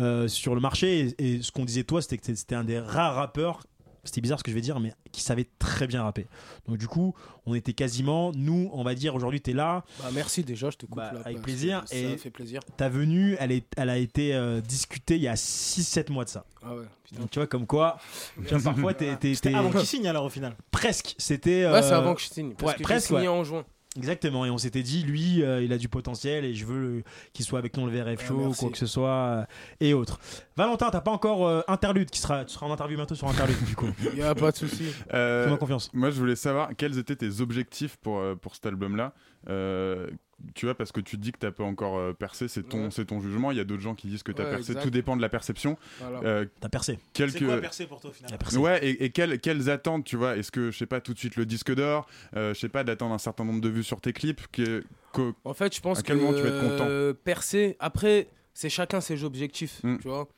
euh, sur le marché. Et, et ce qu'on disait, de toi, c'était que c'était un des rares rappeurs. C'était bizarre ce que je vais dire, mais qui savait très bien rapper. Donc, du coup, on était quasiment, nous, on va dire, aujourd'hui, t'es là. Bah merci déjà, je te coupe Bah, là. avec parce plaisir. que Ça et fait plaisir. Ta venue, elle, est, elle a été euh, discutée il y a 6-7 mois de ça. Ah ouais, Donc tu vois, comme quoi, tu vois, parfois t'es. t'es- C'était t'es- avant qu'il signe alors au final. Presque, c'était. euh, Ouais, c'est avant que je signe, parce ouais, que j'ai presque. signé ouais. en juin. Exactement, et on s'était dit, lui, euh, il a du potentiel et je veux euh, qu'il soit avec nous le VRF Show, ou merci. quoi que ce soit, euh, et autres. Valentin, t'as pas encore euh, Interlude qui sera, tu seras en interview bientôt sur Interlude, du coup. Il a pas de souci. Euh, Fais-moi confiance. Moi, je voulais savoir quels étaient tes objectifs pour, euh, pour cet album-là. Euh, tu vois, parce que tu dis que t'as pas encore euh, percé, c'est ton, c'est ton jugement. Il y a d'autres gens qui disent que t'as Ouais, percé. exact. Tout dépend de la perception. Euh, Voilà. T'as percé. quelques- C'est quoi percer pour toi, finalement La percée. Ouais, et, et quelles, quelles attentes, tu vois Est-ce que, je sais pas, tout de suite le disque d'or Euh, Je sais pas, d'attendre un certain nombre de vues sur tes clips que, que- En fait, je pense À quel que moment tu vas être content euh, percer, après, c'est chacun ses objectifs, Mm. tu vois.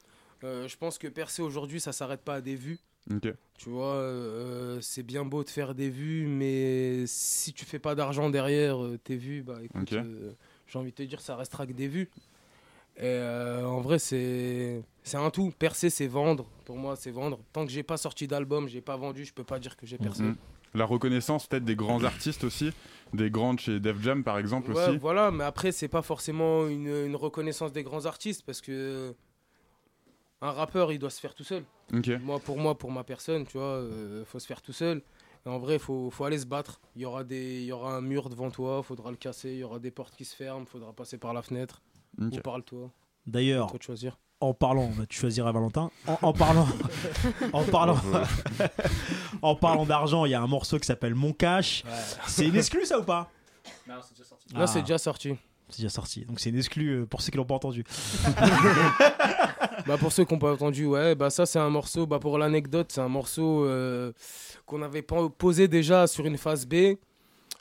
Euh, je pense que percer aujourd'hui, ça s'arrête pas à des vues. Ok. Tu vois, euh, c'est bien beau de faire des vues, mais si tu fais pas d'argent derrière euh, tes vues, bah écoute, Ok. euh, j'ai envie de te dire, ça restera que des vues. Et euh, en vrai, c'est c'est un tout. Percer, c'est vendre. Pour moi, c'est vendre. Tant que j'ai pas sorti d'album, j'ai pas vendu, je peux pas dire que j'ai percé. Mhm. La reconnaissance peut-être des grands artistes aussi, des grandes chez Def Jam par exemple Ouais, aussi. voilà, mais après, c'est pas forcément une, une reconnaissance des grands artistes parce que un rappeur, il doit se faire tout seul. Ok. Moi, pour moi, pour ma personne, tu vois, euh, faut se faire tout seul. Et en vrai, faut, faut aller se battre. Il y aura des, il y aura un mur devant toi, faudra le casser. Il y aura des portes qui se ferment, faudra passer par la fenêtre Ok. ou par le toit. D'ailleurs, Toi de choisir. en parlant, bah, tu choisiras Valentin. En, en parlant, en parlant, en parlant d'argent, il y a un morceau qui s'appelle Mon Cash. C'est une exclue, ça ou pas Non, c'est déjà sorti. Là, c'est déjà sorti. C'est déjà sorti. Donc c'est une exclue euh, pour ceux qui l'ont pas entendu. bah pour ceux qui n'ont pas entendu, ouais, bah ça c'est un morceau, bah pour l'anecdote, c'est un morceau euh, qu'on avait pan- posé déjà sur une phase B.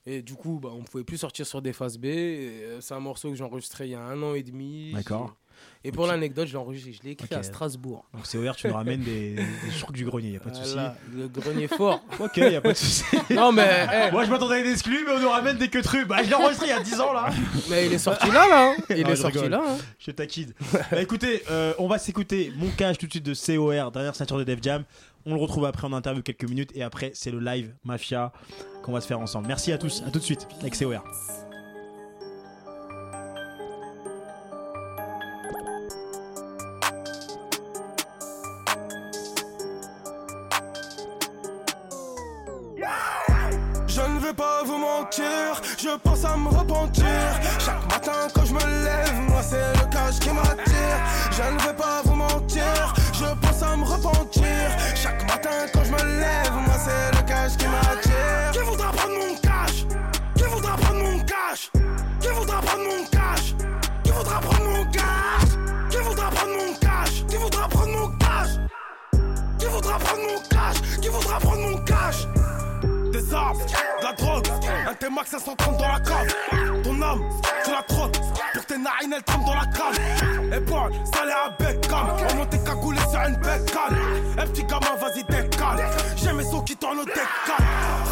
Et du coup, bah, on ne pouvait plus sortir sur des phases B. Et, euh, C'est un morceau que j'ai enregistré il y a un an et demi. D'accord. Et pour l'anecdote, je l'ai enregistré, je l'ai écrit à Ok. Strasbourg. Donc c'est ouvert, tu nous ramènes des, des trucs du grenier, y a pas de souci. Voilà, le grenier fort. Ok, y a pas de souci. Non mais, eh. moi je m'attendais à une exclue, mais on nous ramène des que trucs. Bah je l'ai enregistré il y a 10 ans là. Mais il est sorti là, là. hein. Il Non, est je sorti rigole. là. hein. Je taquine. Bah, écoutez, euh, on va s'écouter mon cage tout de suite de COR, dernière ceinture de Def Jam. On le retrouve après en interview quelques minutes et après c'est le live Mafia qu'on va se faire ensemble. Merci à tous, à tout de suite avec COR. Je ne veux pas vous mentir, je pense à me repentir. Chaque matin quand je me lève, moi c'est le cash qui m'attire. Je ne veux pas vous mentir, je pense à me repentir. Chaque matin quand je me lève, moi c'est le cash qui m'attire. Qui voudra prendre mon cash Qui voudra prendre mon cash Qui voudra prendre mon cash Qui voudra prendre mon cash Qui voudra prendre mon cash Qui voudra prendre mon cash Qui voudra prendre mon cash Qui voudra prendre mon cash des armes, de la drogue, un T-Max 530 dans la cave. Ton âme, tu la trottes, pour tes narines elle trempe dans la cave. Et bon, ça l'est à Beckham, on monte cagoulé sur une bécane. Un petit gamin, vas-y décale, j'ai mes os qui tournent au décale.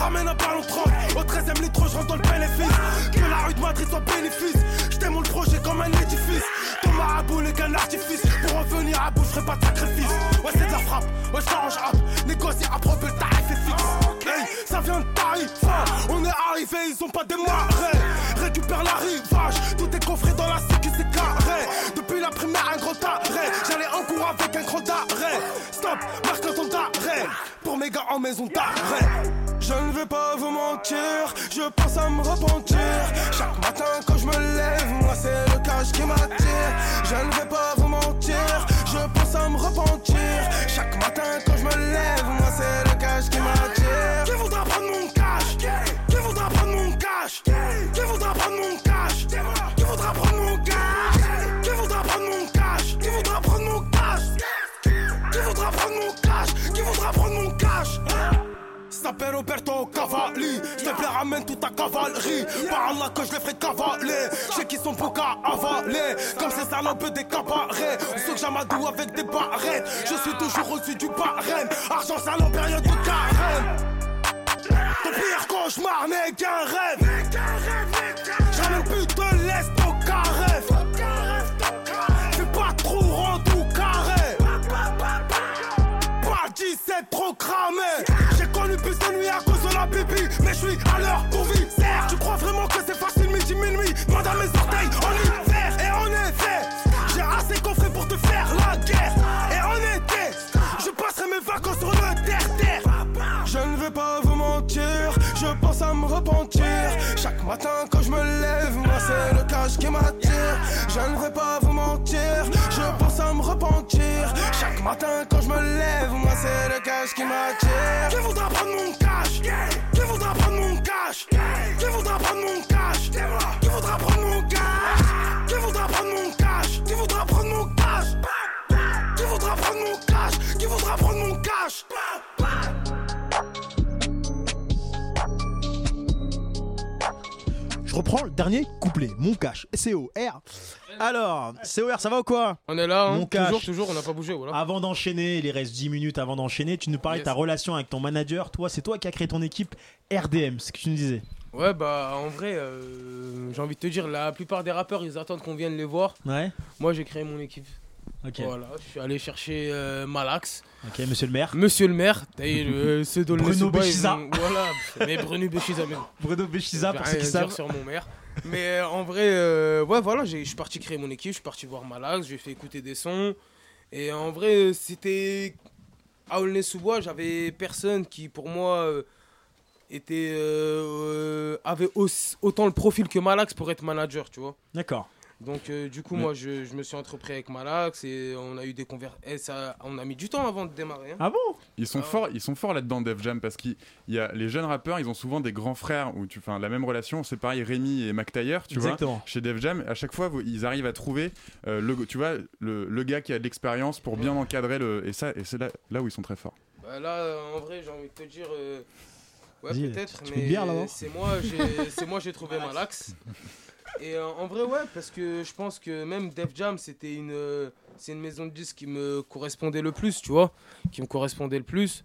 Ramène un ballon 30, au 13 e litre je rentre dans le bénéfice. Que la rue de Madrid soit bénéfice, j'démons le projet comme un édifice. Ton marabout n'est qu'un artifice, pour revenir à bout j'ferai pas de sacrifice. Ouais c'est de la frappe, ouais j'arrange rap, négocie, approbe le tarif est fixe. Hey, ça vient de Paris, fin. On est arrivé, ils ont pas démarré. Récupère la rivage, tout est coffré dans la sécu, c'est carré. Depuis la primaire, un grand arrêt. J'allais en cours avec un grand arrêt. Stop, marque ton arrêt. Pour mes gars en maison d'arrêt. Je ne vais pas vous mentir, je pense à me repentir. Chaque matin quand je me lève, moi c'est le cash qui m'attire. Je ne vais pas vous mentir, je pense à me repentir. Chaque matin quand je me lève, moi c'est le cash qui m'attire. Qui voudra prendre mon cash Qui voudra prendre mon cash Qui voudra prendre mon cash Qui voudra prendre mon cash Qui voudra prendre mon cash Qui voudra prendre mon cash Qui voudra prendre mon cash Qui voudra prendre mon cash S'appelle Roberto Cavalli, s'il te plaît ramène toute ta cavalerie Par Allah que je les ferai cavaler, je sais qu'ils sont beaux qu'à avaler Comme ces salopes des cabarets, on se que j'amadou avec des barrettes Je suis toujours au-dessus du barème, argent sale en période de carême Ton pire cauchemar n'est qu'un rêve J'ramène plus de l'Est au carême Fais pas trop rond ou carré pas 17 trop cramé J'ai connu plus de nuit à cause de la bibi Mais je suis à l'heure qu'on vit Serre. Tu crois vraiment que c'est facile midi minuit Demande à mes orteils en hiver Et en effet J'ai assez coffré pour te faire la guerre Et en été Je passerai mes vacances sur le terre-terre Je ne vais pas vous mentir Je pense à à me repentir. Chaque matin quand je me lève, moi c'est le cash qui m'attire. Je ne vais pas vous mentir, je pense à me repentir. Chaque matin quand je me lève, moi c'est le cash qui m'attire. Qui voudra prendre mon cash Qui voudra prendre mon cash Qui voudra prendre mon cash Qui voudra prendre mon cash Qui voudra prendre mon cash Qui voudra prendre mon cash Qui voudra prendre mon cash Qui voudra prendre mon cash Je reprends le dernier couplet. Mon cash. C-O-R. Alors, C-O-R, ça va ou quoi On est là, hein. Mon cash. toujours, toujours, on n'a pas bougé. Voilà. Avant d'enchaîner, il reste 10 minutes avant d'enchaîner. Tu nous parlais Yes. de ta relation avec ton manager. Toi, c'est toi qui as créé ton équipe RDM, ce que tu nous disais. Ouais, bah en vrai, euh, j'ai envie de te dire, la plupart des rappeurs, ils attendent qu'on vienne les voir. Ouais. Moi, j'ai créé mon équipe. Ok. Voilà, je suis allé chercher euh, Malax. Ok, monsieur le maire. Monsieur le maire, t'as eu le- ceux dont le- Bruno ce boy, Béchiza. ils vont- Voilà, mais Bruno Béchiza même. Bruno Béchiza, Je vais pour ceux rien qui dire savent. sur mon maire. Mais euh, en vrai, euh, ouais, voilà, j'ai- je suis parti créer mon équipe, je suis parti voir Malax, j'ai fait écouter des sons. Et en vrai, euh, c'était. À Aulnay-sous-Bois, j'avais personne qui, pour moi, euh, était, euh, euh, avait aussi- autant le profil que Malax pour être manager, tu vois. D'accord. Donc euh, du coup Mais- moi je, je me suis entrepris avec Malax et on a eu des conversations. On a mis du temps avant de démarrer. Ah hein. Ils sont forts, ils sont forts là-dedans Def Jam parce qu'il y a les jeunes rappeurs, ils ont souvent des grands frères ou tu enfin la même relation, c'est pareil Rémi et Mac Taylor, tu Exactement. vois. Chez Def Jam, à chaque fois vous- ils arrivent à trouver euh, le tu vois le, le gars qui a de l'expérience pour bien encadrer le et ça et c'est là là où ils sont très forts. Bah là euh, en vrai j'ai envie de te dire euh, ouais Vas-y, peut-être tu peux mais bien, là, non c'est moi j'ai c'est moi j'ai trouvé Malax. Et euh, en vrai ouais parce que je pense que même Def Jam c'était une euh, c'est une maison de disques qui me correspondait le plus, tu vois, qui me correspondait le plus.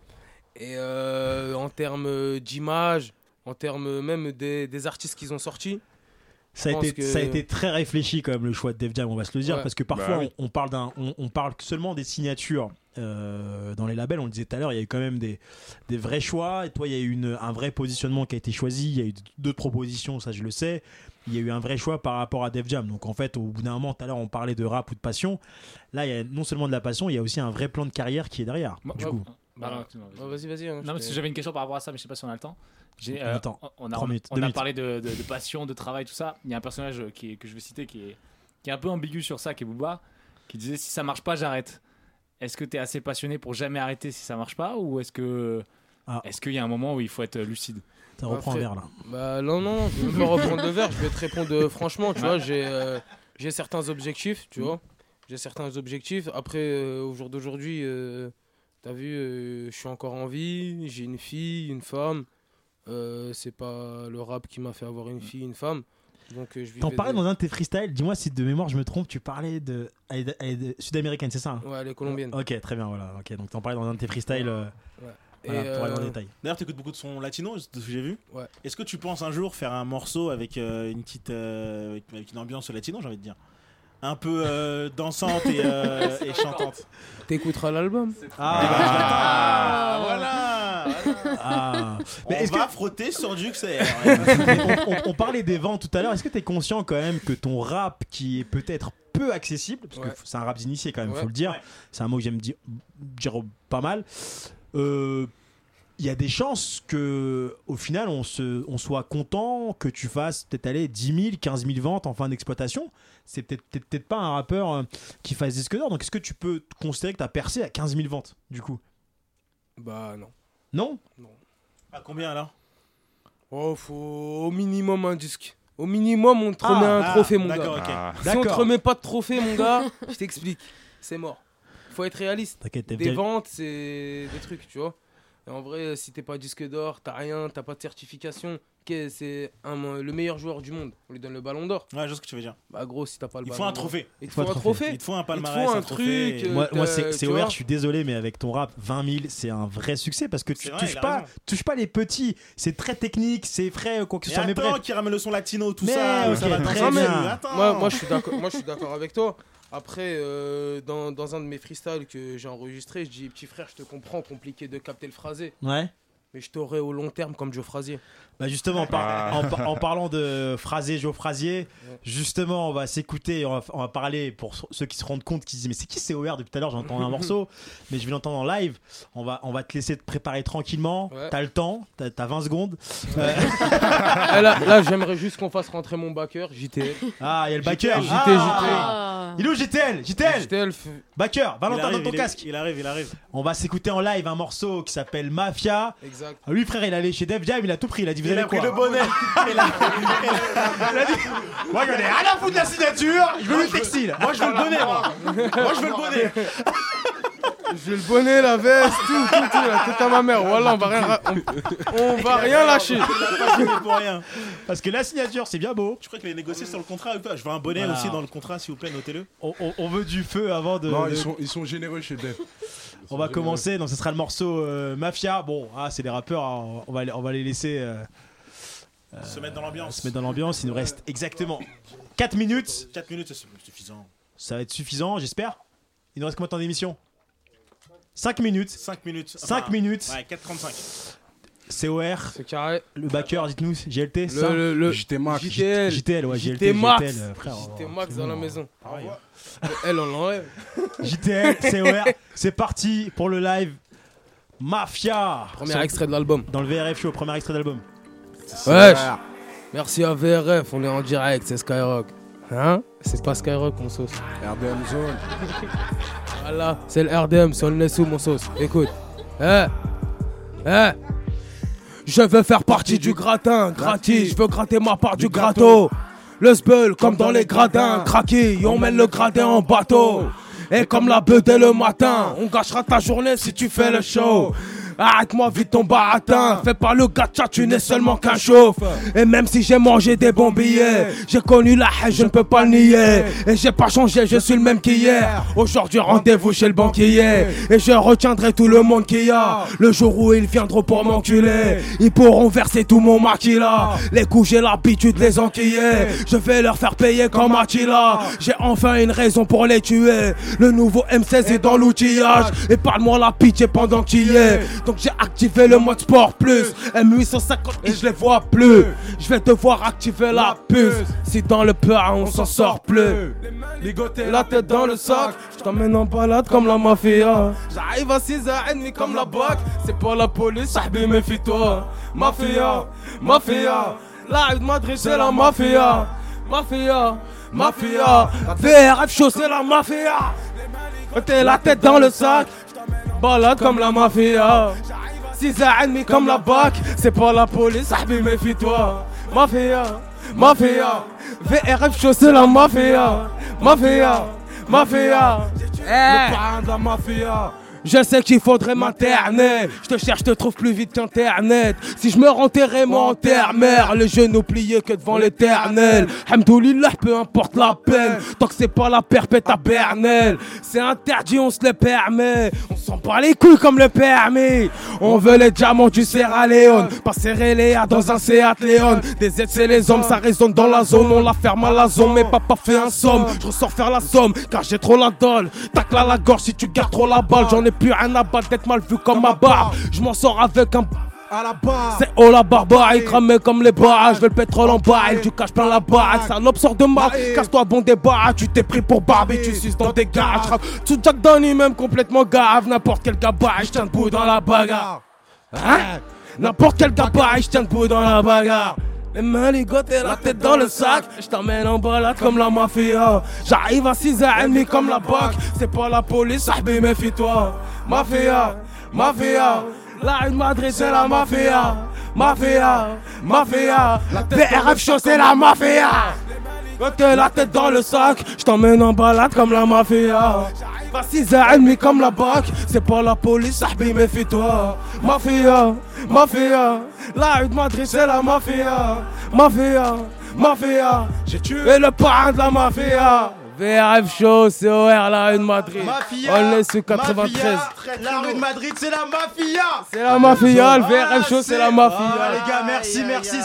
Et euh, en termes euh, d'image, en termes même des, des artistes qu'ils ont sortis. Ça a, je pense été, que- ça a été très réfléchi quand même le choix de Def Jam, on va se le dire, Ouais. parce que parfois Bah oui. on, on parle d'un, on, on parle seulement des signatures euh, dans les labels. On le disait tout à l'heure, il y a eu quand même des, des vrais choix. Et toi, il y a eu une- un vrai positionnement qui a été choisi. Il y a eu d'autres propositions, ça je le sais. Il y a eu un vrai choix par rapport à Def Jam. Donc en fait, au bout d'un moment, tout à l'heure on parlait de rap ou de passion. Là, il y a non seulement de la passion, il y a aussi un vrai plan de carrière qui est derrière. du Ouais, coup, bah, Voilà. excuse-moi, Ouais, vas-y, vas-y, hein, je non, t'ai- parce que j'avais une question par rapport à ça, mais je sais pas si on a le temps. J'ai, euh, On a le temps. On a, Trois on- minutes, on deux a minutes. parlé de, de- de passion, de travail, tout ça. Il y a un personnage euh, qui est- que je vais citer qui est, qui est un peu ambigu sur ça, qui est Booba, qui disait si ça marche pas, j'arrête. Est-ce que tu es assez passionné pour jamais arrêter si ça marche pas ou est-ce que est-ce qu'il y a un moment où il faut être lucide Ah. Ça reprend un verre là. Bah non, non, je vais pas reprendre le verre, je vais te répondre euh, franchement, tu Ouais. vois, j'ai euh, j'ai certains objectifs, tu vois. J'ai certains objectifs. Après, euh, au jour d'aujourd'hui, euh, t'as vu, euh, je suis encore en vie, j'ai une fille, une femme. Euh, c'est pas le rap qui m'a fait avoir une fille, une femme. Donc, euh, je T'en vivais parlais de- dans un de tes freestyles, dis-moi si de mémoire je me trompe, tu parlais de. elle est- elle est de- Sud-américaine, c'est ça hein Ouais, elle est colombienne. Ok, très bien, voilà. Ok, donc t'en parlais dans un de tes freestyles. euh, Ouais. voilà, Et, pour aller dans le euh, détail. D'ailleurs, t'écoutes beaucoup de sons latinos, de ce que j'ai vu. Ouais. Est-ce que tu penses un jour faire un morceau avec euh, une petite, euh, avec, avec une ambiance latino, j'ai envie de dire, un peu euh, dansante et, euh, et chantante. T'écouteras l'album. Ah, voilà. voilà. Ah. Mais on est-ce va frotter sur du XR. on, on- on parlait des ventes tout à l'heure. Est-ce que t'es conscient quand même que ton rap, qui est peut-être peu accessible, parce Ouais. que c'est un rap d'initié quand même, Ouais. faut le dire, c'est un mot que j'aime dire, dire pas mal. euh, Il y a des chances que, au final, on, se, on soit content que tu fasses peut-être aller 10 000, 15 000 ventes en fin d'exploitation. C'est peut-être peut-être- peut-être pas un rappeur euh, qui fasse disque d'or. Donc, est-ce que tu peux te considérer que t'as percé à 15 000 ventes du coup Bah non. Non À combien alors Oh, faut au minimum un disque. Au minimum, on te remet Ah, un ah, trophée, mon gars. d'accord, ok. Ah. Si on te D'accord. remet pas de trophée, mon gars, je t'explique. C'est mort. Faut être réaliste. T'inquiète, t'es Des bien- ventes, c'est des trucs, tu vois. Et en vrai, si t'es pas disque d'or, t'as rien, t'as pas de certification. ok, c'est un- le meilleur joueur du monde. On lui donne le ballon d'or. Ouais, je vois ce que tu veux dire. Bah gros, si t'as pas le Il ballon faut d'or. un trophée. Il te faut un trophée. Il te faut un Il te faut palmarès, un un trophée. truc, euh, Moi, moi, t'as- c'est c'est tu vois. ouvert, je suis désolé, mais avec ton rap 20 000, c'est un vrai succès parce que tu C'est vrai, il touches, a pas, raison. touches pas les petits. C'est très technique, c'est frais, euh, quoi que ce Mais soit. Mais attends, bref. qui ramène le son latino, tout Mais ça, euh, ok, ça va très t'en bien. sortir. Attends. Moi, moi, je suis d'accord. moi, je suis d'accord avec toi. Après, euh, dans, dans un de mes freestyles que j'ai enregistré, je dis petit frère, je te comprends, compliqué de capter le phrasé. Ouais. mais je t'aurai au long terme comme Joe Frazier. Bah justement, en, par- Ah. en par- en parlant de Phrasé, Joe Frasier, justement, on va s'écouter, et on va, on va parler pour so- ceux qui se rendent compte, qui se disent Mais c'est qui c'est OR depuis tout à l'heure J'entends un morceau, mais je vais l'entendre en live. On va, on va te laisser te préparer tranquillement. Ouais. T'as le temps, t'as t'as 20 secondes. Euh, Ah, là, là, j'aimerais juste qu'on fasse rentrer mon backer, JTL. Ah, il y a le backer. JTL, Ah. JTL. Il est où JTL JTL Backer, Valentin, arrive, dans ton il est- casque. Il arrive, il arrive. On va s'écouter en live un morceau qui s'appelle Mafia. Exact. Ah, Lui, frère, il est allé chez Def Jam, il a tout pris. Il a dit Vous Il avez a pris quoi le bonnet. Il a- il a dit Moi, j'en ai rien à foutre de la signature, je veux le textile. Moi, je veux le bonnet, moi. Moi, je veux le bonnet. J'ai le bonnet, la veste, tout, tout, tout, la tête à ma mère. Voilà, on va rien, ra- on, on va rien lâcher. Parce que la signature, c'est bien beau. Je crois qu'il est négocié sur le contrat ou pas. Je veux un bonnet Voilà. aussi dans le contrat, s'il vous plaît, notez-le. On, veut du feu avant de. Non, ils sont, généreux chez Def. On va généreux. commencer, donc ce sera le morceau euh, Mafia. Bon, ah, c'est des rappeurs, hein, on va, les- on va les laisser euh, Se mettre dans euh, l'ambiance. se mettre dans l'ambiance. Il nous reste exactement 4 minutes. 4 minutes, c'est suffisant. Ça va être suffisant, j'espère. Il nous reste combien de temps d'émission 5 minutes. 5 minutes. 5 Enfin, minutes. Ouais, 4,35. COR. C'est carré. Le backer, dites-nous, JLT. Le- le- le- JT Max. JTL. JTL, ouais, JLT. JT Max. JTL, euh, frère. JT Max dans la maison. hein. Elle, on l'enlève. JTL, COR. C'est parti pour le live Mafia. Premier extrait de l'album. Dans le VRF Show, premier extrait d'album. Wesh. Merci à VRF, on est en direct, c'est Skyrock. Hein C'est pas Skyrock, mon sauce. RDM Zone. Voilà, c'est le RDM, c'est le sous mon sauce. Écoute. Eh Eh Je veux faire partie du gratin, gratis. Je veux gratter ma part du gratto. Le sbeul, comme dans les gradins, craqué. On mène le gradin en bateau. Et comme la beuh dès le matin, on gâchera ta journée si tu fais le show. Arrête-moi vite ton baratin, fais pas le gacha, tu n'es seulement qu'un chauffe. Et même si j'ai mangé des bons billets, j'ai connu la haine, je ne peux pas le nier. Et j'ai pas changé, je suis le même qu'hier. Aujourd'hui, rendez-vous chez le banquier. Et je retiendrai tout le monde qu'il y a. Le jour où ils viendront pour m'enculer, ils pourront verser tout mon maquilla. Les coups, j'ai l'habitude de les enquiller. Je vais leur faire payer comme Attila. J'ai enfin une raison pour les tuer. Le nouveau M16 est dans l'outillage. Et parle-moi la pitié pendant qu'il y est. Donc j'ai activé le mode sport plus. M850 et je les vois plus. Je vais devoir activer la puce. Si dans le peur on s'en sort plus. Ligoté la tête dans le sac. Je t'emmène en balade comme la mafia. J'arrive à 6 à nuit comme la BAC. C'est pas la police, sahbi, méfie-toi. Mafia, mafia. Là, Madrid, c'est la mafia. Mafia, mafia. VRF Show, c'est la mafia. T'es la tête dans le sac. Balade comme la mafia. 6 à nuit comme la BAC. C'est pas la police, sahbi, méfie-toi. Mafia, mafia. VRF Show, c'est la mafia. Mafia, mafia. Le parrain de la mafia. Je sais qu'il faudrait m'interner. Je te cherche, je te trouve plus vite qu'internet. Si je me renterrais, moi en terre mère, le genou plié que devant l'éternel. Hamdoulillah, peu importe la peine. Tant que c'est pas la perpète à Bernel. C'est interdit, on se le permet. On s'en bat les couilles comme le permis. On veut les diamants du Sierra Leone. Pas serrer les A dans un Seat Leon. Des aides, c'est les hommes, ça résonne dans la zone. On la ferme à la zone, mais papa fait un somme. Je ressors faire la somme, car j'ai trop la dalle. Tacle à la gorge si tu gardes trop la balle. J'en ai plus rien à battre d'être mal vu comme ma barbe. Je m'en sors avec un. À la barre. C'est oh la barbare, il cramait comme les barrages. Je veux le pétrole en barre, du cash plein la baraque. Salope, sors de marque, casse-toi bon débarras. Tu t'es pris pour Barbie, tu suces dans des garages. Frappe Tout Jack Donny, même complètement gave. N'importe quel gabarit, je tiens debout dans la bagarre. Hein N'importe quel gabarit, je tiens debout dans la bagarre. Les mains ligotes et la tête dans le sac. Je t'emmène en balade comme la mafia. J'arrive à 6 h 30 comme la BAC. C'est pas la police, sahbi, méfie-toi. Mafia, mafia. La une Madrid, c'est la mafia. Mafia, mafia. La PRF Show, c'est la mafia. Mettez Ah. la tête dans le sac. Je t'emmène en balade comme la mafia. Pas 6 à ennemis comme la BAC, c'est pas la police, sahbi, méfie-toi. Mafia, mafia, la rue de Madrid, c'est la mafia. Mafia, mafia, j'ai tué le parrain de la mafia. VRF Show, COR, la rue de Madrid. Mafia, On est sur 93. La rue de Madrid, c'est la mafia C'est la mafia, le VRF Show, c'est la mafia. Ah, les gars, merci, merci,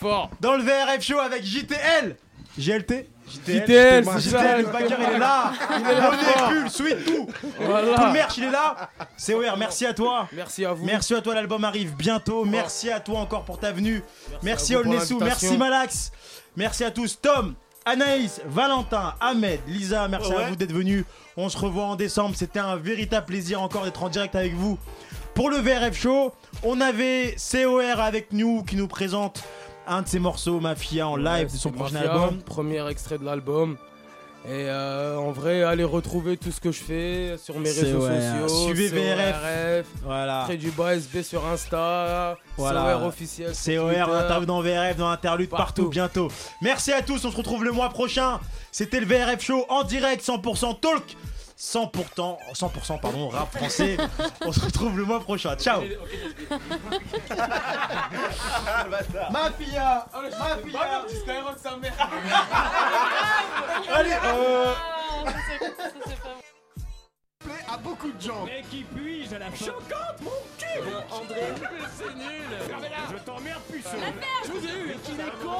COR Dans le VRF Show avec JTL JLT JTL, c'est c'est ça, JTL, le le backer, backer. il est là. Il est là fort. Monnaie, pull, sweat, tout. Voilà. Tout le merch, il est là. C'est OR, merci à toi. Merci à vous. Oh. Merci à toi, l'album arrive bientôt. Merci à toi encore pour ta venue. Merci, à vous pour Olnessou, merci l'invitation. Malax. Merci à tous. Tom, Anaïs, Valentin, Ahmed, Lisa, merci Ouais, à ouais. vous d'être venus. On se revoit en décembre. C'était un véritable plaisir encore d'être en direct avec vous. Pour le VRF Show, on avait COR avec nous qui nous présente un de ses morceaux, Mafia, en live de son c'est prochain Mafia, album. Premier extrait de l'album. Et euh, en vrai, allez retrouver tout ce que je fais sur mes C'est réseaux ouais. hein. sociaux. Suivez c'est VRF. ORF, Voilà. Près du bas SB sur Insta. Voilà. COR officiel. sur COR, Twitter. on interview dans VRF, dans Interlude, partout. bientôt. Merci à tous, on se retrouve le mois prochain. C'était le VRF Show en direct, 100% talk, 100%, 100% pardon, rap français. on se retrouve le mois prochain. Ciao. Mafia Mafia Allez, euh... à beaucoup de gens. Mais qui puis-je à la fin Choquante, mon cul André, c'est nul Je t'emmerde, puceau Je vous ai eu, qui est con